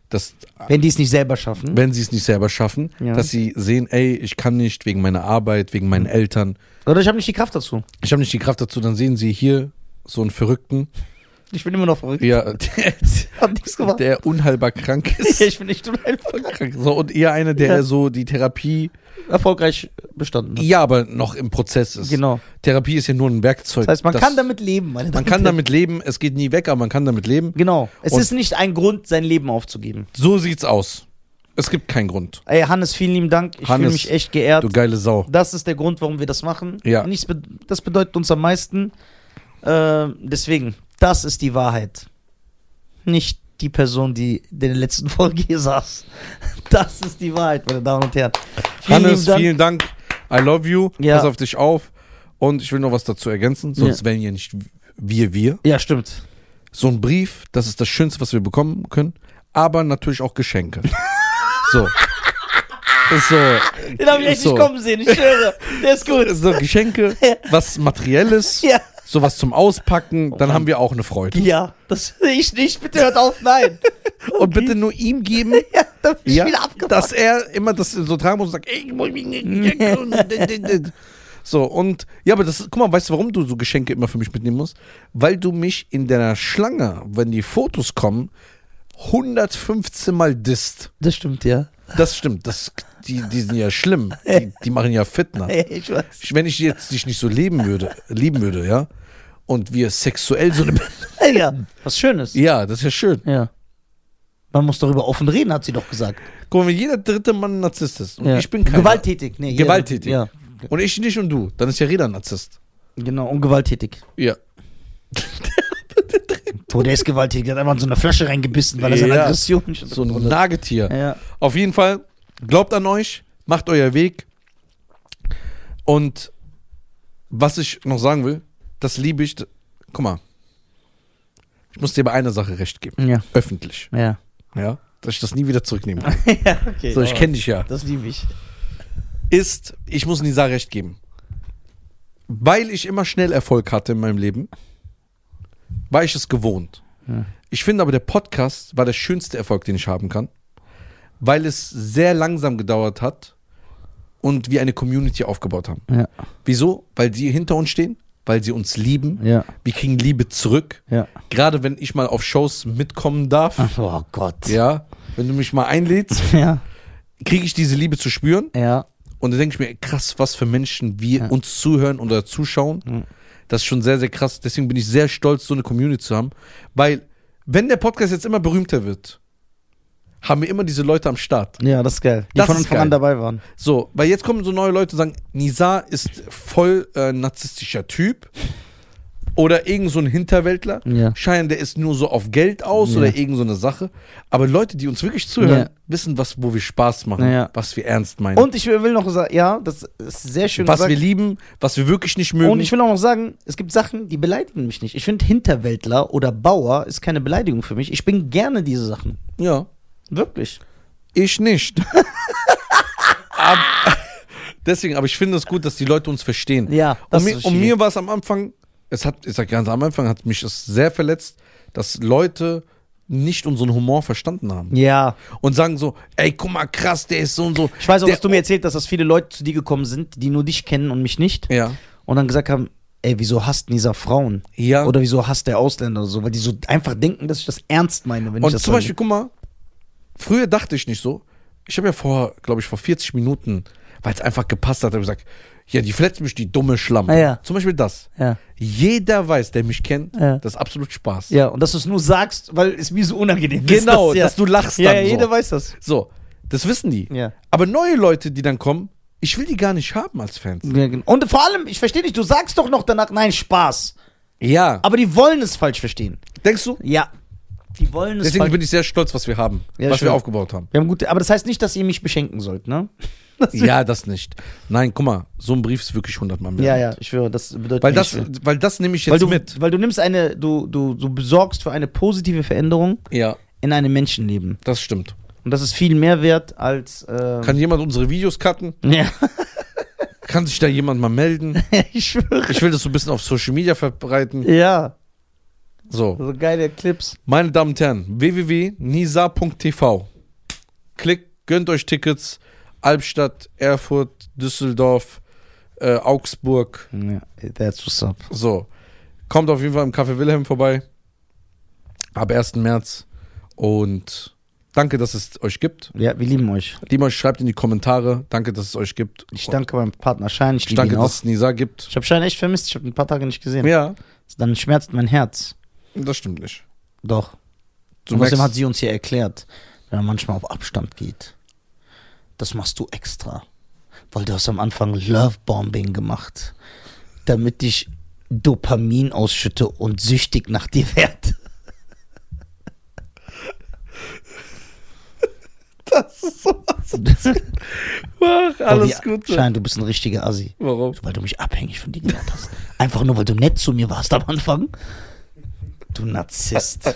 Speaker 2: dass
Speaker 1: Wenn die es nicht selber schaffen.
Speaker 2: wenn sie es nicht selber schaffen,
Speaker 1: Ja. Mhm.
Speaker 2: dass sie sehen, ey, ich kann nicht wegen meiner Arbeit, wegen meinen Eltern,
Speaker 1: Oder ich habe nicht die Kraft dazu.
Speaker 2: ich habe nicht die Kraft dazu, dann sehen sie hier so einen Verrückten,
Speaker 1: Ich bin immer noch verrückt.
Speaker 2: ja, der,
Speaker 1: Hab nichts gemacht.
Speaker 2: der unheilbar krank ist.
Speaker 1: Ich bin nicht unheilbar.
Speaker 2: So, und eher einer, der
Speaker 1: Ja.
Speaker 2: so die Therapie,
Speaker 1: erfolgreich bestanden. hat.
Speaker 2: ja, aber noch im Prozess ist.
Speaker 1: Genau.
Speaker 2: Therapie ist ja nur ein Werkzeug.
Speaker 1: Das heißt, man
Speaker 2: das-
Speaker 1: kann damit leben. Meine
Speaker 2: Man
Speaker 1: Damen
Speaker 2: kann
Speaker 1: und Herren.
Speaker 2: damit leben, es geht nie weg, aber man kann damit leben.
Speaker 1: Genau. Es
Speaker 2: Und-
Speaker 1: ist nicht ein Grund, sein Leben aufzugeben.
Speaker 2: So sieht's aus. Es gibt keinen Grund.
Speaker 1: Ey, Hannes, vielen lieben Dank. Ich fühle
Speaker 2: Hannes,
Speaker 1: mich echt geehrt.
Speaker 2: Du geile Sau.
Speaker 1: Das ist der Grund, warum wir das machen.
Speaker 2: Ja.
Speaker 1: Nichts be das bedeutet uns am meisten. Ähm, deswegen, das ist die Wahrheit. Nicht die Person, die in der letzten Folge hier saß. Das ist die Wahrheit, meine Damen und Herren. Vielen
Speaker 2: Hannes,
Speaker 1: lieben Dank.
Speaker 2: vielen Dank. I love you.
Speaker 1: Ja.
Speaker 2: Pass auf dich auf. Und ich will noch was dazu ergänzen, sonst
Speaker 1: Ja.
Speaker 2: wären ja nicht wir wir.
Speaker 1: Ja, stimmt.
Speaker 2: So ein Brief, das ist das Schönste, was wir bekommen können. Aber natürlich auch Geschenke. so. Ist so.
Speaker 1: Den habe ich echt
Speaker 2: so.
Speaker 1: nicht kommen sehen, ich schwöre. Der ist gut.
Speaker 2: So Geschenke, was Materielles,
Speaker 1: Ja.
Speaker 2: sowas zum Auspacken, dann haben wir auch eine Freude.
Speaker 1: Ja, Ah, das ich nicht. Bitte hört auf, nein.
Speaker 2: Und bitte nur ihm geben,
Speaker 1: Ja, da bin ich
Speaker 2: ja,
Speaker 1: wieder abgefuckt.
Speaker 2: dass er immer das so tragen muss und sagt, ey, ich muss mich nicht Geschenke. So, und ja, aber das, guck mal, weißt du, warum du so Geschenke immer für mich mitnehmen musst? Weil du mich in der Schlange, wenn die Fotos kommen, 115 Mal disst.
Speaker 1: Das stimmt, ja.
Speaker 2: Das stimmt, das, die, die sind ja schlimm. Die, die machen ja Fitner.
Speaker 1: Ja, Ich weiß.
Speaker 2: Ich- Wenn ich jetzt dich nicht so leben würde, lieben würde, ja, und wir sexuell so eine.
Speaker 1: Ja, was Schönes.
Speaker 2: Ja, das ist ja schön.
Speaker 1: Ja. Man muss darüber offen reden, hat sie doch gesagt.
Speaker 2: Guck mal, wenn jeder dritte Mann ein Narzisst ist und
Speaker 1: Ja.
Speaker 2: ich bin keiner.
Speaker 1: Gewalttätig, nee. jeder-
Speaker 2: Gewalttätig.
Speaker 1: Ja,
Speaker 2: Und ich nicht und du, dann ist ja jeder ein Narzisst.
Speaker 1: genau, und gewalttätig.
Speaker 2: Ja.
Speaker 1: Boah, der ist gewalttätig, der hat einfach in so eine Flasche reingebissen, weil er seine
Speaker 2: Ja.
Speaker 1: Aggression nicht
Speaker 2: So ein
Speaker 1: unterdrückt hat.
Speaker 2: Nagetier.
Speaker 1: Ja.
Speaker 2: Auf jeden Fall, glaubt an euch, macht euer Weg. Und was ich noch sagen will, das liebe ich. d- Guck mal. Ich muss dir bei einer Sache recht geben.
Speaker 1: Ja,
Speaker 2: Öffentlich.
Speaker 1: ja.
Speaker 2: Ja. Dass ich das nie wieder zurücknehmen kann.
Speaker 1: ja okay.
Speaker 2: So, ich kenne dich ja.
Speaker 1: Das liebe ich.
Speaker 2: Ist, ich muss Nisa recht geben. Weil ich immer schnell Erfolg hatte in meinem Leben, war ich es gewohnt. Ich finde aber, der Podcast war der schönste Erfolg, den ich haben kann, weil es sehr langsam gedauert hat und wir eine Community aufgebaut haben.
Speaker 1: Ja,
Speaker 2: Wieso? Weil die hinter uns stehen, weil sie uns lieben.
Speaker 1: ja,
Speaker 2: Wir kriegen Liebe zurück.
Speaker 1: ja.
Speaker 2: Gerade wenn ich mal auf Shows mitkommen darf,
Speaker 1: Oh Gott.
Speaker 2: ja, wenn du mich mal einlädst,
Speaker 1: Ja,
Speaker 2: kriege ich diese Liebe zu spüren.
Speaker 1: ja.
Speaker 2: Und da denke ich mir, krass, was für Menschen wir uns zuhören oder zuschauen. Das ist schon sehr, sehr krass. Deswegen bin ich sehr stolz, so eine Community zu haben. Weil, wenn der Podcast jetzt immer berühmter wird, haben wir immer diese Leute am Start.
Speaker 1: Ja, das ist geil. Die
Speaker 2: Das
Speaker 1: von
Speaker 2: ist
Speaker 1: Anfang
Speaker 2: geil.
Speaker 1: an dabei waren.
Speaker 2: So, weil jetzt kommen so neue Leute und sagen, Nizar ist voll äh, narzisstischer Typ Oder irgend so ein Hinterwäldler.
Speaker 1: Ja.
Speaker 2: Schein, der ist nur so auf Geld aus
Speaker 1: Ja.
Speaker 2: oder irgend so eine Sache. Aber Leute, die uns wirklich zuhören,
Speaker 1: Ja.
Speaker 2: wissen, was, wo wir Spaß machen,
Speaker 1: Ja.
Speaker 2: was wir ernst meinen.
Speaker 1: Und ich will noch sagen, ja, das ist sehr schön
Speaker 2: was wir
Speaker 1: gesagt.
Speaker 2: lieben, was wir wirklich nicht mögen.
Speaker 1: Und ich will auch noch sagen, es gibt Sachen, die beleidigen mich nicht. Ich finde Hinterwäldler oder Bauer ist keine Beleidigung für mich. Ich bin gerne diese Sachen.
Speaker 2: ja.
Speaker 1: Wirklich.
Speaker 2: Ich nicht. Ab- Deswegen, aber ich finde es gut, dass die Leute uns verstehen.
Speaker 1: Ja, das
Speaker 2: und mir,
Speaker 1: ist
Speaker 2: und
Speaker 1: schwierig.
Speaker 2: mir war es am Anfang, es hat, ich sag ganz am Anfang, hat mich das sehr verletzt, dass Leute nicht unseren Humor verstanden haben.
Speaker 1: Ja.
Speaker 2: Und sagen so, ey, guck mal, krass, der ist so und so.
Speaker 1: Ich weiß auch,
Speaker 2: der,
Speaker 1: dass du mir erzählt hast, dass viele Leute zu dir gekommen sind, die nur dich kennen und mich nicht.
Speaker 2: Ja.
Speaker 1: Und dann gesagt haben, ey, wieso hasst dieser Frauen?
Speaker 2: Ja.
Speaker 1: Oder wieso hasst der Ausländer oder so? Weil die so einfach denken, dass ich das ernst meine, wenn ich
Speaker 2: Und
Speaker 1: das
Speaker 2: zum
Speaker 1: sage.
Speaker 2: Beispiel, guck mal, früher dachte ich nicht so. Ich habe ja vor, glaube ich, vor 40 Minuten, weil es einfach gepasst hat, habe ich gesagt, ja, die verletzt mich, die dumme Schlampe.
Speaker 1: Ah, ja.
Speaker 2: Zum Beispiel das.
Speaker 1: Ja.
Speaker 2: Jeder weiß, der mich kennt,
Speaker 1: Ja.
Speaker 2: das ist absolut Spaß.
Speaker 1: ja, und dass du es nur sagst, weil es mir so unangenehm ist.
Speaker 2: Genau,
Speaker 1: ja.
Speaker 2: dass du lachst
Speaker 1: Ja, ja
Speaker 2: dann so.
Speaker 1: jeder weiß das.
Speaker 2: So, das wissen die.
Speaker 1: Ja.
Speaker 2: Aber neue Leute, die dann kommen, ich will die gar nicht haben als Fans.
Speaker 1: Ja, genau. Und vor allem, ich verstehe dich, du sagst doch noch danach, nein, Spaß.
Speaker 2: Ja.
Speaker 1: Aber die wollen es falsch verstehen.
Speaker 2: Denkst du?
Speaker 1: Ja. Die wollen es
Speaker 2: Deswegen
Speaker 1: falsch
Speaker 2: bin ich sehr stolz, was wir haben,
Speaker 1: Ja,
Speaker 2: was
Speaker 1: schön.
Speaker 2: wir aufgebaut haben.
Speaker 1: Wir haben gute, aber das heißt nicht, dass ihr mich beschenken sollt, ne?
Speaker 2: Ja, das nicht. Nein, guck mal, so ein Brief ist wirklich hundertmal mehr.
Speaker 1: Ja, ja, ich schwöre, das bedeutet
Speaker 2: Weil
Speaker 1: mir
Speaker 2: das,
Speaker 1: nicht viel.
Speaker 2: weil das nehme ich jetzt
Speaker 1: weil du,
Speaker 2: mit.
Speaker 1: Weil du nimmst eine, du, du, du besorgst für eine positive Veränderung
Speaker 2: Ja,
Speaker 1: in einem Menschenleben.
Speaker 2: das stimmt.
Speaker 1: Und das ist viel mehr wert als. ähm,
Speaker 2: Kann jemand unsere Videos cutten?
Speaker 1: ja,
Speaker 2: Kann sich da jemand mal melden?
Speaker 1: ich schwöre.
Speaker 2: Ich will das so ein bisschen auf Social Media verbreiten.
Speaker 1: Ja,
Speaker 2: So,
Speaker 1: so geile Clips.
Speaker 2: meine Damen und Herren, www.nisa.tv. Klickt, gönnt euch Tickets. Albstadt, Erfurt, Düsseldorf, äh, Augsburg.
Speaker 1: Ja, that's what's up.
Speaker 2: So, kommt auf jeden Fall im Café Wilhelm vorbei. Ab 1. März. Und danke, dass es euch gibt.
Speaker 1: Ja, wir lieben euch.
Speaker 2: Lieben euch, schreibt in die Kommentare. Danke, dass es euch gibt.
Speaker 1: Ich danke meinem Partner Schein, ich
Speaker 2: Oh Ich
Speaker 1: liebe ihn
Speaker 2: danke dass
Speaker 1: auch.
Speaker 2: es Nisa gibt.
Speaker 1: Ich habe Schein echt vermisst, ich habe ein paar Tage nicht gesehen.
Speaker 2: Ja,
Speaker 1: Dann schmerzt mein Herz.
Speaker 2: das stimmt nicht.
Speaker 1: Doch.
Speaker 2: Du
Speaker 1: Und Außerdem
Speaker 2: merkst-
Speaker 1: hat sie uns hier erklärt, wenn man manchmal auf Abstand geht, das machst du extra. Weil du hast am Anfang Lovebombing gemacht, damit ich Dopamin ausschütte und süchtig nach dir werde.
Speaker 2: Das ist sowas. Mach alles
Speaker 1: Bobby,
Speaker 2: Gute.
Speaker 1: Schein, du bist ein richtiger Assi.
Speaker 2: Warum?
Speaker 1: Weil du mich abhängig von dir gemacht hast. Einfach nur, weil du nett zu mir warst am Anfang. Du Narzisst.
Speaker 2: Ach,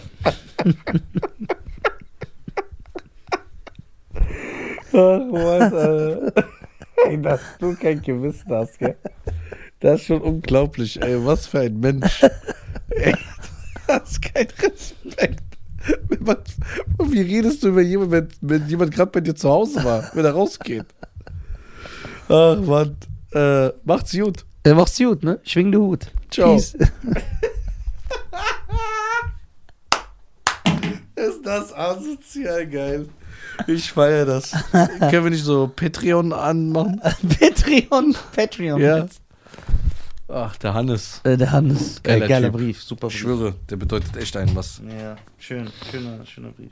Speaker 2: was, Alter. Ey, dass du kein Gewissen hast, gell? Das ist schon
Speaker 1: um-
Speaker 2: unglaublich, ey. Was für ein Mensch. Ey, du hast keinen Respekt. Wenn man- Und wie redest du über jemanden, wenn, wenn jemand gerade bei dir zu Hause war, wenn er rausgeht? Ach, Mann. Äh, macht's gut.
Speaker 1: Äh, mach's gut, ne? Schwing den Hut.
Speaker 2: Ciao.
Speaker 1: Peace.
Speaker 2: Ist das asozial geil? Ich feiere das. Können wir nicht so Patreon anmachen?
Speaker 1: Patreon. Patreon.
Speaker 2: Ja. Ach, der Hannes.
Speaker 1: Äh, der Hannes.
Speaker 2: Geiler
Speaker 1: Geiler, geiler
Speaker 2: Typ.
Speaker 1: Brief. Super
Speaker 2: Ich
Speaker 1: Brief.
Speaker 2: schwöre, der bedeutet echt einen was.
Speaker 1: Ja, schön. Schöner, schöner Brief.